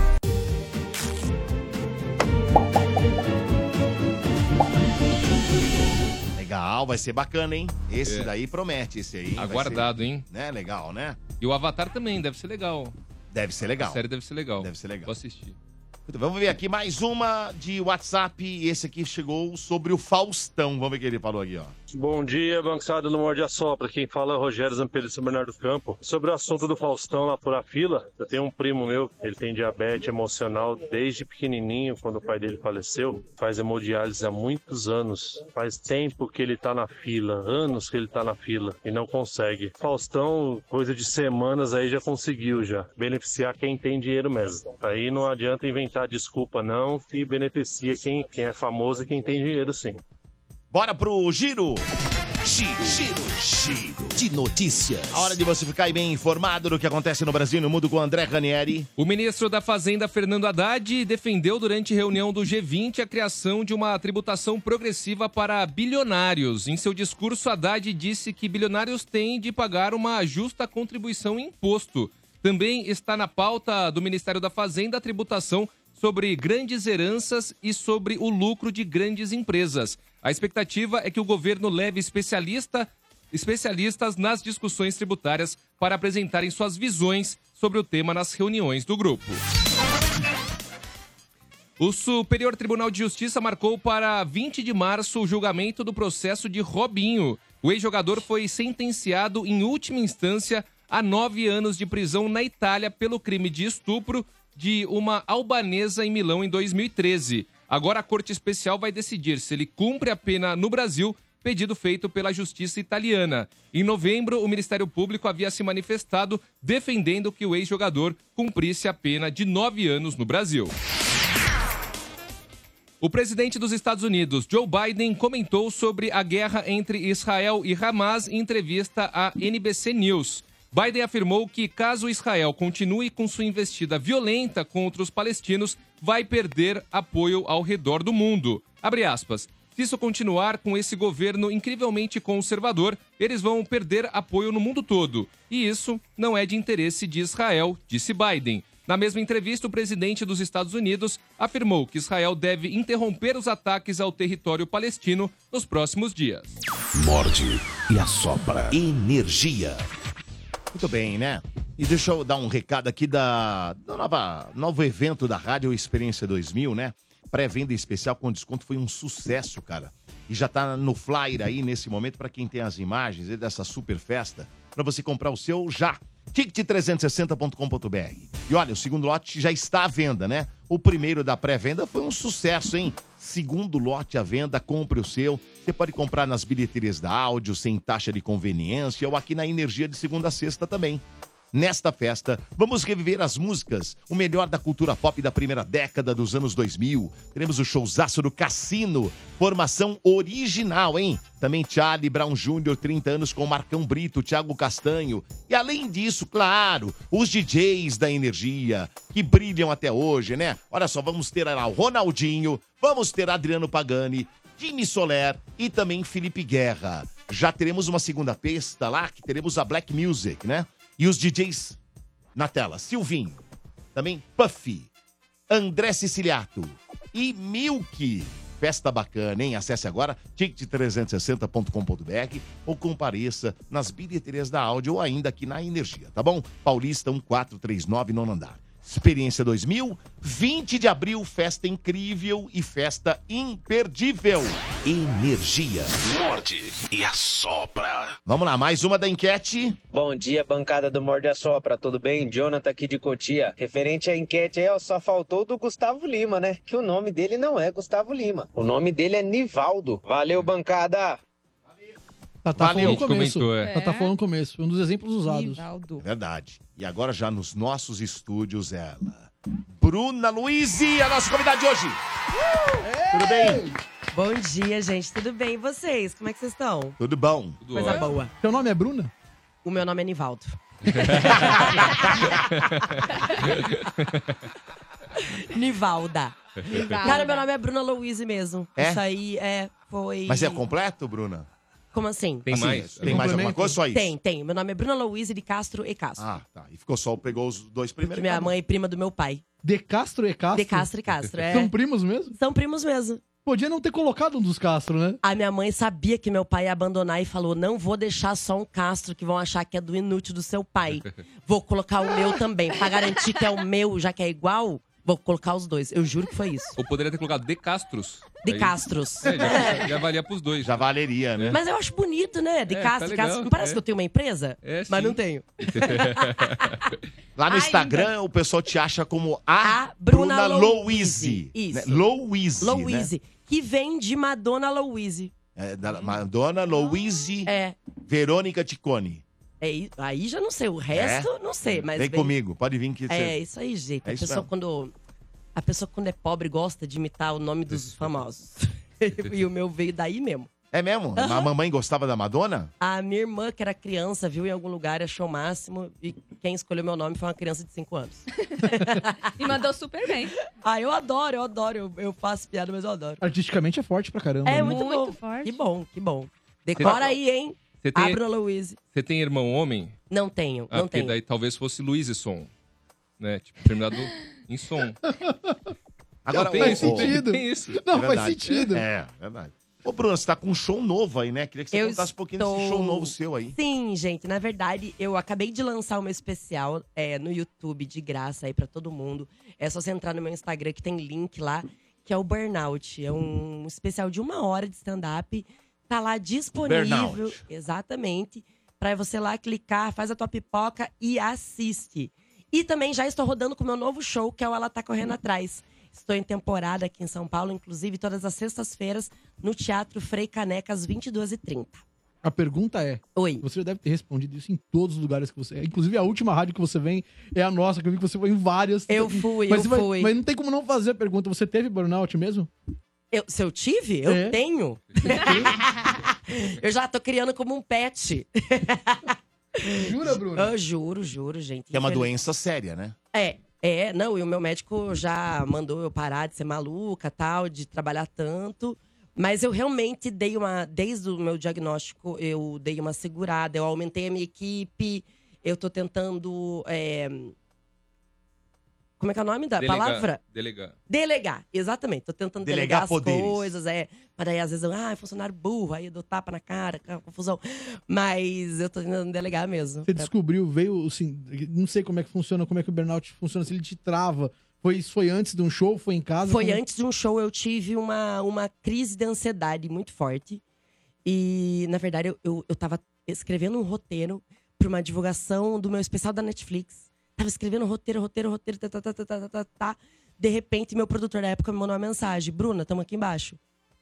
Speaker 1: Legal, vai ser bacana, hein? Esse
Speaker 5: É.
Speaker 1: daí promete, esse aí. vai
Speaker 5: Aguardado, hein?
Speaker 1: ser, né? Legal, né?
Speaker 5: E o Avatar também, deve ser legal.
Speaker 1: Deve ser
Speaker 5: A
Speaker 1: legal.
Speaker 5: série deve ser legal.
Speaker 1: Deve ser legal.
Speaker 5: Vou assistir.
Speaker 1: Muito bem, Vamos ver aqui mais uma de WhatsApp. E Esse aqui chegou sobre o Faustão. Vamos ver o que ele falou aqui, ó.
Speaker 9: Bom dia, bancada no Morde a Sopra. Quem fala é o Rogério Zampelli de São Bernardo do Campo. Sobre o assunto do Faustão lá por a fila, eu tenho um primo meu, ele tem diabetes emocional desde pequenininho, quando o pai dele faleceu. Faz hemodiálise há muitos anos. Faz tempo que ele tá na fila, anos que ele tá na fila e não consegue. Faustão, coisa de semanas aí já conseguiu já beneficiar quem tem dinheiro mesmo. Aí não adianta inventar desculpa não, e beneficia quem, quem é famoso e quem tem dinheiro sim.
Speaker 1: Bora pro giro.
Speaker 10: Giro, giro, giro de notícias.
Speaker 1: A hora de você ficar aí bem informado do que acontece no Brasil e no mundo com o André Ranieri.
Speaker 5: O ministro da Fazenda, Fernando Haddad, defendeu durante reunião do G20 a criação de uma tributação progressiva para bilionários. Em seu discurso, Haddad disse que bilionários têm de pagar uma justa contribuição em imposto. Também está na pauta do Ministério da Fazenda a tributação sobre grandes heranças e sobre o lucro de grandes empresas. A expectativa é que o governo leve especialista especialistas nas discussões tributárias para apresentarem suas visões sobre o tema nas reuniões do grupo. O Superior Tribunal de Justiça marcou para 20 de março o julgamento do processo de Robinho. O ex-jogador foi sentenciado em última instância a nove anos de prisão na Itália pelo crime de estupro de uma albanesa em Milão em 2013. Agora a Corte Especial vai decidir se ele cumpre a pena no Brasil, pedido feito pela Justiça Italiana. Em novembro, o Ministério Público havia se manifestado defendendo que o ex-jogador cumprisse a pena de nove anos no Brasil. O presidente dos Estados Unidos, Joe Biden, comentou sobre a guerra entre Israel e Hamas em entrevista à NBC News. Biden afirmou que, caso Israel continue com sua investida violenta contra os palestinos, vai perder apoio ao redor do mundo. Abre aspas. Se isso continuar com esse governo incrivelmente conservador, eles vão perder apoio no mundo todo. E isso não é de interesse de Israel, disse Biden. Na mesma entrevista, o presidente dos Estados Unidos afirmou que Israel deve interromper os ataques ao território palestino nos próximos dias.
Speaker 10: Morde e assopra. Energia.
Speaker 1: Muito bem, né? E deixa eu dar um recado aqui da, do nova, novo evento da Rádio Experiência 2000, né? Pré-venda especial com desconto foi um sucesso, cara. E já tá no flyer aí nesse momento para quem tem as imagens aí dessa super festa, para você comprar o seu já. ticket360.com.br. E olha, o segundo lote já está à venda, né? O primeiro da pré-venda foi um sucesso, hein? Segundo lote à venda, compre o seu. Você pode comprar nas bilheterias da áudio, sem taxa de conveniência, ou aqui na Energia de segunda a sexta também. Nesta festa, vamos reviver as músicas, o melhor da cultura pop da primeira década dos anos 2000. Teremos o showzaço do Cassino, formação original, hein? Também Charlie Brown Jr., 30 anos, com Marcão Brito, Thiago Castanho. E além disso, claro, os DJs da energia, que brilham até hoje, né? Olha só, vamos ter lá o Ronaldinho, vamos ter Adriano Pagani, Jimmy Soler e também Felipe Guerra. Já teremos uma segunda pista lá, que teremos a Black Music, né? E os DJs na tela. Silvinho, também Puffy, André Siciliato e Milk. festa bacana, hein? Acesse agora ticket360.com.br ou compareça nas bilheterias da áudio ou ainda aqui na Energia, tá bom? Paulista 1439, nono andar. Experiência 2000, 20 de abril, festa incrível e festa imperdível.
Speaker 6: Energia. Morde e assopra.
Speaker 1: Vamos lá, mais uma da enquete.
Speaker 11: Bom dia, bancada do Morde a Sopra, tudo bem? Jonathan aqui de Cotia. Referente à enquete aí, ó, só faltou do Gustavo Lima, né? Que o nome dele não é Gustavo Lima. O nome dele é Nivaldo. Valeu, bancada!
Speaker 3: Tá, tá
Speaker 5: Valeu,
Speaker 3: falando no começo.
Speaker 5: comentou, é.
Speaker 3: Tá, tá falando no começo. Foi um dos exemplos usados.
Speaker 9: tá.
Speaker 4: Nivaldo.
Speaker 1: Verdade. E agora já nos nossos estúdios ela. Bruna Luiz, a nossa convidada de hoje. Tudo bem?
Speaker 9: Bom dia, gente. Tudo bem? E vocês? Como é que vocês estão?
Speaker 1: Tudo bom?
Speaker 9: Coisa boa.
Speaker 3: Seu nome é Bruna?
Speaker 9: O meu nome é Nivaldo. Nivalda.
Speaker 1: Nivalda.
Speaker 9: Cara, meu nome é Bruna Louise mesmo.
Speaker 1: Tá. É?
Speaker 9: Isso aí é, foi.
Speaker 1: Mas é completo, Bruna?
Speaker 9: Como assim?
Speaker 5: Tem
Speaker 1: Assim,
Speaker 5: mais?
Speaker 1: Tem mais alguma coisa? Só isso?
Speaker 9: Tem, tem. Meu nome é Bruna Louise de Castro e Castro.
Speaker 1: Ah, tá. E ficou só, pegou os dois
Speaker 9: Que
Speaker 1: primeiros.
Speaker 9: minha mãe é prima do meu pai.
Speaker 3: De Castro e Castro?
Speaker 9: De Castro e Castro, é.
Speaker 3: São primos mesmo?
Speaker 9: São primos mesmo.
Speaker 3: Podia não ter colocado um dos Castro, né?
Speaker 9: A minha mãe sabia que meu pai ia abandonar e falou: não vou deixar só um Castro que vão achar que é do inútil do seu pai. Vou colocar o meu também. Pra garantir que é o meu, já que é igual, vou colocar os dois. Eu juro que foi isso.
Speaker 5: Ou poderia ter colocado De Castros.
Speaker 9: De
Speaker 5: Aí-
Speaker 9: Castros.
Speaker 5: É, já, já valia pros dois.
Speaker 1: Já valeria, né?
Speaker 9: Mas eu acho bonito, né? De
Speaker 5: É, tá
Speaker 9: Castro,
Speaker 5: legal,
Speaker 9: Castro. Não parece
Speaker 5: é.
Speaker 9: que eu tenho uma empresa?
Speaker 5: É, sim.
Speaker 9: Mas não tenho.
Speaker 1: Lá no
Speaker 9: Ainda.
Speaker 1: Instagram, o pessoal te acha como a,
Speaker 9: A
Speaker 1: Bruna,
Speaker 9: Bruna
Speaker 1: Louise.
Speaker 9: Louise. Isso.
Speaker 1: Né? Louise.
Speaker 9: Louise, que vem de Madonna Louise.
Speaker 1: Né? É, da Madonna Louise
Speaker 9: É.
Speaker 1: Verônica Ticone.
Speaker 9: é i- aí já não sei. O resto, não sei. Mas
Speaker 1: Vem
Speaker 9: É? vem-
Speaker 1: comigo, pode vir que
Speaker 9: É
Speaker 1: você...
Speaker 9: isso aí, jeito.
Speaker 1: É
Speaker 9: a
Speaker 1: isso
Speaker 9: pessoa
Speaker 1: mesmo.
Speaker 9: quando a pessoa quando é pobre gosta de imitar o nome dos famosos. e o meu veio daí mesmo.
Speaker 1: É mesmo? A mamãe gostava da Madonna?
Speaker 9: A minha irmã, que era criança, viu em algum lugar, achou o máximo. E quem escolheu meu nome foi uma criança de 5 anos.
Speaker 4: E mandou super bem.
Speaker 9: Ah, eu adoro, eu adoro. Eu, eu faço piada, mas eu adoro.
Speaker 3: Artisticamente é forte pra caramba.
Speaker 9: É
Speaker 3: né?
Speaker 9: muito,
Speaker 4: Muito
Speaker 9: bom.
Speaker 4: forte.
Speaker 9: Que bom, que bom. Decora aí, hein?
Speaker 5: Você tem,
Speaker 9: Abra Luiz.
Speaker 5: você tem irmão homem?
Speaker 9: Não tenho,
Speaker 5: Ah,
Speaker 9: não
Speaker 5: porque
Speaker 9: tenho.
Speaker 5: daí talvez fosse Luizson. Né? Tipo, terminado em som.
Speaker 1: Agora,
Speaker 5: tem
Speaker 1: ô,
Speaker 5: isso,
Speaker 1: ô,
Speaker 5: tem,
Speaker 3: sentido.
Speaker 5: tem isso.
Speaker 3: Não,
Speaker 1: É
Speaker 3: faz
Speaker 1: verdade.
Speaker 3: sentido.
Speaker 1: É, verdade. Ô, Bruno, você tá com um show novo aí, né? Queria que você
Speaker 9: Eu
Speaker 1: contasse um pouquinho desse
Speaker 9: estou-
Speaker 1: show novo seu aí.
Speaker 9: Sim, gente, na verdade, eu acabei de lançar o meu especial é, no YouTube de graça aí pra todo mundo. É só você entrar no meu Instagram que tem link lá, que é o Burnout. É um especial de uma hora de stand-up. Tá lá disponível.
Speaker 1: Burnout.
Speaker 9: Exatamente. Pra você lá clicar, faz a tua pipoca e assiste. E também já estou rodando com o meu novo show, que é o Ela Tá Correndo Atrás. Estou em temporada aqui em São Paulo, inclusive todas as sextas-feiras, no Teatro Frei Caneca, às 22h30.
Speaker 3: A pergunta é:
Speaker 9: Oi.
Speaker 3: você já deve ter respondido isso em todos os lugares que você. Inclusive, a última rádio que você vem é a nossa, que eu vi que você foi em várias.
Speaker 9: Eu fui,
Speaker 3: mas,
Speaker 9: eu
Speaker 3: vai-
Speaker 9: fui.
Speaker 3: mas não tem como não fazer a pergunta. Você teve burnout mesmo?
Speaker 9: Eu- se eu tive, eu
Speaker 3: É.
Speaker 9: tenho. eu já tô criando como um pet.
Speaker 3: Jura, Bruno?
Speaker 9: Eu juro, juro, gente.
Speaker 1: Que é uma
Speaker 9: Infeliz-
Speaker 1: doença séria, né?
Speaker 9: É, é, não, e o meu médico já mandou eu parar de ser maluca, tal, de trabalhar tanto. Mas eu realmente dei uma. Desde o meu diagnóstico, eu dei uma segurada, eu aumentei a minha equipe, eu tô tentando. é, como é que é o nome da
Speaker 5: Delegar,
Speaker 9: palavra?
Speaker 5: Delegar.
Speaker 9: Delegar, exatamente. Tô tentando
Speaker 1: Delegar
Speaker 9: delegar, as
Speaker 1: poderes.
Speaker 9: coisas, é. Mas daí, às vezes, eu, ah, funcionário burro, aí eu dou tapa na cara, aquela confusão. Mas eu tô tentando delegar mesmo.
Speaker 3: Você descobriu, veio assim. Não sei como é que funciona, como é que o burnout funciona, se ele te trava. Foi, isso foi antes de um show? Foi em casa?
Speaker 9: Foi
Speaker 3: Como-
Speaker 9: antes de um show, eu tive uma, uma crise de ansiedade muito forte. E, na verdade, eu, eu, eu tava escrevendo um roteiro pra uma divulgação do meu especial da Netflix. Tava escrevendo roteiro, roteiro, roteiro, tá, tá, tá, tá, tá, tá, tá, tá. De repente, meu produtor da época me mandou uma mensagem. Bruna, tamo aqui embaixo.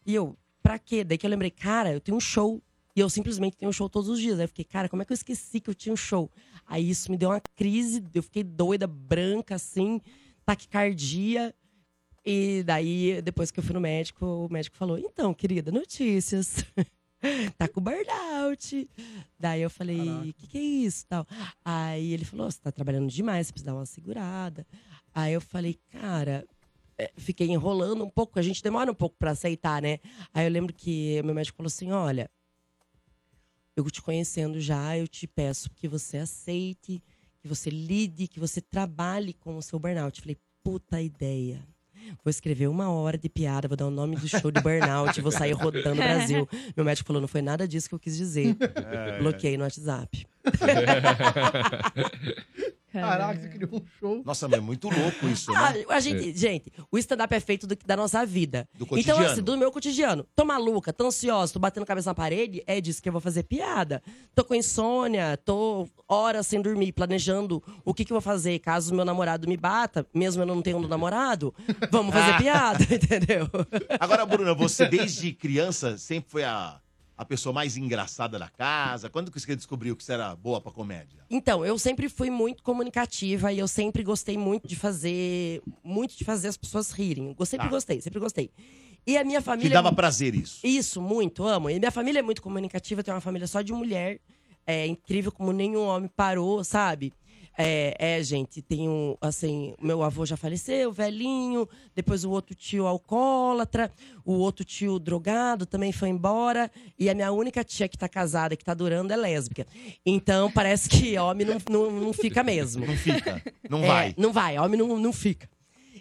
Speaker 9: E eu, pra quê? Daí que eu lembrei, cara, eu tenho um show. E eu simplesmente tenho um show todos os dias. Aí eu fiquei, cara, como é que eu esqueci que eu tinha um show? Aí isso me deu uma crise, eu fiquei doida, branca, assim, taquicardia. E daí, depois que eu fui no médico, o médico falou: Então, querida, notícias. tá com burnout. Daí eu falei: O que, que é isso? Tal. Aí ele falou: "Ó, Você tá trabalhando demais, você precisa dar uma segurada. Aí eu falei: Cara, é, fiquei enrolando um pouco, a gente demora um pouco pra aceitar, né? Aí eu lembro que meu médico falou assim: Olha, eu te conhecendo já, eu te peço que você aceite, que você lide, que você trabalhe com o seu burnout. Eu falei: Puta ideia. vou escrever uma hora de piada, vou dar o nome do show de burnout, vou sair rodando o Brasil. Meu médico falou, não foi nada disso que eu quis dizer.
Speaker 12: É.
Speaker 9: Bloqueei no WhatsApp.
Speaker 3: Caraca, você criou um show.
Speaker 1: Nossa, mas é muito louco isso,
Speaker 9: Ah,
Speaker 1: né?
Speaker 9: a gente, gente, o stand-up é feito do- da nossa vida.
Speaker 1: Do
Speaker 9: então,
Speaker 1: cotidiano.
Speaker 9: assim, do meu cotidiano. Tô maluca, tô ansiosa, tô batendo cabeça na parede, é disso que eu vou fazer piada. Tô com insônia, tô horas sem dormir, planejando o que, que eu vou fazer caso meu namorado me bata, mesmo eu não tendo um namorado. Vamos fazer piada, entendeu?
Speaker 1: Agora, Bruna, você desde criança sempre foi a, a pessoa mais engraçada da casa. Quando que você descobriu que você era boa pra comédia?
Speaker 9: Então, eu sempre fui muito comunicativa e eu sempre gostei muito de fazer, muito de fazer as pessoas rirem. Eu sempre
Speaker 1: Tá.
Speaker 9: gostei, sempre gostei. E a minha
Speaker 1: Te
Speaker 9: família
Speaker 1: dava prazer isso.
Speaker 9: Isso, muito, amo. E minha família é muito comunicativa, tem uma família só de mulher. É incrível como nenhum homem parou, sabe? É, é, gente, tem um, assim, meu avô já faleceu, velhinho, depois o outro tio alcoólatra, o outro tio drogado também foi embora, e a minha única tia que tá casada, que tá durando, é lésbica. Então, parece que homem não, não, não fica mesmo.
Speaker 1: Não fica, não
Speaker 9: É,
Speaker 1: vai.
Speaker 9: Não vai, homem não, não fica.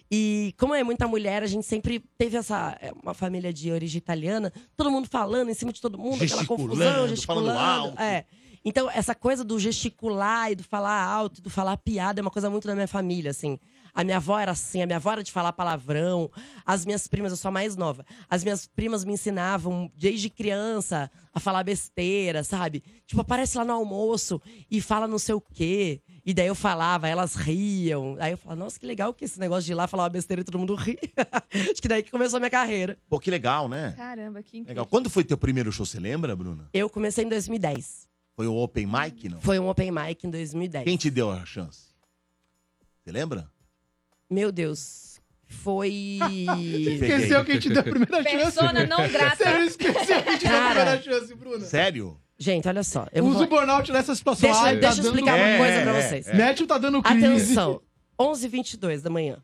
Speaker 9: E como é muita mulher, a gente sempre teve essa é, uma família de origem italiana, todo mundo falando em cima de todo mundo, aquela
Speaker 1: Gesticulando,
Speaker 9: confusão,
Speaker 1: falando
Speaker 9: gesticulando.
Speaker 1: alto.
Speaker 9: É. Então, essa coisa do gesticular e do falar alto, e do falar piada, é uma coisa muito da minha família, assim. A minha avó era assim, a minha avó era de falar palavrão. As minhas primas, eu sou a mais nova. As minhas primas me ensinavam desde criança a falar besteira, sabe? Tipo, aparece lá no almoço e fala não sei o quê. E daí eu falava, elas riam. Aí eu falava, nossa, que legal que esse negócio de ir lá falar uma besteira e todo mundo ri. Acho que daí que começou a minha carreira.
Speaker 1: Pô, que legal, né?
Speaker 4: Caramba, que incrível.
Speaker 1: Legal. Quando foi teu primeiro show, você lembra, Bruna?
Speaker 9: Eu comecei em 2010.
Speaker 1: Foi o Open Mic, não?
Speaker 9: Foi um open mic em 2010.
Speaker 1: Quem te deu a chance? Você lembra?
Speaker 9: Meu Deus. Foi.
Speaker 1: Esqueceu quem te deu a primeira
Speaker 9: Persona não grata.
Speaker 3: Você esqueceu que te deu a
Speaker 9: Cara.
Speaker 3: primeira chance, Bruna.
Speaker 1: Sério?
Speaker 9: Gente, olha só. Eu
Speaker 3: Usa
Speaker 9: vou-
Speaker 3: o burnout nessa situação.
Speaker 9: Deixa,
Speaker 3: Ai, tá
Speaker 9: deixa eu
Speaker 3: dando-
Speaker 9: explicar
Speaker 1: É.
Speaker 9: uma coisa pra vocês.
Speaker 3: Métio tá dando crise.
Speaker 9: Atenção. 11h22 da manhã.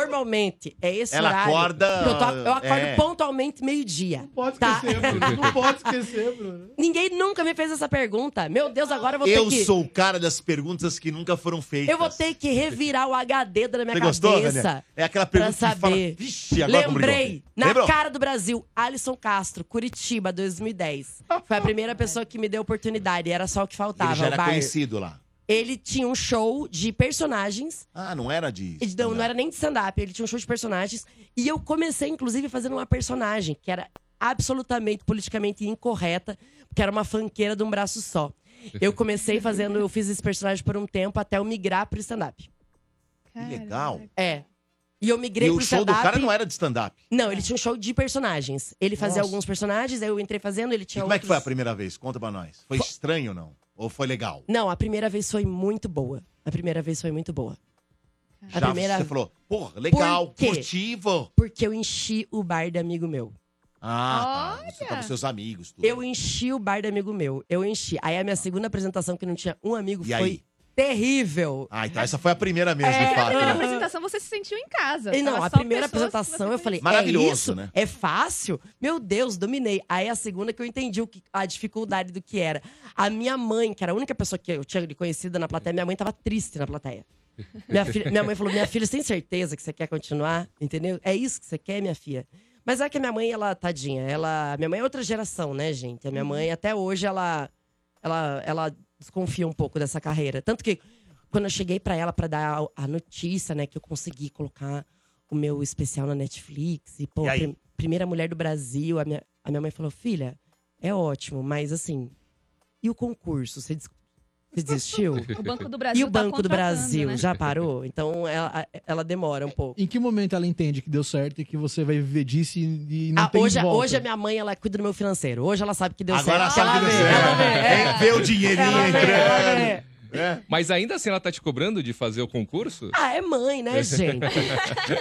Speaker 9: Normalmente, é esse
Speaker 3: Ela
Speaker 9: horário.
Speaker 3: acorda,
Speaker 9: que Eu, to- eu acordo
Speaker 3: é.
Speaker 9: pontualmente meio-dia. Não pode esquecer, né?
Speaker 3: Bruno, não pode esquecer, Bruno.
Speaker 9: Ninguém nunca me fez essa pergunta. Meu Deus, agora eu vou
Speaker 1: Eu
Speaker 9: ter que.
Speaker 1: sou o cara das perguntas que nunca foram feitas.
Speaker 9: Eu vou ter que revirar o HD da minha
Speaker 1: Você
Speaker 9: cabeça.
Speaker 1: gostou, Daniel? É aquela pergunta
Speaker 9: pra
Speaker 1: que fala,
Speaker 9: saber.
Speaker 1: "Vixe, agora comigo."
Speaker 9: Lembrei, na
Speaker 1: Lembrou?
Speaker 9: cara do Brasil, Alisson Castro, Curitiba, 2010. Foi a primeira pessoa que me deu oportunidade, era só o que faltava.
Speaker 1: Ele já
Speaker 9: o
Speaker 1: era
Speaker 9: bar.
Speaker 1: conhecido lá.
Speaker 9: Ele tinha um show de personagens.
Speaker 1: Ah, não era de.
Speaker 9: E Não, é não era nem de stand-up, ele tinha um show de personagens. E eu comecei, inclusive, fazendo uma personagem que era absolutamente politicamente incorreta, que era uma fanqueira de um braço só. Eu comecei fazendo, eu fiz esse personagem por um tempo até eu migrar pro stand-up.
Speaker 1: Que legal.
Speaker 9: É. E eu migrei
Speaker 1: E
Speaker 9: pro
Speaker 1: o show do
Speaker 9: stand-up.
Speaker 1: cara não era de stand-up.
Speaker 9: Não, ele tinha um show de personagens. Ele fazia
Speaker 1: Nossa.
Speaker 9: alguns personagens, aí eu entrei fazendo, ele
Speaker 1: E
Speaker 9: tinha
Speaker 1: como é que
Speaker 9: outros.
Speaker 1: foi a primeira vez? Conta pra nós. Foi estranho ou não? Ou foi legal?
Speaker 9: Não, a primeira vez foi muito boa. A primeira vez foi muito boa. A
Speaker 1: Já
Speaker 9: primeira-
Speaker 1: você falou, porra, legal,
Speaker 9: Por quê?
Speaker 1: curtivo.
Speaker 9: Porque eu enchi o bar de amigo meu.
Speaker 1: Ah, tá. Você tá com seus amigos. Tudo.
Speaker 9: Eu enchi o bar de amigo meu. Eu enchi. Aí a minha segunda apresentação, que não tinha um amigo,
Speaker 1: E
Speaker 9: foi
Speaker 1: aí?
Speaker 9: terrível.
Speaker 1: Ah, então essa foi a primeira mesmo,
Speaker 4: É,
Speaker 1: de
Speaker 4: a primeira
Speaker 1: fato. né?
Speaker 4: apresentação você se sentiu em casa.
Speaker 9: E não,
Speaker 4: Tava
Speaker 9: a
Speaker 4: só
Speaker 9: primeira
Speaker 4: pessoas que
Speaker 9: apresentação eu falei,
Speaker 1: Maravilhoso,
Speaker 9: é isso?
Speaker 1: né?
Speaker 9: É fácil? Meu Deus, dominei. Aí a segunda que eu entendi o que, a dificuldade do que era. A minha mãe, que era a única pessoa que eu tinha conhecida na plateia, minha mãe tava triste na plateia. Minha, filha- minha mãe falou, minha filha, você tem certeza que você quer continuar? Entendeu? É isso que você quer, minha filha? Mas é que a minha mãe, ela, tadinha, ela... Minha mãe é outra geração, né, gente? A
Speaker 4: Uhum.
Speaker 9: minha mãe, até hoje, ela, ela, ela desconfia um pouco dessa carreira. Tanto que quando eu cheguei pra ela pra dar a, a notícia, né, que eu consegui colocar o meu especial na Netflix. E, pô,
Speaker 13: E aí?
Speaker 9: prim- primeira mulher do Brasil. A minha, a minha mãe falou, filha, é ótimo, mas assim... E o concurso? Você des- você desistiu?
Speaker 4: O Banco do Brasil
Speaker 9: E o
Speaker 4: tá
Speaker 9: Banco do
Speaker 4: contratando,
Speaker 9: Brasil
Speaker 4: né?
Speaker 9: já parou? Então ela, ela demora um pouco.
Speaker 3: Em que momento ela entende que deu certo e que você vai viver disso e e não
Speaker 9: Ah,
Speaker 3: tem
Speaker 9: hoje,
Speaker 3: volta?
Speaker 9: hoje a minha mãe ela cuida do meu financeiro. Hoje ela sabe que deu
Speaker 3: Agora
Speaker 9: certo.
Speaker 3: ela sabe
Speaker 9: ela
Speaker 3: que deu
Speaker 9: vê,
Speaker 3: certo.
Speaker 9: Ela vê, é.
Speaker 1: Vem ver o dinheirinho
Speaker 9: Ela vê, ela vê.
Speaker 1: entrando. né?
Speaker 5: Mas ainda assim ela tá te cobrando de fazer o concurso?
Speaker 9: Ah, é mãe, né, gente?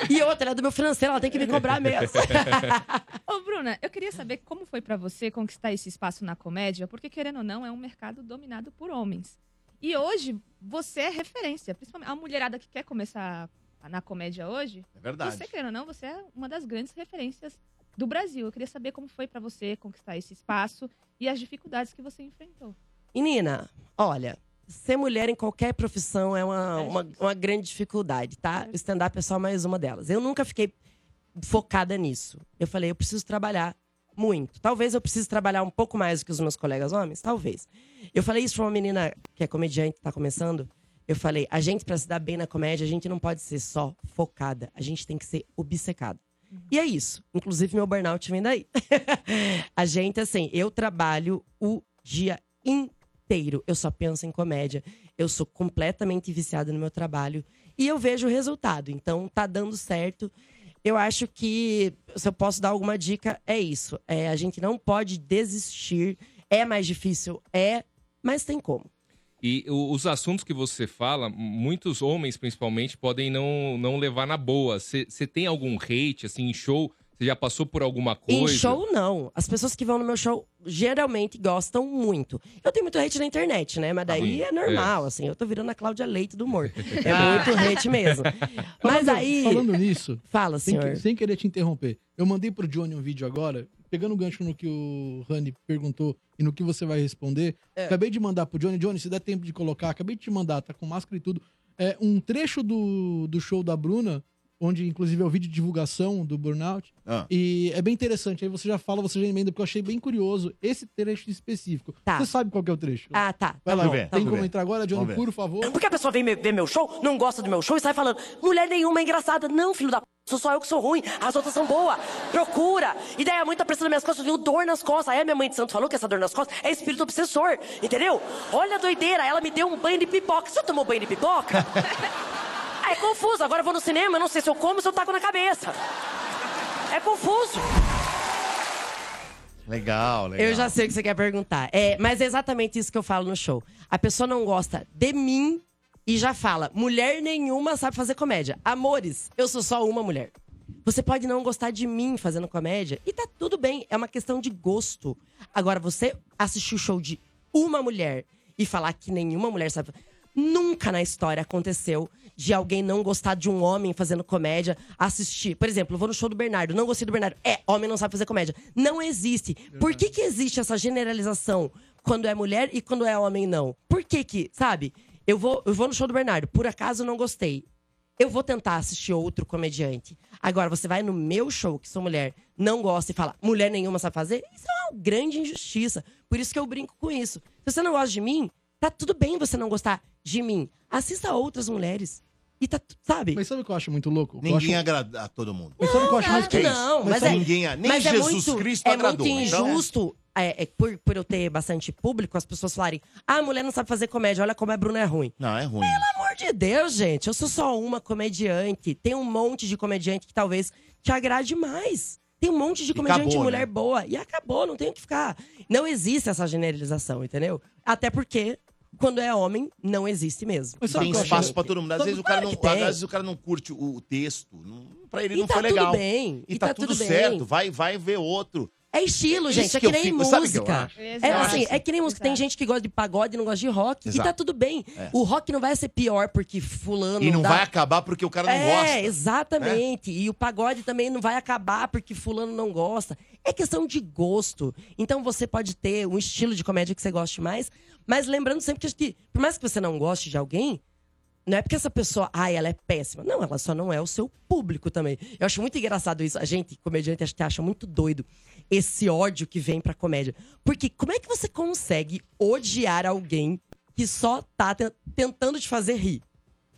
Speaker 9: e outra, ela é do meu financeiro, ela tem que me cobrar mesmo.
Speaker 4: Ô, Bruna, eu queria saber como foi pra você conquistar esse espaço na comédia, porque querendo ou não, é um mercado dominado por homens. E hoje você é referência, principalmente a mulherada que quer começar a- na comédia hoje.
Speaker 1: É verdade.
Speaker 4: Você querendo ou não, você é uma das grandes referências do Brasil. Eu queria saber como foi pra você conquistar esse espaço e as dificuldades que você enfrentou.
Speaker 9: E Nina, olha, ser mulher em qualquer profissão é uma, uma, uma grande dificuldade, tá? O stand-up é só mais uma delas. Eu nunca fiquei focada nisso. Eu falei, eu preciso trabalhar muito. Talvez eu precise trabalhar um pouco mais do que os meus colegas homens, talvez. Eu falei isso pra uma menina que é comediante, tá começando. Eu falei, a gente, pra se dar bem na comédia, a gente não pode ser só focada. A gente tem que ser obcecada. E é isso. Inclusive, meu burnout vem daí. a gente, assim, eu trabalho o dia inteiro. Eu só penso em comédia. Eu sou completamente viciada no meu trabalho. E eu vejo o resultado. Então, tá dando certo. Eu acho que, se eu posso dar alguma dica, é isso. É, a gente não pode desistir. É mais difícil? É, mas tem como.
Speaker 5: E o- os assuntos que você fala, muitos homens principalmente podem não, não levar na boa. Você tem algum hate, assim, em show? Você já passou por alguma
Speaker 9: Em
Speaker 5: coisa?
Speaker 9: show, não. As pessoas que vão no meu show geralmente gostam muito. Eu tenho muito hate na internet, né? Mas daí
Speaker 12: Sim,
Speaker 9: é normal,
Speaker 12: é.
Speaker 9: assim. Eu tô virando a Cláudia Leite do humor. É muito hate mesmo. Mas
Speaker 3: Falando-
Speaker 9: aí.
Speaker 3: Falando nisso.
Speaker 9: Fala,
Speaker 3: sem,
Speaker 9: senhor.
Speaker 3: sem querer te interromper. Eu mandei pro Johnny um vídeo agora, pegando o gancho no que o Rani perguntou e no que você vai responder.
Speaker 13: É.
Speaker 3: Acabei de mandar pro Johnny. Johnny, se der tempo de colocar, acabei de te mandar, tá com máscara e tudo. É um trecho do, do show da Bruna, onde inclusive é o vídeo de divulgação do Burnout.
Speaker 1: Ah.
Speaker 3: E é bem interessante. Aí você já fala, você já emenda, porque eu achei bem curioso esse trecho em específico. Você sabe qual que é o trecho?
Speaker 9: Tá. Ah, tá.
Speaker 3: Vai lá,
Speaker 9: Tá bom,
Speaker 3: tem
Speaker 9: tá bom.
Speaker 3: como entrar agora, Johnny,
Speaker 9: Vamos ver.
Speaker 3: por favor.
Speaker 9: Porque a pessoa vem me- ver meu show, não gosta do meu show e sai falando: mulher nenhuma é engraçada. Não, filho da p, sou só eu que sou ruim, as outras são boas. Procura. E daí a mãe tá prestando minhas costas, eu tenho dor nas costas. Aí a minha mãe de santo falou que essa dor nas costas é espírito obsessor, entendeu? Olha a doideira, ela me deu um banho de pipoca. Você tomou banho de pipoca? Ah, é confuso, agora eu vou no cinema, eu não sei se eu como ou se eu taco na cabeça. É confuso.
Speaker 1: Legal, legal.
Speaker 9: Eu já sei o que você quer perguntar. É, mas é exatamente isso que eu falo no show. A pessoa não gosta de mim e já fala: mulher nenhuma sabe fazer comédia. Amores, eu sou só uma mulher. Você pode não gostar de mim fazendo comédia e tá tudo bem, é uma questão de gosto. Agora, você assistir o show de uma mulher e falar que nenhuma mulher sabe. Nunca na história aconteceu de alguém não gostar de um homem fazendo comédia, assistir. Por exemplo, eu vou no show do Bernardo, não gostei do Bernardo. É, homem não sabe fazer comédia. Não existe. Por que, que existe essa generalização quando é mulher e quando é homem não? Por que que, sabe? Eu vou, eu vou no show do Bernardo, por acaso eu não gostei. Eu vou tentar assistir outro comediante. Agora, você vai no meu show, que sou mulher, não gosta e fala, mulher nenhuma sabe fazer? Isso é uma grande injustiça. Por isso que eu brinco com isso. Se você não gosta de mim, tá tudo bem você não gostar de mim. Assista outras mulheres. E tá, tu- sabe?
Speaker 3: Mas sabe o que eu acho muito louco?
Speaker 9: Eu
Speaker 1: Ninguém
Speaker 9: acho-
Speaker 1: agrada a todo mundo.
Speaker 3: Mas sabe o que eu acho mais
Speaker 9: Claro que
Speaker 3: triste?
Speaker 9: não, mas, é,
Speaker 1: ninguém, nem
Speaker 9: mas é
Speaker 1: Jesus
Speaker 9: muito-
Speaker 1: Cristo
Speaker 9: é
Speaker 1: agradou.
Speaker 9: muito
Speaker 1: então-
Speaker 9: injusto, é, é, por, por eu ter bastante público, as pessoas falarem, ah, a mulher não sabe fazer comédia, olha como a Bruna é ruim.
Speaker 1: Não, é ruim.
Speaker 9: Pelo amor de Deus, gente, eu sou só uma comediante. Tem um monte de comediante que talvez te agrade mais. Tem um monte de comediante
Speaker 12: acabou,
Speaker 9: mulher
Speaker 12: né?
Speaker 9: boa. E acabou, não tem o que ficar. Não existe essa generalização, entendeu? Até porque, quando é homem, não existe mesmo.
Speaker 1: Mas tem espaço pra todo mundo. Às vezes, o cara não,
Speaker 9: Claro que
Speaker 1: às
Speaker 9: tem.
Speaker 1: vezes o cara não curte o o texto. Não, pra ele
Speaker 9: E
Speaker 1: não
Speaker 9: tá
Speaker 1: foi
Speaker 9: tudo
Speaker 1: legal.
Speaker 9: bem,
Speaker 1: E,
Speaker 9: e
Speaker 1: tá,
Speaker 9: tá
Speaker 1: tudo,
Speaker 9: tudo bem.
Speaker 1: certo. Vai, vai ver outro.
Speaker 9: É estilo,
Speaker 1: Isso
Speaker 9: gente.
Speaker 1: que
Speaker 9: É que,
Speaker 1: eu
Speaker 9: nem
Speaker 1: fico- sabe o que eu
Speaker 9: música.
Speaker 1: acho?
Speaker 9: É assim,
Speaker 1: Exato.
Speaker 9: é que nem música. Tem gente que gosta de pagode e não gosta de rock. E tá
Speaker 1: Exato.
Speaker 9: tudo bem.
Speaker 1: É.
Speaker 9: O rock não vai ser pior porque fulano.
Speaker 1: E não
Speaker 9: dá-
Speaker 1: vai acabar porque o cara não
Speaker 9: é,
Speaker 1: gosta. né?
Speaker 9: exatamente. E o pagode também não vai acabar porque fulano não gosta. É questão de gosto. Então você pode ter um estilo de comédia que você goste mais, mas lembrando sempre que, acho que por mais que você não goste de alguém, não é porque essa pessoa, ai, ela é péssima. Não, ela só não é o seu público também. Eu acho muito engraçado isso. A gente, comediante, acho que acha muito doido esse ódio que vem pra comédia. Porque como é que você consegue odiar alguém que só tá te- tentando te fazer rir?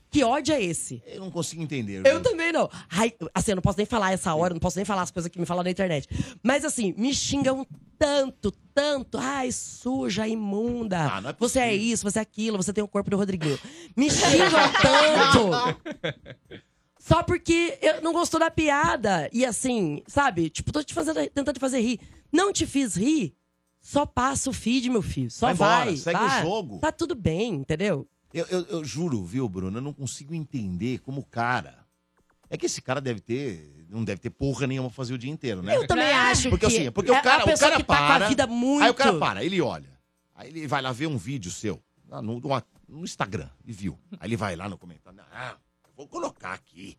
Speaker 9: Que ódio é esse?
Speaker 1: Eu não consigo entender.
Speaker 9: Eu também não. Ai, assim, eu não posso nem falar essa hora, não posso nem falar as coisas que me falam na internet. Mas assim, me xingam tanto, tanto. Ai, suja, imunda.
Speaker 1: Ah,
Speaker 9: você é isso, você é aquilo, você tem o corpo do Rodriguinho. Me xingam tanto. Só porque eu não gostou da piada. E assim, sabe? Tipo, tô te fazendo, tentando te fazer rir. Não te fiz rir, só passa o feed, meu filho. Só
Speaker 1: Vai
Speaker 9: vai.
Speaker 1: embora, segue
Speaker 9: vai.
Speaker 1: o jogo.
Speaker 9: Tá tudo bem, entendeu?
Speaker 1: Eu, eu- eu juro, viu, Bruno? Eu não consigo entender como o cara. É que esse cara deve ter. Não deve ter porra nenhuma pra fazer o dia inteiro, né?
Speaker 9: Eu também acho
Speaker 1: porque,
Speaker 9: que
Speaker 1: Assim, porque
Speaker 9: é
Speaker 1: o
Speaker 9: a
Speaker 1: cara, o
Speaker 9: pessoa
Speaker 1: cara
Speaker 9: que tá com a
Speaker 1: para.
Speaker 9: vida muito-
Speaker 1: Aí o cara para, ele olha. Aí ele vai lá ver um vídeo seu. lá No, no- no Instagram, e viu. Aí ele vai lá no comentário. Ah, eu vou colocar aqui.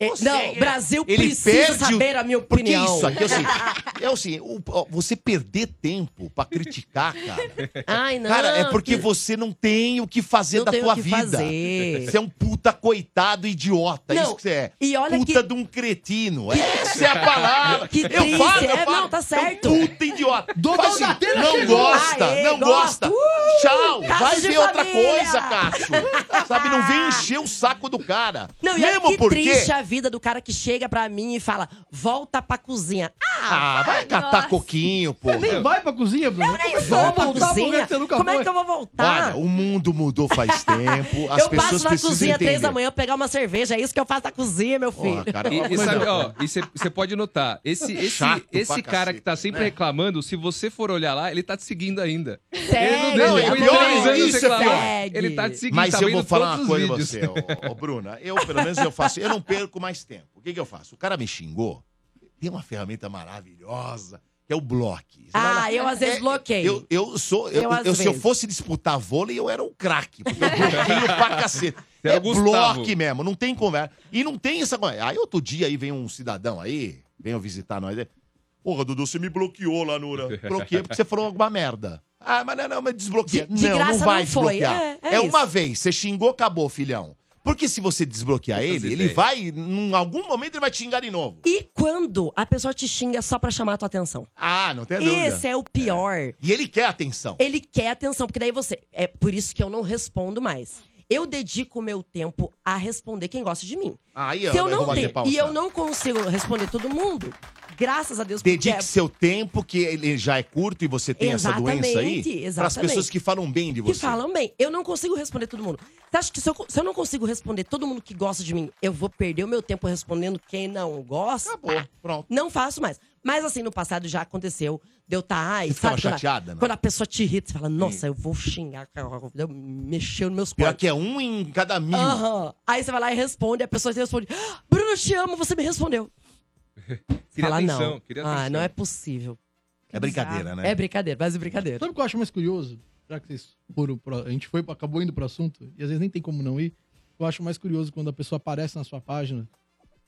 Speaker 9: É,
Speaker 1: Você-
Speaker 9: não, o Brasil
Speaker 1: Ele
Speaker 9: precisa
Speaker 1: perde o-
Speaker 9: saber a minha
Speaker 1: Porque
Speaker 9: opinião.
Speaker 1: isso aqui é o seguinte, é o seguinte, o- ó, você perder tempo pra criticar, cara.
Speaker 9: Ai, não,
Speaker 1: Cara, é porque
Speaker 9: que-
Speaker 1: você não tem o que fazer
Speaker 9: Não
Speaker 1: da
Speaker 9: tem o
Speaker 1: tua
Speaker 9: que
Speaker 1: vida.
Speaker 9: fazer.
Speaker 1: Você é um puta coitado idiota,
Speaker 9: Não,
Speaker 1: isso que você é.
Speaker 9: e olha
Speaker 1: puta de um cretino. Essa é a palavra.
Speaker 9: Que
Speaker 1: eu
Speaker 9: triste,
Speaker 1: falo, eu
Speaker 9: é,
Speaker 1: falo.
Speaker 9: não, tá certo.
Speaker 1: É um puta idiota.
Speaker 9: Dona
Speaker 1: Faz assim,
Speaker 9: Datena
Speaker 1: não
Speaker 9: chegou.
Speaker 1: gosta,
Speaker 9: Aê,
Speaker 1: não gosta.
Speaker 9: gosto. Uh,
Speaker 1: Tchau,
Speaker 9: Casos
Speaker 1: vai
Speaker 9: de
Speaker 1: ver outra
Speaker 9: família.
Speaker 1: coisa, Cássio. Sabe, não vem encher o saco do cara.
Speaker 9: Não, e olha
Speaker 1: Mesmo
Speaker 9: que
Speaker 1: porque...
Speaker 9: triste a vida do cara que chega pra mim e fala, volta pra cozinha.
Speaker 1: Ah, vai catar coquinho, pô.
Speaker 3: Você nem vai pra cozinha, Bruno.
Speaker 9: nem
Speaker 3: Como é que
Speaker 9: vou
Speaker 3: você vai
Speaker 9: pra
Speaker 3: voltar pro lugar
Speaker 9: cozinha.
Speaker 3: que você nunca
Speaker 9: Como é
Speaker 3: foi?
Speaker 9: que eu vou voltar?
Speaker 1: Olha, o mundo mudou faz tempo. As
Speaker 9: eu
Speaker 1: pessoas
Speaker 9: passo na
Speaker 1: precisam
Speaker 9: cozinha às
Speaker 1: entender.
Speaker 9: três da manhã pegar uma cerveja. É isso que eu faço na cozinha, meu filho.
Speaker 1: cara, é-
Speaker 5: E- E sabe, ó, e você pode notar, esse, esse,
Speaker 1: Chato pra
Speaker 5: esse cara
Speaker 1: cacete,
Speaker 5: que tá sempre
Speaker 1: né?
Speaker 5: reclamando, se você for olhar lá, ele tá te seguindo ainda.
Speaker 9: Sério?
Speaker 5: Ele não
Speaker 1: Não,
Speaker 5: deixa
Speaker 1: é
Speaker 5: foi
Speaker 1: pior,
Speaker 5: três anos
Speaker 1: isso é
Speaker 5: reclamando.
Speaker 1: pior.
Speaker 5: Ele tá te seguindo,
Speaker 1: Mas
Speaker 5: tá
Speaker 1: eu
Speaker 5: vendo
Speaker 1: vou falar uma
Speaker 5: todos
Speaker 1: coisa
Speaker 5: os
Speaker 1: pra
Speaker 5: vídeos.
Speaker 1: você, ô, ô, Bruna. Eu, pelo menos, eu faço. Eu não perco mais tempo. O que, que eu faço? O cara me xingou. Tem uma ferramenta maravilhosa, que é o bloque. Você vai lá- É,
Speaker 9: Ah, eu às vezes bloqueio.
Speaker 1: Eu, eu sou. Eu,
Speaker 9: Eu, às
Speaker 1: eu- se eu
Speaker 9: vezes.
Speaker 1: fosse disputar vôlei, eu era um craque. Porque eu bloqueio pra cacete.
Speaker 5: Você era
Speaker 1: É
Speaker 5: o Gustavo.
Speaker 1: bloque mesmo, não tem conversa. E não tem essa conversa. Aí outro dia aí vem um cidadão aí, veio visitar nós. aí, Porra, Dudu, você me bloqueou lá no. Bloqueei porque você falou alguma merda. Ah, mas não, não, mas desbloqueia.
Speaker 9: De- de
Speaker 1: não,
Speaker 9: graça
Speaker 1: não vai
Speaker 9: não foi.
Speaker 1: desbloquear.
Speaker 9: É,
Speaker 1: É,
Speaker 9: é
Speaker 1: uma vez, você xingou, acabou, filhão. Porque se você desbloquear
Speaker 5: Outras
Speaker 1: ele, ele
Speaker 5: ideias.
Speaker 1: vai, em algum momento ele vai te xingar de novo.
Speaker 9: E quando a pessoa te xinga só pra chamar a tua atenção?
Speaker 1: Ah, não tem dúvida.
Speaker 9: Esse é o pior.
Speaker 1: E ele quer atenção.
Speaker 9: Ele quer atenção, porque daí você. É por isso que eu não respondo mais. Eu dedico o meu tempo a responder quem gosta de mim.
Speaker 1: Aí
Speaker 9: Se eu
Speaker 1: vou
Speaker 9: não
Speaker 1: bater
Speaker 9: tenho,
Speaker 1: pausa.
Speaker 9: e eu não consigo responder todo mundo, graças a Deus, porque é
Speaker 1: Dedique seu tempo, que ele já é curto e você tem essa doença aí.
Speaker 9: Exatamente,
Speaker 1: Para as pessoas
Speaker 9: exatamente.
Speaker 1: que falam bem de
Speaker 9: que
Speaker 1: você.
Speaker 9: falam bem. Eu não consigo responder todo mundo. Você acha que se eu, se eu não consigo responder todo mundo que gosta de mim, eu vou perder o meu tempo respondendo quem não gosta?
Speaker 1: Acabou, pronto.
Speaker 9: Não faço mais. Mas assim, no passado já aconteceu. Deu tá, ai,
Speaker 1: Você ficava
Speaker 9: sabe, quando a-
Speaker 1: chateada, não?
Speaker 9: Quando a pessoa te irrita, você fala, nossa, eu vou xingar. eu- Mexeu nos meus
Speaker 1: Pior
Speaker 9: cortes.
Speaker 1: que é um em cada mil.
Speaker 9: Aham. Aí você vai lá e responde, a pessoa te responde, "Ah, Bruno, eu te amo, você me respondeu.
Speaker 5: Queria
Speaker 9: Fala,
Speaker 5: atenção,
Speaker 9: não.
Speaker 5: queria
Speaker 9: ah,
Speaker 5: atenção.
Speaker 9: não é possível.
Speaker 1: É brincadeira, né?
Speaker 9: É brincadeira, mas é brincadeira.
Speaker 3: Sabe o que eu acho mais curioso? Já que vocês foram pro- A gente foi, acabou indo pro assunto, e às vezes nem tem como não ir. Eu acho mais curioso quando a pessoa aparece na sua página,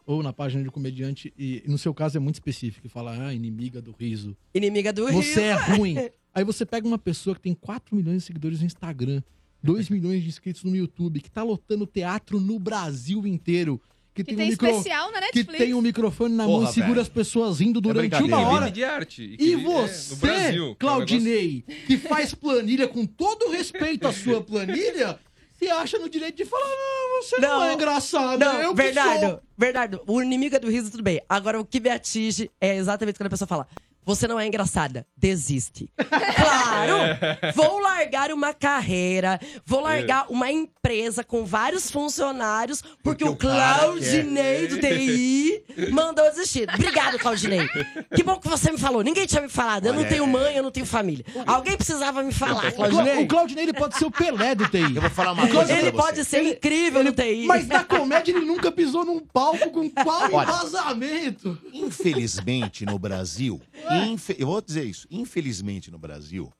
Speaker 3: ou na página de um comediante, e no seu caso é muito específico, e fala, ah, inimiga do riso.
Speaker 9: Inimiga do
Speaker 3: Você é
Speaker 9: riso.
Speaker 3: ruim. Aí você pega uma pessoa que tem 4 milhões de seguidores no Instagram, 2 milhões de inscritos no YouTube, que tá lotando teatro no Brasil inteiro. Que,
Speaker 4: Que
Speaker 3: tem,
Speaker 4: tem
Speaker 3: um micro-
Speaker 4: especial na
Speaker 3: Que
Speaker 4: Netflix.
Speaker 3: tem um microfone na mão
Speaker 1: Porra,
Speaker 3: e segura
Speaker 1: velho.
Speaker 3: as pessoas rindo durante
Speaker 1: brincadeira,
Speaker 3: uma
Speaker 1: né?
Speaker 3: hora.
Speaker 5: Vive de arte. E, que-
Speaker 3: E
Speaker 5: é,
Speaker 3: você,
Speaker 5: no Brasil, que é um negócio-
Speaker 3: Claudinei, que faz planilha com todo respeito à sua planilha, se acha no direito de falar, não, você não,
Speaker 9: Não.
Speaker 3: é engraçado. eu
Speaker 9: Não,
Speaker 3: que
Speaker 9: Bernardo,
Speaker 3: sou."
Speaker 9: Bernardo, o inimiga do riso, tudo bem. Agora, o que me atinge é exatamente quando a pessoa fala: Você não é engraçada, desiste. claro! Vou largar uma carreira, vou largar uma empresa com vários funcionários, porque,
Speaker 1: Porque
Speaker 9: o
Speaker 1: o cara
Speaker 9: Claudinei do TI mandou desistir. Obrigado, Claudinei. Que bom que você me falou. Ninguém tinha me falado. Eu não
Speaker 1: Olha,
Speaker 9: tenho
Speaker 1: é.
Speaker 9: mãe, eu não tenho família. Alguém precisava me falar,
Speaker 3: O Cla-
Speaker 9: Claudinei.
Speaker 3: O Claudinei ele pode ser o Pelé do TI.
Speaker 1: Eu vou falar uma coisa
Speaker 9: Ele
Speaker 1: pra você.
Speaker 9: pode ser incrível no TI.
Speaker 3: Mas na comédia ele nunca pisou num palco com qual
Speaker 1: Olha.
Speaker 3: embasamento.
Speaker 1: Infelizmente, no Brasil, infe- eu vou dizer isso, infelizmente no Brasil,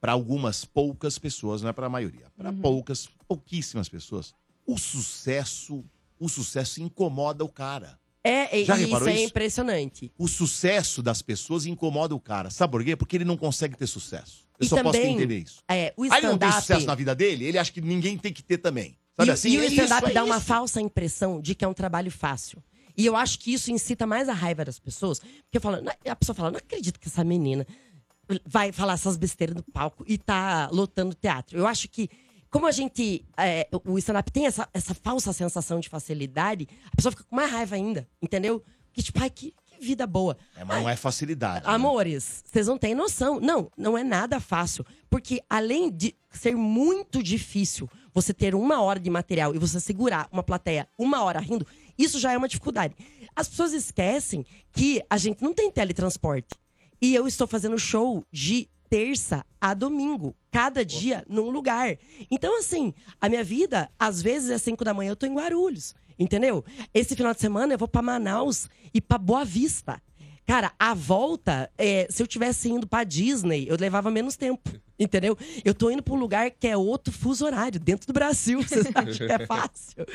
Speaker 1: para algumas poucas pessoas, não é para a maioria, para
Speaker 9: Uhum.
Speaker 1: poucas, pouquíssimas pessoas, o sucesso, o sucesso incomoda o cara.
Speaker 9: É, e
Speaker 1: Já
Speaker 9: e
Speaker 1: reparou
Speaker 9: isso é
Speaker 1: isso?
Speaker 9: impressionante.
Speaker 1: O sucesso das pessoas incomoda o cara. Sabe por quê? Porque ele não consegue ter sucesso. Eu
Speaker 9: E
Speaker 1: só posso
Speaker 9: também,
Speaker 1: entender isso.
Speaker 9: É, o
Speaker 1: Aí ele não
Speaker 9: stand-up.
Speaker 1: tem sucesso na vida dele, ele acha que ninguém tem que ter também. Sabe
Speaker 9: e,
Speaker 1: assim?
Speaker 9: e o
Speaker 1: É isso,
Speaker 9: stand-up
Speaker 1: é
Speaker 9: dá uma
Speaker 1: isso.
Speaker 9: falsa impressão de que é um trabalho fácil. E eu acho que isso incita mais a raiva das pessoas. Porque eu falo, "Não- a pessoa fala, não acredito que essa menina vai falar essas besteiras no palco e tá lotando teatro. Eu acho que, como a gente. é, o stand-up tem essa, essa falsa sensação de facilidade, a pessoa fica com mais raiva ainda, entendeu? Que tipo, ai, que, que vida boa.
Speaker 1: É, mas não é facilidade. né?
Speaker 9: Amores, vocês não têm noção. Não, não é nada fácil. Porque além de ser muito difícil você ter uma hora de material e você segurar uma plateia uma hora rindo, isso já é uma dificuldade. As pessoas esquecem que a gente não tem teletransporte. E eu estou fazendo show de terça a domingo, cada dia num lugar. Então, assim, a minha vida, às vezes é 5 da manhã, eu tô em Guarulhos. Entendeu? Esse final de semana eu vou pra Manaus e pra Boa Vista. Cara, a volta, é, se eu tivesse indo pra Disney, eu levava menos tempo. Entendeu? Eu tô indo pra um lugar que é outro fuso horário, dentro do Brasil. Vocês acham que é fácil?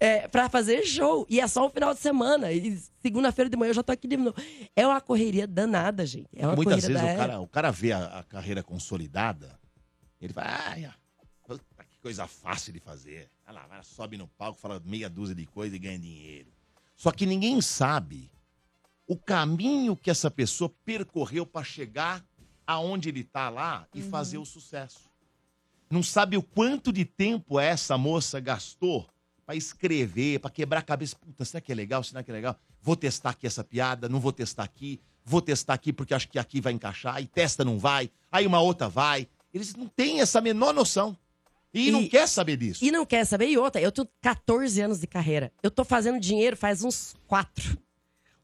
Speaker 9: É, pra fazer show. E é só um final de semana. E segunda-feira de manhã eu já tô aqui de novo. É uma correria danada, gente. É uma
Speaker 1: Muitas
Speaker 9: correria
Speaker 1: vezes o
Speaker 9: danada.
Speaker 1: cara, o cara vê a, a carreira consolidada, ele fala, ai, ah, puta, que coisa fácil de fazer. Olha lá, vai lá, sobe no palco, fala meia dúzia de coisa e ganha dinheiro. Só que ninguém sabe o caminho que essa pessoa percorreu para chegar aonde ele tá lá
Speaker 9: Uhum.
Speaker 1: e fazer o sucesso. Não sabe o quanto de tempo essa moça gastou para escrever, para quebrar a cabeça. Puta, será que é legal? Será que é legal? Vou testar aqui essa piada, não vou testar aqui. Vou testar aqui porque acho que aqui vai encaixar. Aí testa, não vai. Aí uma outra vai. Eles não têm essa menor noção. E, não quer saber disso.
Speaker 9: E não quer saber. E outra, eu tenho 14 anos de carreira. Eu tô fazendo dinheiro faz uns 4.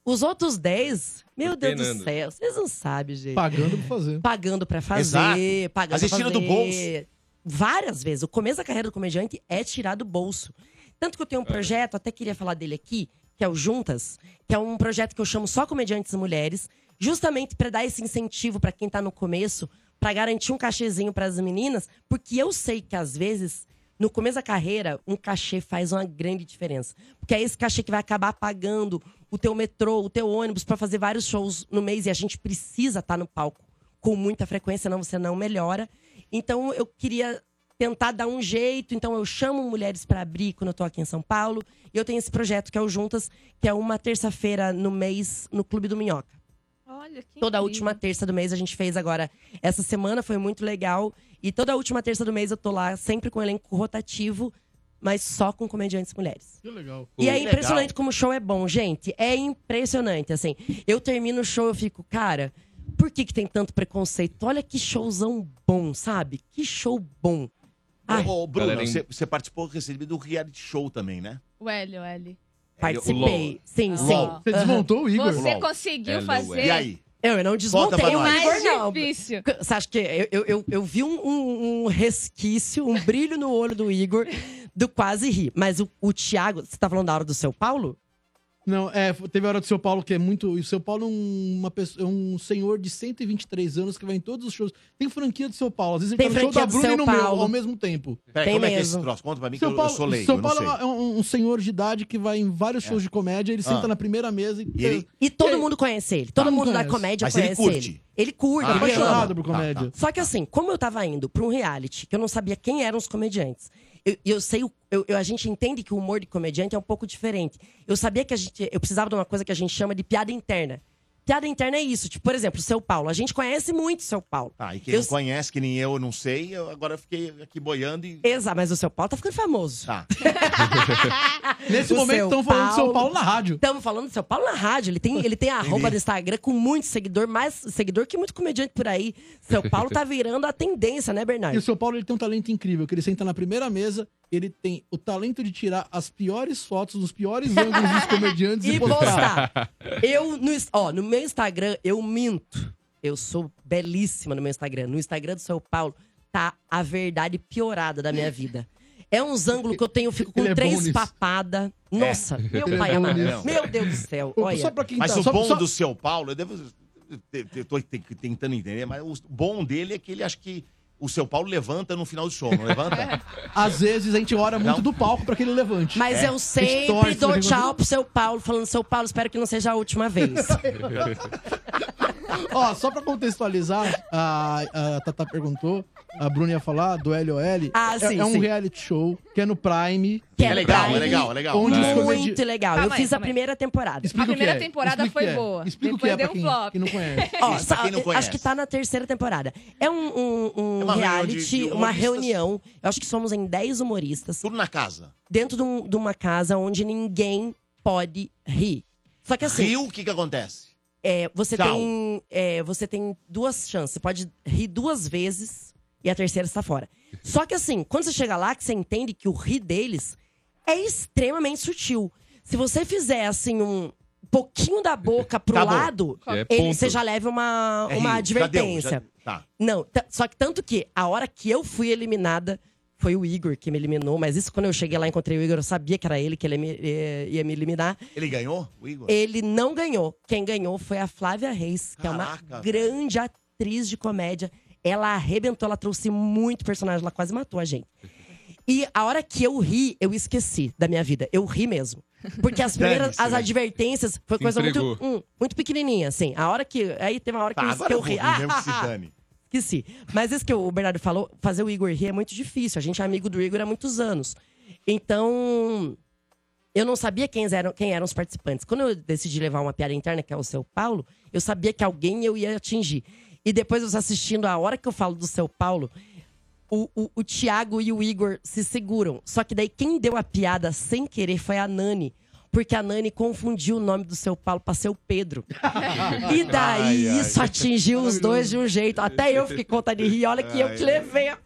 Speaker 9: Os outros 10, meu Deus do
Speaker 3: penando.
Speaker 9: céu, vocês não sabem, gente.
Speaker 3: Pagando pra fazer.
Speaker 9: Pagando pra fazer.
Speaker 3: Exato.
Speaker 9: Pagando
Speaker 3: Assistindo
Speaker 9: pra
Speaker 3: do
Speaker 9: fazer. Várias vezes. O começo da carreira do comediante é tirar do bolso. Tanto que eu tenho um projeto, até queria falar dele aqui, que é o Juntas, que é um projeto que eu chamo só comediantes mulheres, justamente pra dar esse incentivo pra quem tá no começo, pra garantir um cachezinho pras meninas, porque eu sei que às vezes no começo da carreira, um cachê faz uma grande diferença. Porque é esse cachê que vai acabar pagando o teu metrô, o teu ônibus pra fazer vários shows no mês e a gente precisa estar no palco com muita frequência, senão você não melhora. Então eu queria tentar dar um jeito, então eu chamo mulheres pra abrir quando eu tô aqui em São Paulo. E eu tenho esse projeto que é o Juntas, que é uma terça-feira no mês no Clube do Minhoca.
Speaker 4: Olha, que
Speaker 9: Toda
Speaker 4: incrível.
Speaker 9: última terça do mês a gente fez agora. Essa semana foi muito legal. E toda última terça do mês eu tô lá, sempre com um elenco rotativo, mas só com comediantes mulheres.
Speaker 3: Que legal.
Speaker 9: E é impressionante como o show é bom, gente. É impressionante, assim. Eu termino o show, eu fico, cara, por que, que tem tanto preconceito? Olha que showzão bom, sabe? Que show bom.
Speaker 3: É,
Speaker 9: Ai.
Speaker 1: Ô, ô, Bruno,
Speaker 9: Galera, hein?
Speaker 1: você, você participou recebido do reality show também, né?
Speaker 4: O Hélio, o Hélio.
Speaker 9: Participei. Sim, sim.
Speaker 1: LOL. Você desmontou o Igor?
Speaker 4: Você
Speaker 1: LOL.
Speaker 4: conseguiu
Speaker 1: Hello,
Speaker 4: fazer.
Speaker 1: Hélio.
Speaker 4: É
Speaker 1: E aí?
Speaker 9: Eu, eu não
Speaker 1: Conta pra
Speaker 9: desmontei o
Speaker 1: nós.
Speaker 9: Igor,
Speaker 1: Mais
Speaker 9: não. Você acha que eu, eu, eu, eu vi um, um- um resquício, um brilho no olho do Igor do quase rir. Mas o, o Thiago, você tá falando da hora do seu Paulo?
Speaker 3: Não, é, teve a hora do São Paulo que é muito. E o São Paulo é um- uma pessoa, é um senhor de 123 anos que vai em todos os shows. Tem franquia do São Paulo. Às vezes ele
Speaker 9: Tem
Speaker 3: tá no show da
Speaker 9: franquia do
Speaker 3: Bruna e
Speaker 9: São
Speaker 3: no meu
Speaker 9: Paulo.
Speaker 3: ao mesmo tempo.
Speaker 1: Peraí,
Speaker 9: Tem
Speaker 1: como é que é
Speaker 9: mesmo.
Speaker 1: esse troço? Conta pra mim, que
Speaker 3: São
Speaker 1: eu-
Speaker 3: Paulo,
Speaker 1: eu sou leigo,
Speaker 3: São
Speaker 1: eu
Speaker 3: Paulo
Speaker 1: não sei. É.
Speaker 3: é um, um senhor de idade que vai em vários shows de comédia, ele senta
Speaker 1: Ah.
Speaker 3: na primeira mesa e. tá
Speaker 1: E ele-
Speaker 9: E todo mundo conhece ele. Todo
Speaker 3: Todo
Speaker 9: mundo da
Speaker 3: conhece.
Speaker 9: comédia
Speaker 3: Mas ele
Speaker 9: conhece
Speaker 3: curte.
Speaker 9: ele. Ele curte.
Speaker 3: Ah,
Speaker 9: ele
Speaker 3: apaixonado
Speaker 9: ama.
Speaker 3: por comédia. Tá, tá.
Speaker 9: Só que assim, como eu tava indo pra um reality, que eu não sabia quem eram os comediantes. Eu, eu sei, o- eu, eu- a gente entende que o humor de comediante é um pouco diferente. Eu sabia que a gente, eu precisava de uma coisa que a gente chama de piada interna. Piada interna é isso. Tipo, por exemplo, o São Paulo. A gente conhece muito o São Paulo.
Speaker 1: Ah, e quem
Speaker 9: Eu-
Speaker 1: não conhece, que nem eu, não sei, eu agora fiquei aqui boiando e...
Speaker 9: Exato, mas o São Paulo tá ficando famoso.
Speaker 1: Tá.
Speaker 3: Nesse
Speaker 9: O
Speaker 3: momento
Speaker 9: São
Speaker 3: estão falando de São Paulo na rádio.
Speaker 9: Estamos falando de São Paulo na rádio. Ele tem, ele tem a arroba do Instagram com muito seguidor, mais seguidor que muito comediante por aí. São Paulo tá virando a tendência, né, Bernardo?
Speaker 3: E o São Paulo ele tem um talento incrível, que ele senta na primeira mesa, ele tem o talento de tirar as piores fotos dos piores ângulos dos comediantes e,
Speaker 9: E postar. Eu, no, ins- ó, no meu Instagram, eu minto. Eu sou belíssima no meu Instagram. No Instagram do São Paulo, tá a verdade piorada da minha vida. É uns ângulos que eu tenho, eu fico com
Speaker 3: Ele é bom
Speaker 9: três
Speaker 3: nisso.
Speaker 9: papadas. Nossa,
Speaker 1: Ele
Speaker 9: meu
Speaker 1: é
Speaker 9: pai
Speaker 1: bom
Speaker 9: amado.
Speaker 1: nisso.
Speaker 9: Meu Deus do céu. Olha.
Speaker 1: Mas
Speaker 3: tá, Então,
Speaker 1: o bom do São Paulo, eu devo. eu te- Eu tô te- tentando entender, mas o bom dele é que ele acha que o São Paulo levanta no final do show, não levanta?
Speaker 9: É,
Speaker 3: Às vezes a gente ora muito do palco pra que ele levante.
Speaker 9: Mas
Speaker 1: É. né,
Speaker 9: eu
Speaker 3: A gente
Speaker 9: sempre
Speaker 3: torce pra
Speaker 9: dou
Speaker 3: que-
Speaker 9: tchau pro São Paulo, falando São Paulo, espero que não seja a última vez.
Speaker 3: Ó, só pra contextualizar, a, a Tata perguntou, a Bruna ia falar do LOL.
Speaker 9: Ah,
Speaker 3: É-
Speaker 9: sim,
Speaker 3: é, um
Speaker 9: sim.
Speaker 3: reality show que é no Prime.
Speaker 9: Que é É legal,
Speaker 1: Prime, é legal, é legal.
Speaker 3: Onde os
Speaker 9: Muito
Speaker 3: comedi-
Speaker 9: legal. eu
Speaker 4: Calma aí,
Speaker 9: fiz a
Speaker 4: calma aí.
Speaker 9: primeira temporada.
Speaker 3: Explica
Speaker 4: A o que primeira é. temporada Explica o foi que é. boa. Explica o que Depois é pra deu um quem- flop. quem não conhece.
Speaker 9: Ó,
Speaker 4: Isso, pra
Speaker 9: só-
Speaker 4: quem não
Speaker 9: eu
Speaker 4: conhece.
Speaker 9: Acho que tá na terceira temporada. É um, um- um
Speaker 1: É uma reunião de-
Speaker 9: reality,
Speaker 1: de
Speaker 9: uma
Speaker 1: humoristas.
Speaker 9: reunião. Eu acho que somos em 10 humoristas.
Speaker 1: Tudo na casa.
Speaker 9: Dentro de, um- de uma casa onde ninguém pode rir. Só que assim.
Speaker 1: Rio, o que que acontece?
Speaker 9: É, você,
Speaker 1: Tchau.
Speaker 9: tem, é, você tem duas chances. Você pode rir duas vezes e a terceira está fora. Só que assim, quando você chega lá, que você entende que o rir deles é extremamente sutil. Se você fizer assim um pouquinho da boca pro
Speaker 1: Acabou.
Speaker 9: lado,
Speaker 1: É
Speaker 9: ele,
Speaker 1: ponto.
Speaker 9: você já leva uma,
Speaker 1: É
Speaker 9: uma
Speaker 1: Rio, já deu,
Speaker 9: advertência.
Speaker 1: já- tá.
Speaker 9: Não, t- só que tanto que a hora que eu fui eliminada, foi o Igor que me eliminou, mas isso quando eu cheguei lá, encontrei o Igor, eu sabia que era ele que ele ia me- eh, ia me eliminar.
Speaker 1: Ele ganhou, o Igor?
Speaker 9: Ele não ganhou. Quem ganhou foi a Flávia Reis, que é uma
Speaker 1: Caraca,
Speaker 9: grande atriz de comédia. Ela arrebentou, ela trouxe muito personagem, ela quase matou a gente. E a hora que eu ri, eu esqueci da minha vida. Eu ri mesmo. Porque as primeiras
Speaker 12: Dane-se,
Speaker 9: as
Speaker 12: né?
Speaker 9: advertências foi
Speaker 12: Se
Speaker 9: coisa muito,
Speaker 12: entregou.
Speaker 9: hum, muito pequenininha, assim. A hora que. Aí teve uma hora que,
Speaker 12: Tá,
Speaker 9: eu-
Speaker 12: agora
Speaker 9: que eu
Speaker 12: eu vou
Speaker 9: ri.
Speaker 12: rir mesmo que se dane.
Speaker 9: Esqueci. Mas isso que o Bernardo falou, fazer o Igor rir é muito difícil. A gente é amigo do Igor há muitos anos. Então, eu não sabia quem eram, quem eram os participantes. Quando eu decidi levar uma piada interna, que é o seu Paulo, eu sabia que alguém eu ia atingir. E depois, eu assistindo, a hora que eu falo do seu Paulo, o, o, o Thiago e o Igor se seguram. Só que daí quem deu a piada sem querer foi a Nani. Porque a Nani confundiu o nome do seu Paulo para seu Pedro. e daí
Speaker 12: Ai, ai.
Speaker 9: isso atingiu os dois de um jeito. Até eu fiquei com vontade de rir. Olha que eu
Speaker 1: Ai,
Speaker 9: que
Speaker 1: ai.
Speaker 9: levei a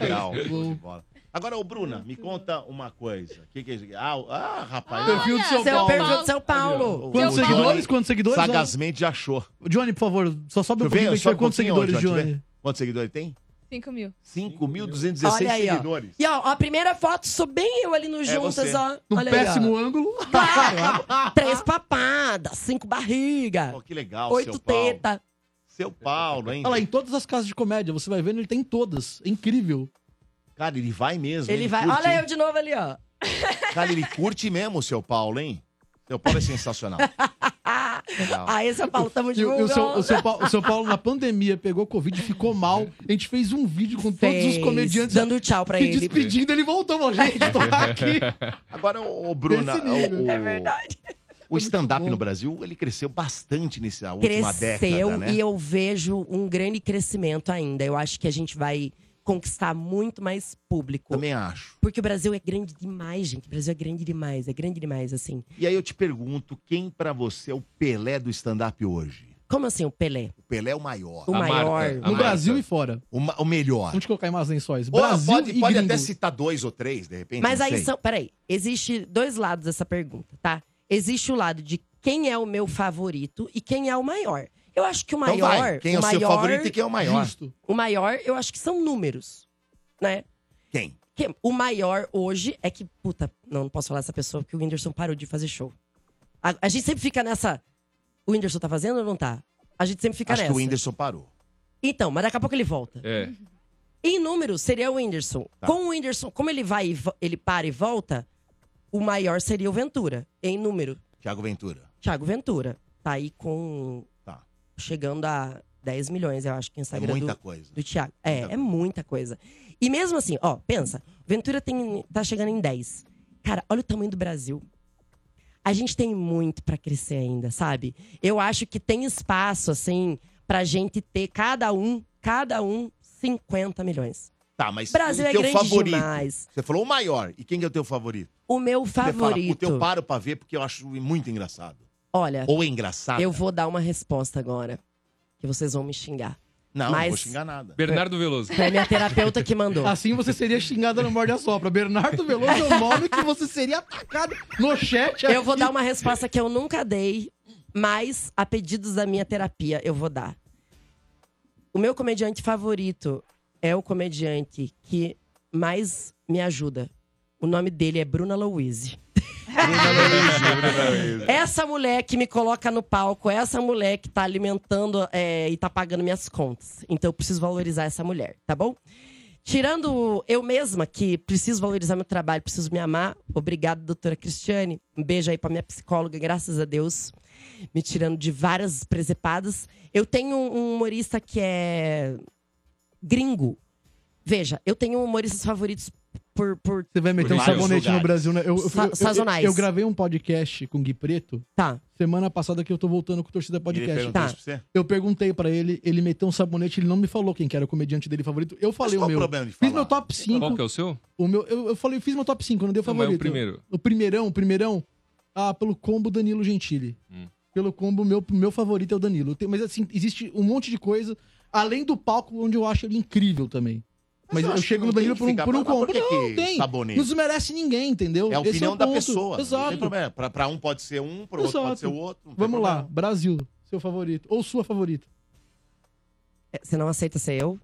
Speaker 1: Legal, show de bola. Agora, ô Bruna, me conta uma coisa. O que, que é isso? Ah, o- ah, rapaz.
Speaker 3: Olha, Perfil do São seu Paulo. perfil do São Paulo. Quantos Seu seguidores? Paulo. Quantos seguidores?
Speaker 1: Sagazmente já achou.
Speaker 3: Johnny, por favor, só sobe um
Speaker 1: Deixa eu ver,
Speaker 3: pouquinho. Ver,
Speaker 1: sobe um
Speaker 3: quantos
Speaker 1: pouquinho,
Speaker 3: seguidores,
Speaker 1: Johnny,
Speaker 3: Johnny?
Speaker 1: Quantos seguidores tem?
Speaker 4: 5 mil.
Speaker 1: 5.216
Speaker 9: aí,
Speaker 1: seguidores.
Speaker 9: Ó. E ó, a primeira foto sou bem eu ali no
Speaker 1: É
Speaker 9: Juntas,
Speaker 1: você.
Speaker 9: ó.
Speaker 1: Num
Speaker 9: Olha
Speaker 1: péssimo
Speaker 9: aí, ó.
Speaker 3: ângulo.
Speaker 9: Claro, três papadas, cinco barriga.
Speaker 1: que legal,
Speaker 9: Oito
Speaker 1: seu Paulo.
Speaker 9: teta.
Speaker 1: Seu Paulo, hein?
Speaker 3: Olha lá, em todas as casas de comédia, você vai vendo, ele tem todas. É incrível.
Speaker 1: Cara, ele vai mesmo.
Speaker 9: Ele vai.
Speaker 1: curte,
Speaker 9: Olha
Speaker 1: hein?
Speaker 9: eu de novo ali, ó.
Speaker 1: Cara, ele curte mesmo o seu Paulo, hein? Seu Paulo é sensacional. Legal.
Speaker 9: Aí, seu Paulo, tamo
Speaker 3: E o, e o seu,
Speaker 9: junto.
Speaker 3: o seu Paulo, o seu Paulo, na pandemia, pegou Covid, ficou mal. A gente fez um vídeo com todos
Speaker 9: Fez,
Speaker 3: os comediantes.
Speaker 9: dando tchau pra
Speaker 3: se
Speaker 9: ele.
Speaker 3: despedindo, ele voltou. Falou, gente, tô aqui.
Speaker 1: Agora, ô, ô, Bruna,
Speaker 3: Desse
Speaker 1: o,
Speaker 3: nível.
Speaker 1: o-
Speaker 3: É verdade.
Speaker 1: o stand-up no Brasil, ele cresceu bastante nessa última
Speaker 9: Cresceu
Speaker 1: década, né?
Speaker 9: e eu vejo um grande crescimento ainda. Eu acho que a gente vai conquistar muito mais público.
Speaker 1: Também acho.
Speaker 9: Porque o Brasil é grande demais, gente. O Brasil é grande demais, é grande demais, assim.
Speaker 1: E aí eu te pergunto, quem pra você é o Pelé do stand-up hoje?
Speaker 9: Como assim o Pelé?
Speaker 1: O Pelé é o maior.
Speaker 9: O A maior. marca, a
Speaker 3: No Brasil e fora.
Speaker 1: O, ma- o melhor.
Speaker 3: Vamos te colocar em mais lençóis.
Speaker 1: Ou
Speaker 3: Brasil
Speaker 1: pode
Speaker 3: e
Speaker 1: pode
Speaker 3: gringo.
Speaker 1: até citar dois ou três, de repente.
Speaker 9: Mas
Speaker 1: não
Speaker 9: aí
Speaker 1: Então, sei.
Speaker 9: são. Peraí, existe dois lados dessa pergunta, tá? Existe o lado de quem é o meu favorito e quem é o maior. Eu acho que o
Speaker 1: Então
Speaker 9: maior.
Speaker 1: vai, quem é o seu
Speaker 9: maior-
Speaker 1: favorito e quem é o maior? Justo.
Speaker 9: O maior, eu acho que são números, né?
Speaker 1: Quem?
Speaker 9: Que- O maior hoje é que, puta, não, não posso falar essa pessoa porque o Whindersson parou de fazer show. A, a gente sempre fica nessa. O Whindersson tá fazendo ou não tá? A gente sempre fica
Speaker 1: Acho
Speaker 9: nessa.
Speaker 1: que o Whindersson parou.
Speaker 9: Então, mas daqui a pouco ele volta.
Speaker 5: É.
Speaker 9: Em número, seria o Whindersson.
Speaker 1: Tá.
Speaker 9: Com o Whindersson, como ele vai e vo- ele para e volta, o maior seria o Ventura. Em número,
Speaker 1: Tiago Ventura.
Speaker 9: Thiago Ventura. Tá aí com.
Speaker 1: Tá. É
Speaker 9: Chegando a 10 milhões, eu acho que Instagram.
Speaker 1: muita
Speaker 9: do,
Speaker 1: coisa.
Speaker 9: Tá Do Thiago. É, é muita coisa. E mesmo assim, ó, pensa. Ventura tem, tá chegando em 10. Cara, olha o tamanho do Brasil. A gente tem muito pra crescer ainda, sabe? Eu acho que tem espaço, assim, pra gente ter cada um, cada um, 50 milhões.
Speaker 1: Tá, mas
Speaker 9: Brasil
Speaker 1: o
Speaker 9: é
Speaker 1: teu
Speaker 9: grande
Speaker 1: favorito.
Speaker 9: demais.
Speaker 1: Você falou o maior. E quem que é o teu favorito?
Speaker 9: O meu
Speaker 1: Você fala,
Speaker 9: favorito.
Speaker 1: o teu paro pra ver porque eu acho muito engraçado.
Speaker 9: Olha.
Speaker 1: Ou é engraçado.
Speaker 9: Eu vou dar uma resposta agora. Que vocês vão me xingar.
Speaker 1: Não,
Speaker 9: Mas
Speaker 1: não vou xingar nada.
Speaker 5: Bernardo Veloso.
Speaker 9: Foi a minha terapeuta que mandou.
Speaker 3: Assim você seria xingada no Morde a Sopra. Bernardo Veloso é o nome que você seria atacado no chat.
Speaker 9: Eu vou
Speaker 3: aqui.
Speaker 9: dar uma resposta que eu nunca dei, mas a pedidos da minha terapia eu vou dar. O meu comediante favorito é o comediante que mais me ajuda. O nome dele é Bruna Louise. Essa mulher que me coloca no palco, essa mulher que tá alimentando é, e tá pagando minhas contas. Então eu preciso valorizar essa mulher, tá bom? Tirando eu mesma, que preciso valorizar meu trabalho, preciso me amar. Obrigada, doutora Cristiane. Um beijo aí pra minha psicóloga, graças a Deus. Me tirando de várias presepadas. Eu tenho um humorista que é gringo. Veja, eu tenho humoristas favoritos por. por
Speaker 3: Você vai meter um sabonete no Brasil, né? Eu, eu, eu- eu-
Speaker 9: Sazonais.
Speaker 3: eu gravei um podcast com o Gui Preto.
Speaker 9: Tá.
Speaker 3: Semana passada que eu tô voltando com o Torcida
Speaker 9: Ele
Speaker 3: Podcast.
Speaker 9: perguntou Tá. isso pra
Speaker 1: você?
Speaker 3: Eu perguntei pra ele, ele meteu um sabonete, ele não me falou quem que era o comediante dele favorito. Eu falei
Speaker 5: qual
Speaker 3: o
Speaker 5: o
Speaker 3: meu.
Speaker 5: problema de
Speaker 3: Fiz meu top 5.
Speaker 5: Qual que é o seu?
Speaker 3: O meu, eu, eu falei, fiz meu top 5, não deu
Speaker 5: Não, mas
Speaker 3: favorito.
Speaker 5: é o primeiro.
Speaker 3: O primeirão, o primeirão. Ah, pelo combo Danilo Gentili.
Speaker 1: Hum.
Speaker 3: Pelo combo, meu, meu favorito é o Danilo. Tem- mas assim, existe um monte de coisa, além do palco, onde eu acho ele incrível também. Mas,
Speaker 1: eu
Speaker 3: eu,
Speaker 1: acho que
Speaker 3: chego
Speaker 1: não
Speaker 3: no
Speaker 1: tem
Speaker 3: Danilo
Speaker 1: que
Speaker 3: por um,
Speaker 1: ficar
Speaker 3: por um
Speaker 1: bravo.
Speaker 3: combo.
Speaker 1: Por que
Speaker 3: não,
Speaker 1: que
Speaker 3: tem.
Speaker 1: sabonete?
Speaker 3: Não desmerece ninguém, entendeu?
Speaker 1: É a
Speaker 3: Esse
Speaker 1: opinião
Speaker 3: o
Speaker 1: da
Speaker 3: ponto.
Speaker 1: pessoa. Não tem
Speaker 3: Exato.
Speaker 1: problema. Pra, pra um pode ser um, pro outro pode ser o outro.
Speaker 3: Vamos lá, Brasil, seu favorito. Ou sua favorita.
Speaker 9: É, Você não aceita ser eu?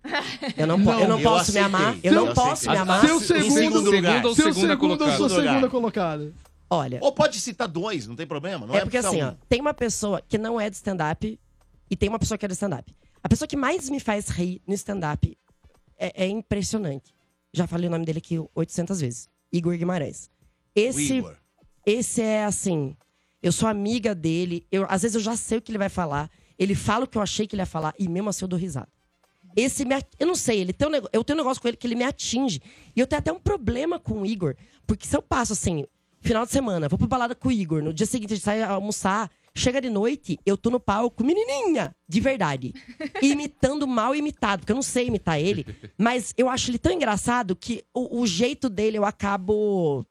Speaker 9: Eu não, po-
Speaker 3: Não,
Speaker 9: eu não
Speaker 3: eu
Speaker 9: posso
Speaker 3: aceitei.
Speaker 9: me amar. Eu
Speaker 3: Seu-
Speaker 9: não posso me
Speaker 3: aceitei.
Speaker 9: amar.
Speaker 3: Seu segundo-
Speaker 1: lugar.
Speaker 3: seu segundo ou sua segunda colocada.
Speaker 9: Olha.
Speaker 1: Ou pode citar dois, não tem problema. Não é,
Speaker 9: é porque
Speaker 1: só
Speaker 9: assim,
Speaker 1: um.
Speaker 9: ó, tem uma pessoa que não é de stand-up e tem uma pessoa que é de stand-up. A pessoa que mais me faz rir no stand-up é, é impressionante. Já falei o nome dele aqui 800 vezes. Igor Guimarães. Esse,
Speaker 12: Igor.
Speaker 9: esse é assim. Eu sou amiga dele. Eu, às vezes eu já sei o que ele vai falar. Ele fala o que eu achei que ele ia falar e mesmo assim eu dou risada. Esse me, at- eu não sei, ele tem um nego- eu tenho um negócio com ele que ele me atinge. E eu tenho até um problema com o Igor, porque se eu passo assim, final de semana, vou pra balada com o Igor, no dia seguinte a gente sai almoçar, chega de noite, eu tô no palco, menininha, de verdade, imitando mal imitado, porque eu não sei imitar ele, mas eu acho ele tão engraçado que o, o jeito dele eu acabo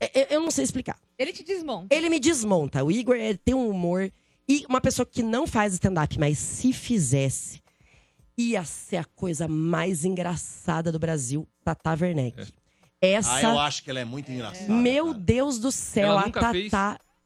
Speaker 9: é- é- eu não sei explicar.
Speaker 4: Ele te desmonta.
Speaker 9: Ele me desmonta. O Igor ele tem um humor. E uma pessoa que não faz stand-up, mas se fizesse, ia ser a coisa mais engraçada do Brasil, Tata Werneck. Essa.
Speaker 1: Ah, eu acho que ela é muito engraçada.
Speaker 9: Meu Deus do céu,
Speaker 1: Ela
Speaker 9: a
Speaker 1: nunca
Speaker 9: Tatá.
Speaker 1: fez?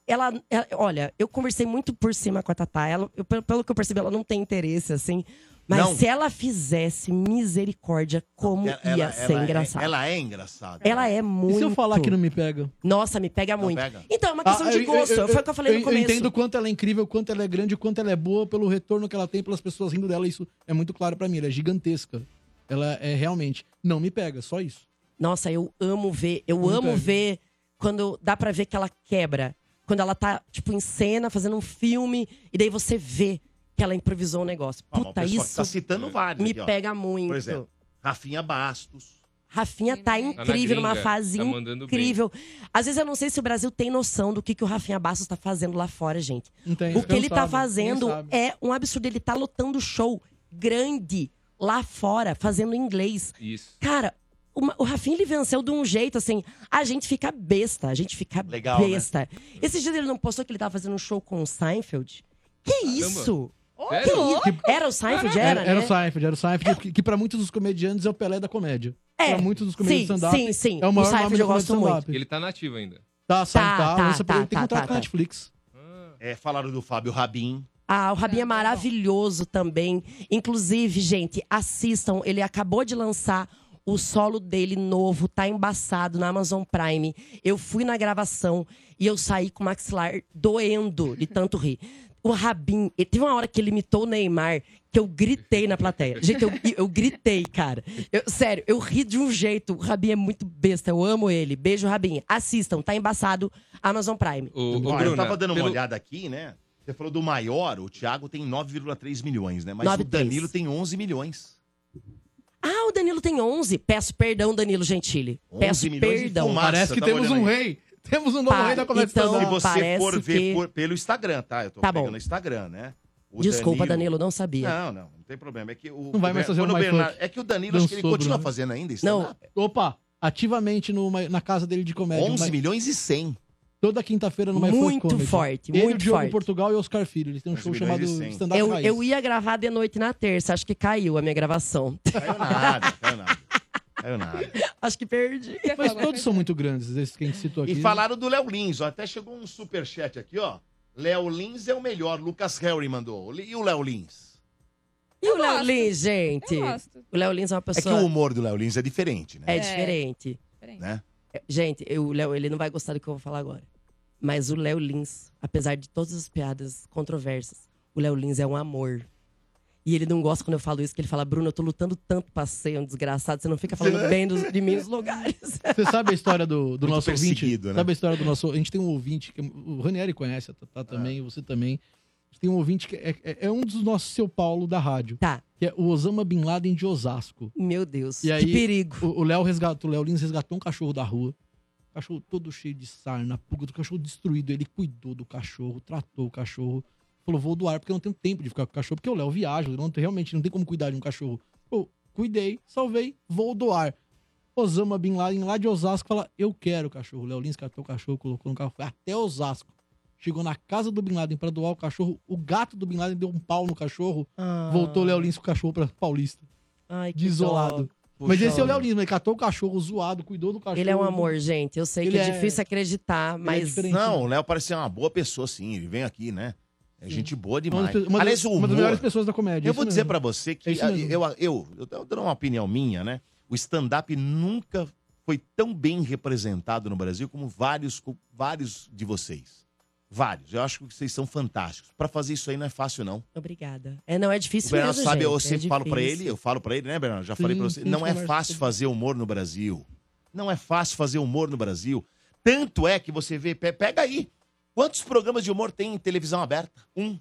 Speaker 9: Ela, ela- olha, eu conversei muito por cima com a Tatá. Ela, eu- pelo, pelo que eu percebi, ela não tem interesse, assim. Mas
Speaker 1: Não.
Speaker 9: se ela fizesse misericórdia, como
Speaker 1: Ela-
Speaker 9: ia
Speaker 1: ela-
Speaker 9: ser
Speaker 1: ela é-
Speaker 9: engraçado.
Speaker 1: ela é engraçada.
Speaker 9: Ela é muito.
Speaker 3: E se eu falar que não me pega?
Speaker 9: Nossa, me pega muito. Então, é uma questão
Speaker 3: Ah,
Speaker 9: de
Speaker 3: eu-
Speaker 9: gosto. Foi o que eu falei no começo.
Speaker 3: Eu entendo o quanto ela é incrível, o quanto ela é grande, o quanto ela é boa, pelo retorno que ela tem, pelas pessoas rindo dela. Isso é muito claro pra mim. Ela é gigantesca. Ela é realmente. Não me pega, só isso.
Speaker 9: Nossa, eu amo ver. Eu
Speaker 3: Não
Speaker 9: amo
Speaker 3: pega.
Speaker 9: ver quando dá pra ver que ela quebra. Quando ela tá, tipo, em cena, fazendo um filme, e daí você vê que ela improvisou um negócio.
Speaker 1: Ah, mas o
Speaker 9: Puta,
Speaker 1: pessoal
Speaker 9: isso.
Speaker 1: Tá citando vários.
Speaker 9: Me
Speaker 1: aqui, ó.
Speaker 9: pega muito.
Speaker 1: Por exemplo, Rafinha Bastos.
Speaker 9: Rafinha tá
Speaker 5: né?
Speaker 1: na
Speaker 9: incrível, numa
Speaker 1: gringa,
Speaker 9: fase
Speaker 1: tá mandando bem.
Speaker 9: incrível. Às vezes eu não sei se o Brasil tem noção do que, que o Rafinha Bastos tá fazendo lá fora, gente.
Speaker 3: Entende?
Speaker 9: O que ele tá fazendo
Speaker 3: é
Speaker 9: é um absurdo. Ele tá lotando show grande lá fora, fazendo em inglês.
Speaker 5: Isso.
Speaker 9: Cara, uma- o Rafinha ele venceu de um jeito assim. A gente fica besta, a gente fica
Speaker 1: Legal, né?
Speaker 9: besta. Esse dia ele não postou que ele tava fazendo um show com o Seinfeld. Que isso? Oh, Que
Speaker 3: Sério?
Speaker 9: isso? Era o Seinfeld, era, né?
Speaker 3: era o Seinfeld, era o Seinfeld, que, que pra muitos dos comediantes é o Pelé da comédia.
Speaker 9: É,
Speaker 3: Pra muitos dos comediantes
Speaker 9: sim,
Speaker 3: de stand-up.
Speaker 9: sim, sim.
Speaker 3: É o maior
Speaker 9: O Seinfeld
Speaker 3: nome de
Speaker 9: eu gosto
Speaker 3: stand-up.
Speaker 5: Ele tá nativo ainda.
Speaker 3: Tá, sai,
Speaker 9: Tá,
Speaker 3: tá.
Speaker 9: tá,
Speaker 3: lança pra-
Speaker 9: tá,
Speaker 3: ele tem
Speaker 9: tá,
Speaker 3: contrato
Speaker 9: tá,
Speaker 3: com a
Speaker 9: tá.
Speaker 3: Netflix.
Speaker 1: É, falaram do Fábio Rabin.
Speaker 9: Ah, o Rabin é maravilhoso também. Inclusive, gente, assistam. Ele acabou de lançar o solo dele novo, tá embaçado na Amazon Prime. Eu fui na gravação e eu saí com o maxilar doendo de tanto rir. O Rabin, ele- teve uma hora que ele imitou o Neymar que eu gritei na plateia. Gente, eu, eu gritei, cara. Eu- sério, eu ri de um jeito. O Rabin é muito besta, eu amo ele. Beijo, Rabin. Assistam, tá embaçado, Amazon Prime.
Speaker 1: Ó,
Speaker 5: Bruna,
Speaker 1: eu tava dando uma
Speaker 5: pelo-
Speaker 1: olhada aqui, né? Você falou do maior, o Thiago tem 9,3 milhões, né? Mas
Speaker 9: 9,3.
Speaker 1: o Danilo tem 11 milhões.
Speaker 9: Ah, o Danilo tem 11. Peço perdão, Danilo Gentili.
Speaker 1: 11
Speaker 9: Peço
Speaker 1: milhões de
Speaker 9: perdão.
Speaker 1: fumaça, Parece que tava temos olhando um aí. rei.
Speaker 3: Temos um
Speaker 9: novo Pa- rei da comédia então,
Speaker 1: Se
Speaker 9: stand-up.
Speaker 1: você
Speaker 9: parece
Speaker 1: for ver
Speaker 9: que-
Speaker 1: por- pelo Instagram, tá? Eu tô
Speaker 9: Tá
Speaker 1: pegando
Speaker 9: bom.
Speaker 1: no Instagram, né? O
Speaker 9: Desculpa, Danilo, não sabia.
Speaker 1: Não, não, não tem problema. É que o,
Speaker 3: Não vai mais fazer
Speaker 1: quando
Speaker 3: o
Speaker 1: o
Speaker 3: My
Speaker 1: Bernardo-
Speaker 3: Funk.
Speaker 1: É que o Danilo, acho que ele
Speaker 3: Dançou,
Speaker 1: continua
Speaker 3: Bruno.
Speaker 1: fazendo ainda isso.
Speaker 3: Não. Opa, ativamente no, Ma- na casa dele de comédia.
Speaker 1: 11 milhões e 100.
Speaker 3: Toda quinta-feira no My
Speaker 9: Muito
Speaker 3: Funk Comedy.
Speaker 9: forte,
Speaker 3: Ele,
Speaker 9: muito
Speaker 3: o Diogo
Speaker 9: forte.
Speaker 3: Portugal e o Oscar Filho. Eles têm um show chamado
Speaker 1: milhões e cem.
Speaker 3: Stand-Up
Speaker 9: Eu,
Speaker 3: Raiz.
Speaker 9: eu ia gravar de noite na terça, acho que caiu a minha gravação.
Speaker 1: Nada, caiu nada. Caiu nada.
Speaker 9: acho que perdi.
Speaker 3: Mas todos são muito grandes, esses que a gente citou aqui.
Speaker 1: E falaram do Léo Lins, ó. Até chegou um superchat aqui, ó. Léo Lins é o melhor. Lucas Harry mandou. E o Léo Lins?
Speaker 9: E o Léo Lins, gente? O Léo Lins é uma
Speaker 1: É que
Speaker 9: pessoa.
Speaker 1: o humor do Léo Lins é diferente, né?
Speaker 9: É diferente.
Speaker 1: Né?
Speaker 9: É, Gente, eu- o Léo, ele não vai gostar do que eu vou falar agora. Mas o Léo Lins, apesar de todas as piadas controversas, o Léo Lins é um amor. E ele não gosta quando eu falo isso, que ele fala, Bruno, eu tô lutando tanto pra ser um desgraçado, você não fica falando bem dos, de mim nos lugares.
Speaker 3: Você sabe a história do, do
Speaker 1: Muito
Speaker 3: nosso ouvinte?
Speaker 1: perseguido, né?
Speaker 3: Sabe a história do nosso. A gente tem um ouvinte, que o Ranieri conhece, a Tatá
Speaker 1: É.
Speaker 3: também, você também. A gente tem um ouvinte que é, é- é um dos nossos seu Paulo da rádio.
Speaker 9: Tá.
Speaker 3: Que é o Osama Bin Laden de Osasco.
Speaker 9: Meu Deus,
Speaker 3: E aí,
Speaker 9: que perigo.
Speaker 3: O o Léo resgatou, o Léo Lins resgatou um cachorro da rua. Cachorro todo cheio de sarna, pulga do cachorro destruído. Ele cuidou do cachorro, tratou o cachorro. Falou, vou doar, porque eu não tenho tempo de ficar com o cachorro, porque o Léo viaja, eu não, tenho- realmente não tem como cuidar de um cachorro. Pô, cuidei, salvei, vou doar. Osama Bin Laden, lá de Osasco, fala, eu quero o cachorro. O Léo Lins catou o cachorro, colocou no carro, foi até Osasco. Chegou na casa do Bin Laden pra doar o cachorro. O gato do Bin Laden deu um pau no cachorro.
Speaker 9: Ah.
Speaker 3: Voltou o Léo Lins com o cachorro pra Paulista
Speaker 9: Ai, que
Speaker 3: desolado.
Speaker 9: dó.
Speaker 3: mas
Speaker 9: Puxa
Speaker 3: esse é o Léo
Speaker 9: vida.
Speaker 3: Lins, ele catou o cachorro zoado, cuidou do cachorro.
Speaker 9: Ele é um amor, gente. Eu sei
Speaker 3: Ele
Speaker 9: que é,
Speaker 3: é-
Speaker 9: difícil acreditar, mas.
Speaker 1: Não, o Léo parece ser uma boa pessoa, sim. Ele vem aqui, né? É gente boa
Speaker 3: Uma
Speaker 1: demais.
Speaker 3: das, uma,
Speaker 1: Aliás,
Speaker 3: das,
Speaker 1: o
Speaker 3: uma das
Speaker 1: humor-
Speaker 3: melhores pessoas da comédia.
Speaker 1: Eu
Speaker 3: isso
Speaker 1: vou dizer
Speaker 3: mesmo.
Speaker 1: pra você que
Speaker 3: É isso
Speaker 1: ah,
Speaker 3: mesmo.
Speaker 1: eu, eu, eu tô dando uma opinião minha, né? O stand-up nunca foi tão bem representado no Brasil como vários, co- vários de vocês. Vários. Eu acho que vocês são fantásticos. Pra fazer isso aí não é fácil, não.
Speaker 9: Obrigada. É, não, é
Speaker 1: O
Speaker 9: difícil
Speaker 1: Bernardo
Speaker 9: mesmo,
Speaker 1: sabe,
Speaker 9: gente.
Speaker 1: eu
Speaker 9: É
Speaker 1: sempre falo pra
Speaker 9: difícil.
Speaker 1: ele, eu falo pra ele, né, Bernardo? Já falei
Speaker 9: Sim,
Speaker 1: pra você,
Speaker 9: sim,
Speaker 1: não é
Speaker 9: conversa
Speaker 1: fácil fazer humor no Brasil. Não é fácil fazer humor no Brasil. Tanto é que você vê, pe- pega aí, quantos programas de humor tem em televisão aberta? Um.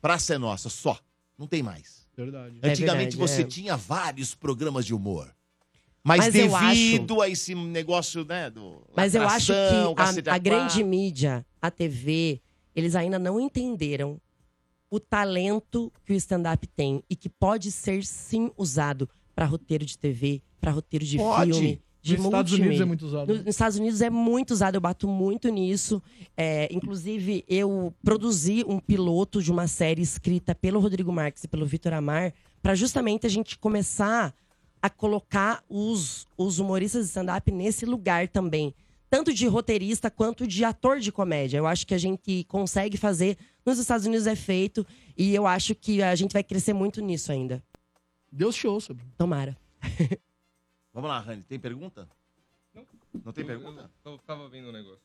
Speaker 1: Praça é Nossa, só. Não tem mais.
Speaker 3: é Verdade.
Speaker 1: É,
Speaker 9: É
Speaker 1: Antigamente você tinha vários programas de humor. Mas,
Speaker 9: Mas eu
Speaker 1: devido a esse negócio, né, do
Speaker 9: Mas eu acho
Speaker 1: lacração,
Speaker 9: que
Speaker 1: cacete
Speaker 9: a, a
Speaker 1: quatro,
Speaker 9: grande mídia, a TV, eles ainda não entenderam o talento que o stand-up tem e que pode ser sim usado para roteiro de TV, para roteiro de
Speaker 3: Pode.
Speaker 9: filme. De
Speaker 3: Nos Estados Unidos
Speaker 9: multimídia.
Speaker 3: é muito usado.
Speaker 9: No- Nos Estados Unidos é muito usado, eu bato muito nisso. É, inclusive, eu produzi um piloto de uma série escrita pelo Rodrigo Marques e pelo Vitor Amar, para justamente a gente começar a colocar os, os humoristas de stand-up nesse lugar também. Tanto de roteirista quanto de ator de comédia. Eu acho que a gente consegue fazer. Nos Estados Unidos é feito. E eu acho que a gente vai crescer muito nisso ainda.
Speaker 3: Deus te ouça.
Speaker 9: Tomara.
Speaker 1: Vamos lá, Rani, tem pergunta? Não. Não tem pergunta? Tá
Speaker 5: Eu tava vendo um negócio.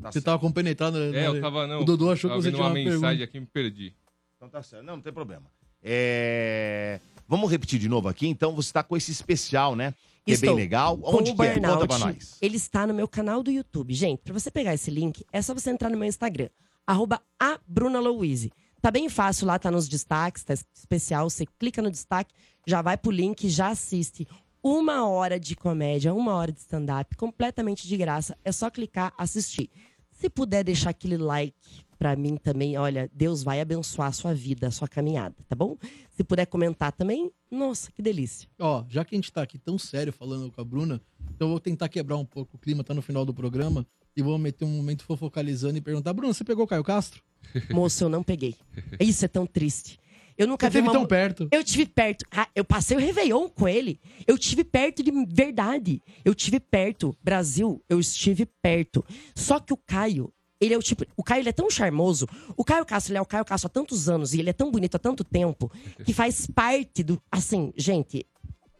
Speaker 3: Você tá tava compenetrado. né?
Speaker 5: É, eu tava não.
Speaker 3: O Dodô achou
Speaker 5: tava
Speaker 3: que você
Speaker 5: vendo
Speaker 3: tinha uma,
Speaker 5: mensagem
Speaker 3: pergunta.
Speaker 5: aqui, me perdi.
Speaker 1: Então tá certo. Não, não tem problema. É, Vamos repetir de novo aqui, então você tá com esse especial, né? Que é
Speaker 9: Estou.
Speaker 1: bem legal.
Speaker 9: Com
Speaker 1: Onde
Speaker 9: o
Speaker 1: que é? Conta pra
Speaker 9: burnout,
Speaker 1: nós.
Speaker 9: Ele está no meu canal do YouTube. Gente, pra você pegar esse link, é só você entrar no meu Instagram, arroba a Bruna Louise. Tá bem fácil lá, tá nos destaques, tá especial. Você clica no destaque, já vai pro link, já assiste. Uma hora de comédia, uma hora de stand-up, completamente de graça. É só clicar, assistir. Se puder deixar aquele like pra mim também, olha, Deus vai abençoar a sua vida, a sua caminhada, tá bom? Se puder comentar também, nossa, que delícia.
Speaker 3: Ó, já que a gente tá aqui tão sério falando com a Bruna, então eu vou tentar quebrar um pouco o clima, tá no final do programa, e vou meter um momento fofocalizando e perguntar: Bruna, você pegou o Caio Castro?
Speaker 9: Moço, eu não peguei. Isso é tão triste. Eu nunca
Speaker 3: Você
Speaker 9: vi
Speaker 3: teve
Speaker 9: uma...
Speaker 3: tão perto.
Speaker 9: Eu tive perto. Ah, eu passei o Réveillon com ele. Eu tive perto de verdade. Eu tive perto. Brasil, eu estive perto. Só que o Caio, ele é o tipo. O Caio ele é tão charmoso. O Caio Castro, ele é o Caio Castro há tantos anos e ele é tão bonito há tanto tempo que faz parte do. Assim, gente,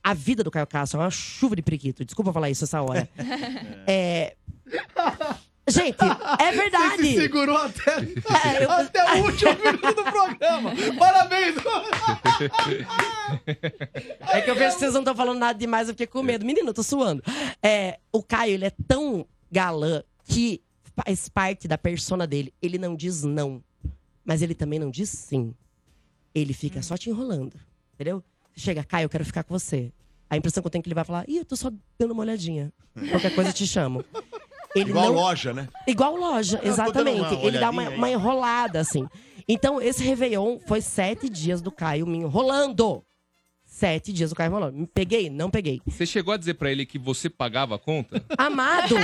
Speaker 9: a vida do Caio Castro é uma chuva de periquito. Desculpa falar isso essa hora. É. Gente, é verdade.
Speaker 3: Você se segurou até,
Speaker 9: É, eu-
Speaker 3: até o último minuto do programa. Parabéns!
Speaker 9: É que eu vejo que vocês não estão falando nada demais, eu fiquei com medo. Menino, eu tô suando. É, o Caio, ele é tão galã que faz parte da persona dele. Ele não diz não, mas ele também não diz sim. Ele fica só te enrolando, entendeu? Chega, Caio, eu quero ficar com você. A impressão que eu tenho é que ele vai falar, ih, eu tô só dando uma olhadinha. Qualquer coisa eu te chamo. Ele
Speaker 1: Igual
Speaker 9: não-
Speaker 1: loja, né?
Speaker 9: Igual loja,
Speaker 1: Eu tô dando
Speaker 3: é
Speaker 9: exatamente.
Speaker 1: uma
Speaker 9: Ele dá uma,
Speaker 1: olhadinha aí.
Speaker 9: uma enrolada, assim. Então, esse Réveillon foi sete dias do Caio me enrolando. Sete dias do Caio me enrolando. Me peguei? Não peguei.
Speaker 5: Você chegou a dizer pra ele que você pagava a conta?
Speaker 9: Amado,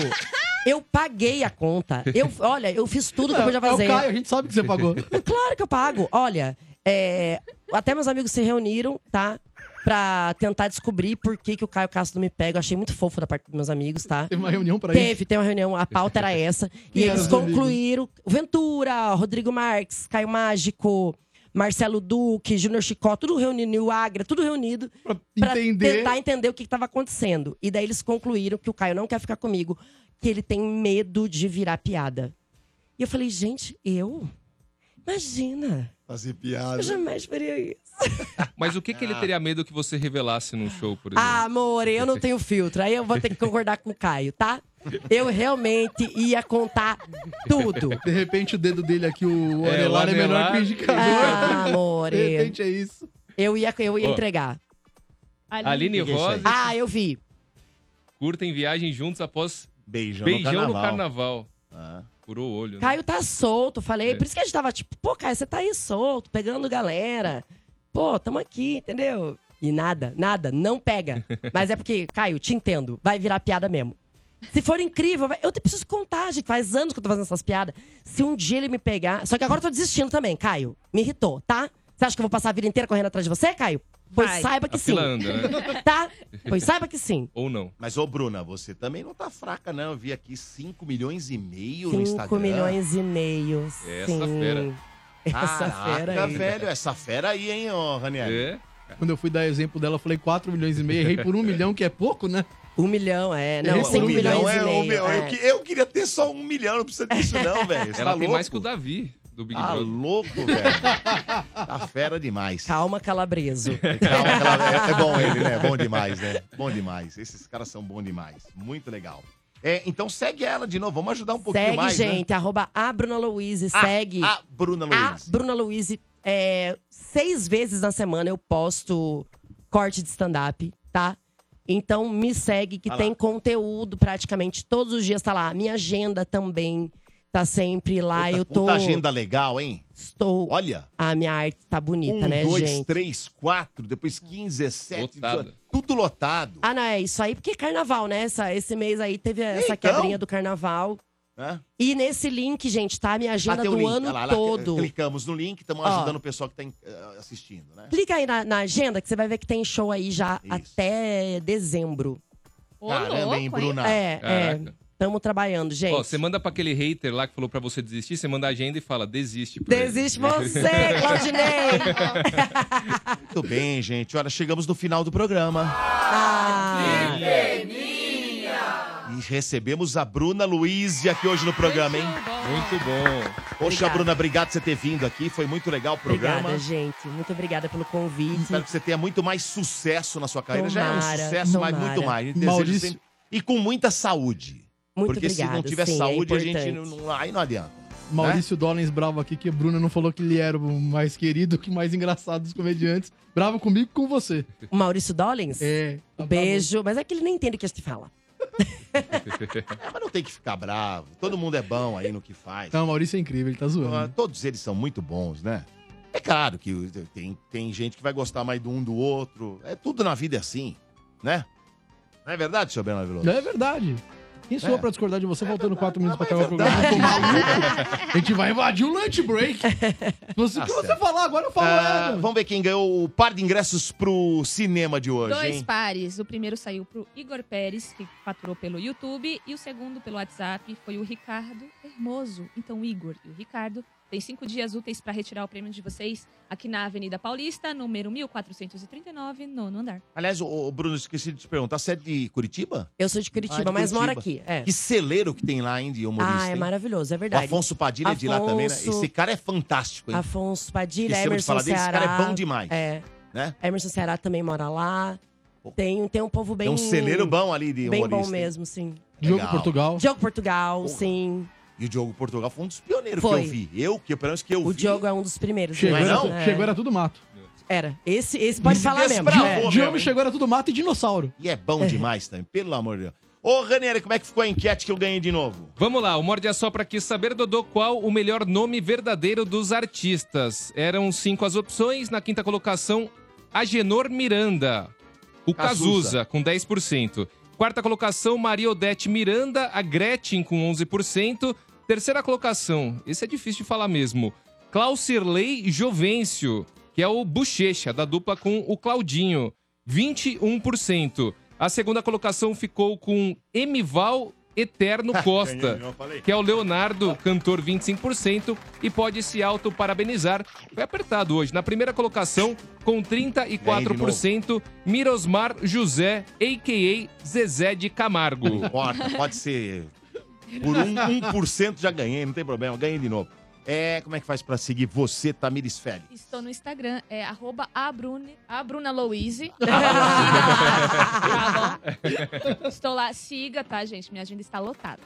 Speaker 9: eu paguei a conta. Eu, olha, eu fiz tudo que eu podia
Speaker 3: É o
Speaker 9: fazer.
Speaker 3: Caio, a gente sabe que você pagou.
Speaker 9: Claro que eu pago. Olha, é, até meus amigos se reuniram, tá? Pra tentar descobrir por que, que o Caio Castro não me pega. Eu achei muito fofo da parte dos meus amigos, tá?
Speaker 3: Teve uma reunião pra
Speaker 9: Teve,
Speaker 3: isso?
Speaker 9: Teve, uma reunião. A pauta era essa.
Speaker 3: Quem
Speaker 9: e
Speaker 3: eram
Speaker 9: eles
Speaker 3: os amigos?
Speaker 9: concluíram. Ventura, Rodrigo Marques, Caio Mágico, Marcelo Duque, Júnior Chicó, tudo reunido, o Agra, tudo reunido. Pra,
Speaker 3: entender.
Speaker 9: tentar entender o que estava acontecendo. E daí eles concluíram que o Caio não quer ficar comigo, que ele tem medo de virar piada. E eu falei, gente, eu? Imagina.
Speaker 1: Fazer piada.
Speaker 9: Eu jamais faria isso.
Speaker 5: Mas o que,
Speaker 1: Ah.
Speaker 5: que ele teria medo que você revelasse num show, por
Speaker 3: é.
Speaker 5: exemplo?
Speaker 9: Ah, amor, eu não tenho filtro. Aí eu vou ter que concordar com o Caio, tá? Eu realmente ia contar tudo.
Speaker 3: De repente o dedo dele aqui, o
Speaker 5: É, o
Speaker 3: anelar, é, melhor
Speaker 5: anelar.
Speaker 3: que o indicador.
Speaker 9: Ah, amor.
Speaker 3: De repente é isso.
Speaker 9: Eu ia, eu ia
Speaker 5: Ó.
Speaker 9: entregar.
Speaker 5: Aline
Speaker 1: Ninguém sabe.
Speaker 5: Rose,
Speaker 9: Ah, eu vi.
Speaker 5: curtem viagem juntos após
Speaker 1: Beijão,
Speaker 5: beijão
Speaker 1: no
Speaker 5: no
Speaker 1: carnaval.
Speaker 5: carnaval.
Speaker 1: Ah.
Speaker 5: Furou o olho. né?
Speaker 9: Caio tá solto, falei.
Speaker 5: É.
Speaker 9: Por isso que a gente tava tipo, pô, Caio, você tá aí solto, pegando galera. Pô, tamo aqui, entendeu? E nada, nada, não pega. Mas é porque, Caio, te entendo, vai virar piada mesmo. Se for incrível, vai- eu te preciso contar, gente. Faz anos que eu tô fazendo essas piadas. Se um dia ele me pegar. Só que agora eu tô desistindo também, Caio. Me irritou, tá? Você acha que eu vou passar a vida inteira correndo atrás de você, Caio? Pois
Speaker 4: Vai.
Speaker 9: saiba que
Speaker 5: A
Speaker 9: sim.
Speaker 5: fila anda, né?
Speaker 9: Tá? Pois saiba que sim.
Speaker 5: Ou não.
Speaker 1: Mas, ô, Bruna, você também não tá fraca, não. Eu vi aqui 5 milhões e meio no
Speaker 9: 5
Speaker 1: Instagram.
Speaker 9: milhões e meio.
Speaker 5: Essa
Speaker 9: sim.
Speaker 5: fera.
Speaker 9: Essa fera
Speaker 1: Caraca,
Speaker 9: aí.
Speaker 1: velho. Essa fera aí, hein, ô, Raniel.
Speaker 5: É.
Speaker 3: Quando eu fui dar exemplo dela, eu falei 4 milhões e meio, errei por 1 milhão, que é pouco, né?
Speaker 9: 1 milhão, é. Não,
Speaker 3: Errei por
Speaker 9: 100
Speaker 3: um
Speaker 9: milhões
Speaker 3: milhão
Speaker 9: e
Speaker 3: é
Speaker 9: meio.
Speaker 1: Ô, meu, eu, que- eu queria ter só um milhão, não precisa disso não, velho. Você
Speaker 5: Ela
Speaker 1: tá
Speaker 5: tem mais
Speaker 1: louco?
Speaker 5: que o Davi, do
Speaker 9: um
Speaker 5: Big
Speaker 1: Tá
Speaker 5: Brother.
Speaker 1: louco, velho. Tá fera demais.
Speaker 9: Calma, calabreso.
Speaker 1: Calma, calma. É, é bom ele, né? Bom demais, né? Bom demais. Esses caras são bons demais. Muito legal. É, então segue ela de novo. Vamos ajudar um pouquinho
Speaker 9: segue,
Speaker 1: mais,
Speaker 9: gente.
Speaker 1: né?
Speaker 9: Arroba a Bruna Louise.
Speaker 1: A-
Speaker 9: segue.
Speaker 1: a Bruna Luiz.
Speaker 9: A Bruna Luiz, é, seis vezes na semana eu posto corte de stand-up, tá? Então me segue, que
Speaker 12: Ah lá.
Speaker 9: tem conteúdo praticamente todos os dias, tá lá. Minha agenda também tá sempre lá. eu tô.
Speaker 1: Puta agenda legal, hein?
Speaker 9: Estou.
Speaker 1: Olha.
Speaker 9: A minha arte tá bonita,
Speaker 1: um,
Speaker 9: né,
Speaker 1: dois,
Speaker 9: gente?
Speaker 1: três, quatro, depois 15, 17, 18, tudo lotado.
Speaker 9: Ah, não, é isso aí, porque é carnaval, né? Essa, esse mês aí teve essa
Speaker 1: Então.
Speaker 9: quebrinha do carnaval.
Speaker 1: Né?
Speaker 9: E nesse link, gente, tá a minha agenda
Speaker 1: tem
Speaker 9: do
Speaker 1: o link.
Speaker 9: ano
Speaker 1: Olha lá, lá,
Speaker 9: todo.
Speaker 1: Clicamos no link, estamos
Speaker 9: Ó.
Speaker 1: ajudando o pessoal que está assistindo, né?
Speaker 9: Clica aí na, na agenda que você vai ver que tem show aí já até dezembro.
Speaker 1: Caramba, hein, Bruna?
Speaker 9: É, é.
Speaker 5: Caraca.
Speaker 9: Tamo trabalhando, gente.
Speaker 5: Ó, você manda pra aquele hater lá que falou pra você desistir, você manda a agenda e fala, desiste. pra ele.
Speaker 9: Desiste você, Claudinei!
Speaker 1: Muito bem, gente. Olha, chegamos no final do programa.
Speaker 9: Ah,
Speaker 1: E recebemos a Bruna Luiz aqui hoje no programa, hein?
Speaker 5: Muito bom.
Speaker 1: Poxa,
Speaker 9: Obrigada.
Speaker 1: Bruna, obrigado por você ter vindo aqui. Foi muito legal o programa. Tá,
Speaker 9: obrigada, gente. Muito obrigada pelo convite.
Speaker 1: Espero que você tenha muito mais sucesso na sua carreira. Já é um
Speaker 9: Tomara,
Speaker 1: sucesso, mas
Speaker 9: tomara.
Speaker 1: muito mais. A gente
Speaker 9: Maurício.
Speaker 1: deseja sempre... E com muita saúde.
Speaker 9: Muito
Speaker 1: Porque se não
Speaker 9: obrigada,
Speaker 1: tiver
Speaker 9: sim, é
Speaker 1: saúde, a gente não,
Speaker 9: importante.
Speaker 1: não- aí não adianta.
Speaker 3: Maurício Dollens bravo aqui, que Bruna não falou que ele era o mais querido, que mais engraçado dos comediantes. Bravo comigo e com você.
Speaker 9: O Maurício Dollins?
Speaker 3: É.
Speaker 1: tá
Speaker 9: Um beijo. Mas é que ele nem entende o que a gente fala.
Speaker 1: É, mas não tem que ficar bravo. Todo mundo é bom aí no que faz.
Speaker 3: Não, o Maurício é incrível, ele tá zoando.
Speaker 1: Ah, Todos eles são muito bons, né? É claro que o- tem, tem gente que vai gostar mais de um do outro. É tudo na vida é assim, né? Não é verdade, seu Bernardo Veloso?
Speaker 3: Não é verdade. Quem sou
Speaker 1: É.
Speaker 3: eu pra discordar de você faltando 4 minutos pra acabar o programa? Eu tô maluco. A gente vai invadir o lunch break. Você, o que você falar agora, eu falo.
Speaker 1: Ah,
Speaker 3: é,
Speaker 1: vamos ver quem ganhou o par de ingressos pro cinema de hoje,
Speaker 4: Dois
Speaker 1: hein?
Speaker 4: pares. O primeiro saiu pro Igor Pérez, que faturou pelo YouTube, e o segundo pelo WhatsApp foi o Ricardo Hermoso. Então, o Igor e o Ricardo têm cinco dias úteis para retirar o prêmio de vocês aqui na Avenida Paulista, número 1439, nono andar.
Speaker 1: Aliás, o, Bruno, esqueci de te perguntar, você é de Curitiba?
Speaker 9: Eu sou de Curitiba,
Speaker 1: Ah,
Speaker 9: mas moro aqui. É.
Speaker 1: Que celeiro que tem lá, hein, de humorista.
Speaker 9: Ah, é
Speaker 1: hein?
Speaker 9: maravilhoso, é
Speaker 1: O
Speaker 9: verdade.
Speaker 1: Afonso Padilha é de lá também, né?
Speaker 9: Afonso-
Speaker 1: Esse cara é fantástico, hein?
Speaker 9: Afonso Padilha,
Speaker 1: Esquecemos de
Speaker 9: Emerson
Speaker 1: falar dele, esse
Speaker 9: Ceará.
Speaker 1: cara é bom demais.
Speaker 9: É.
Speaker 1: Né?
Speaker 9: Emerson Ceará também mora lá. Tem, tem um povo bem...
Speaker 1: Tem um celeiro bom ali de
Speaker 9: Bem bom
Speaker 1: humorista, hein?
Speaker 9: mesmo, sim.
Speaker 1: Diogo Legal. Portugal.
Speaker 9: Diogo Portugal, sim.
Speaker 1: E o Diogo Portugal foi um dos pioneiros
Speaker 9: Foi.
Speaker 1: que eu vi. Eu, que pelo menos que eu vi.
Speaker 9: O Diogo é um dos primeiros.
Speaker 1: Chegou,
Speaker 9: né?
Speaker 1: era-
Speaker 9: É.
Speaker 3: Chegou era tudo mato.
Speaker 9: Era. Esse, esse pode
Speaker 1: Esse
Speaker 9: falar mesmo.
Speaker 1: desbravou
Speaker 9: é.
Speaker 1: mesmo,
Speaker 3: Diogo
Speaker 1: hein?
Speaker 3: chegou era tudo mato e dinossauro.
Speaker 1: E é bom demais também, pelo amor de Deus. Ô, Ranieri, como é que ficou a enquete que eu ganhei de novo?
Speaker 5: Vamos lá, o Morde a Sopra quis saber, Dodô, qual o melhor nome verdadeiro dos artistas. Eram cinco as opções, na quinta colocação, Agenor Miranda. O
Speaker 1: Cazuza.
Speaker 5: Cazuza, com 10%. Quarta colocação, Maria Odete Miranda, a Gretchen, com 11%. Terceira colocação, esse é difícil de falar mesmo, Claucirley Jovencio, que é o Bochecha, da dupla com o Claudinho, 21%. A segunda colocação ficou com Emival Eterno Costa,
Speaker 1: Ganhei, não falei.
Speaker 5: que é o Leonardo, cantor 25%, e pode se auto-parabenizar. Foi apertado hoje. Na primeira colocação, com 34%, Mirosmar José, a.k.a. Zezé de Camargo.
Speaker 1: Não importa, pode ser. Por um, 1% já ganhei, não tem problema, ganhei de novo. É, como é que faz pra seguir você, Tamires Félix?
Speaker 4: Estou no Instagram, é arroba a Brune- a Bruna Louise. Tá Estou lá, siga, tá, gente? Minha agenda está lotada.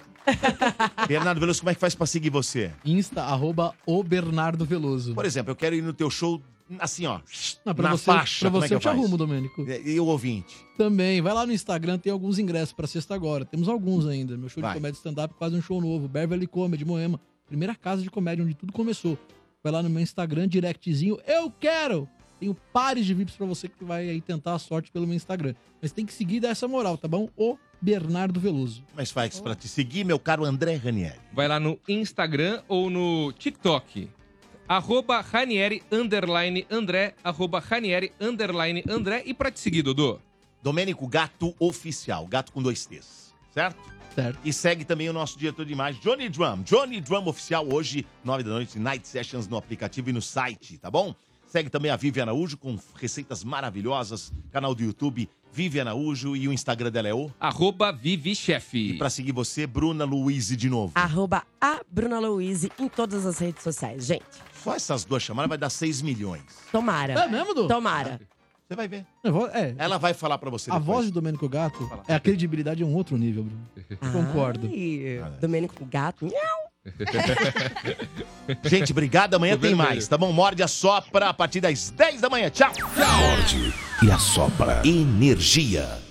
Speaker 1: Bernardo Veloso, como é que faz pra seguir você?
Speaker 3: Insta, arroba o Bernardo Veloso.
Speaker 1: Por exemplo, eu quero ir no teu show assim, ó.
Speaker 3: Não, pra
Speaker 1: na
Speaker 3: você,
Speaker 1: faixa.
Speaker 3: pra
Speaker 1: como é
Speaker 3: você
Speaker 1: que
Speaker 3: eu te
Speaker 1: faço? É,
Speaker 3: arrumo, Domênico.
Speaker 1: E o ouvinte?
Speaker 3: Também, vai lá no Instagram, tem alguns ingressos pra sexta agora. Temos alguns ainda. Meu show
Speaker 1: Vai.
Speaker 3: de comédia stand-up, quase um show novo. Beverly Comedy, Moema. Primeira casa de comédia onde tudo começou. Vai lá no meu Instagram, directzinho. Eu quero! Tenho pares de VIPs pra você que vai aí tentar a sorte pelo meu Instagram. Mas tem que seguir e dar essa moral, tá bom? O Bernardo Veloso.
Speaker 1: Mas faz pra te seguir, meu caro André Ranieri.
Speaker 5: Vai lá no Instagram ou no TikTok. Arroba Ranieri, underline André, arroba Ranieri, underline André. E pra te seguir, Dodô?
Speaker 1: Domênico Gato Oficial, gato com dois T's, certo?
Speaker 3: Certo.
Speaker 1: E segue também o nosso diretor de imagem, Johnny Drum. Johnny Drum Oficial, hoje, nove da noite, Night Sessions no aplicativo e no site, tá bom? Segue também a Vivi Araújo com receitas maravilhosas. Canal do YouTube Vivi Araújo e o Instagram dela é o...
Speaker 5: Arroba Vivi Chefe.
Speaker 1: E pra seguir você, Bruna Luiz de novo.
Speaker 9: Arroba a Bruna Louise em todas as redes sociais, gente.
Speaker 1: Só essas duas chamadas vai dar 6 milhões.
Speaker 9: Tomara.
Speaker 3: É mesmo, Du?
Speaker 1: Então-
Speaker 9: Tomara.
Speaker 1: Você vai ver.
Speaker 3: Eu vou- é,
Speaker 1: Ela vai falar pra você
Speaker 3: a
Speaker 1: depois.
Speaker 3: voz do Domênico Gato, é, a credibilidade é um outro nível, Bruno. Concordo.
Speaker 9: Domênico Gato. Miau.
Speaker 1: Gente, obrigado. Amanhã
Speaker 6: Tô
Speaker 1: tem
Speaker 6: vermelho.
Speaker 1: mais, tá bom? Morde a sopra a partir das 10 da manhã. Tchau. Tchau.
Speaker 6: Morde e assopra energia.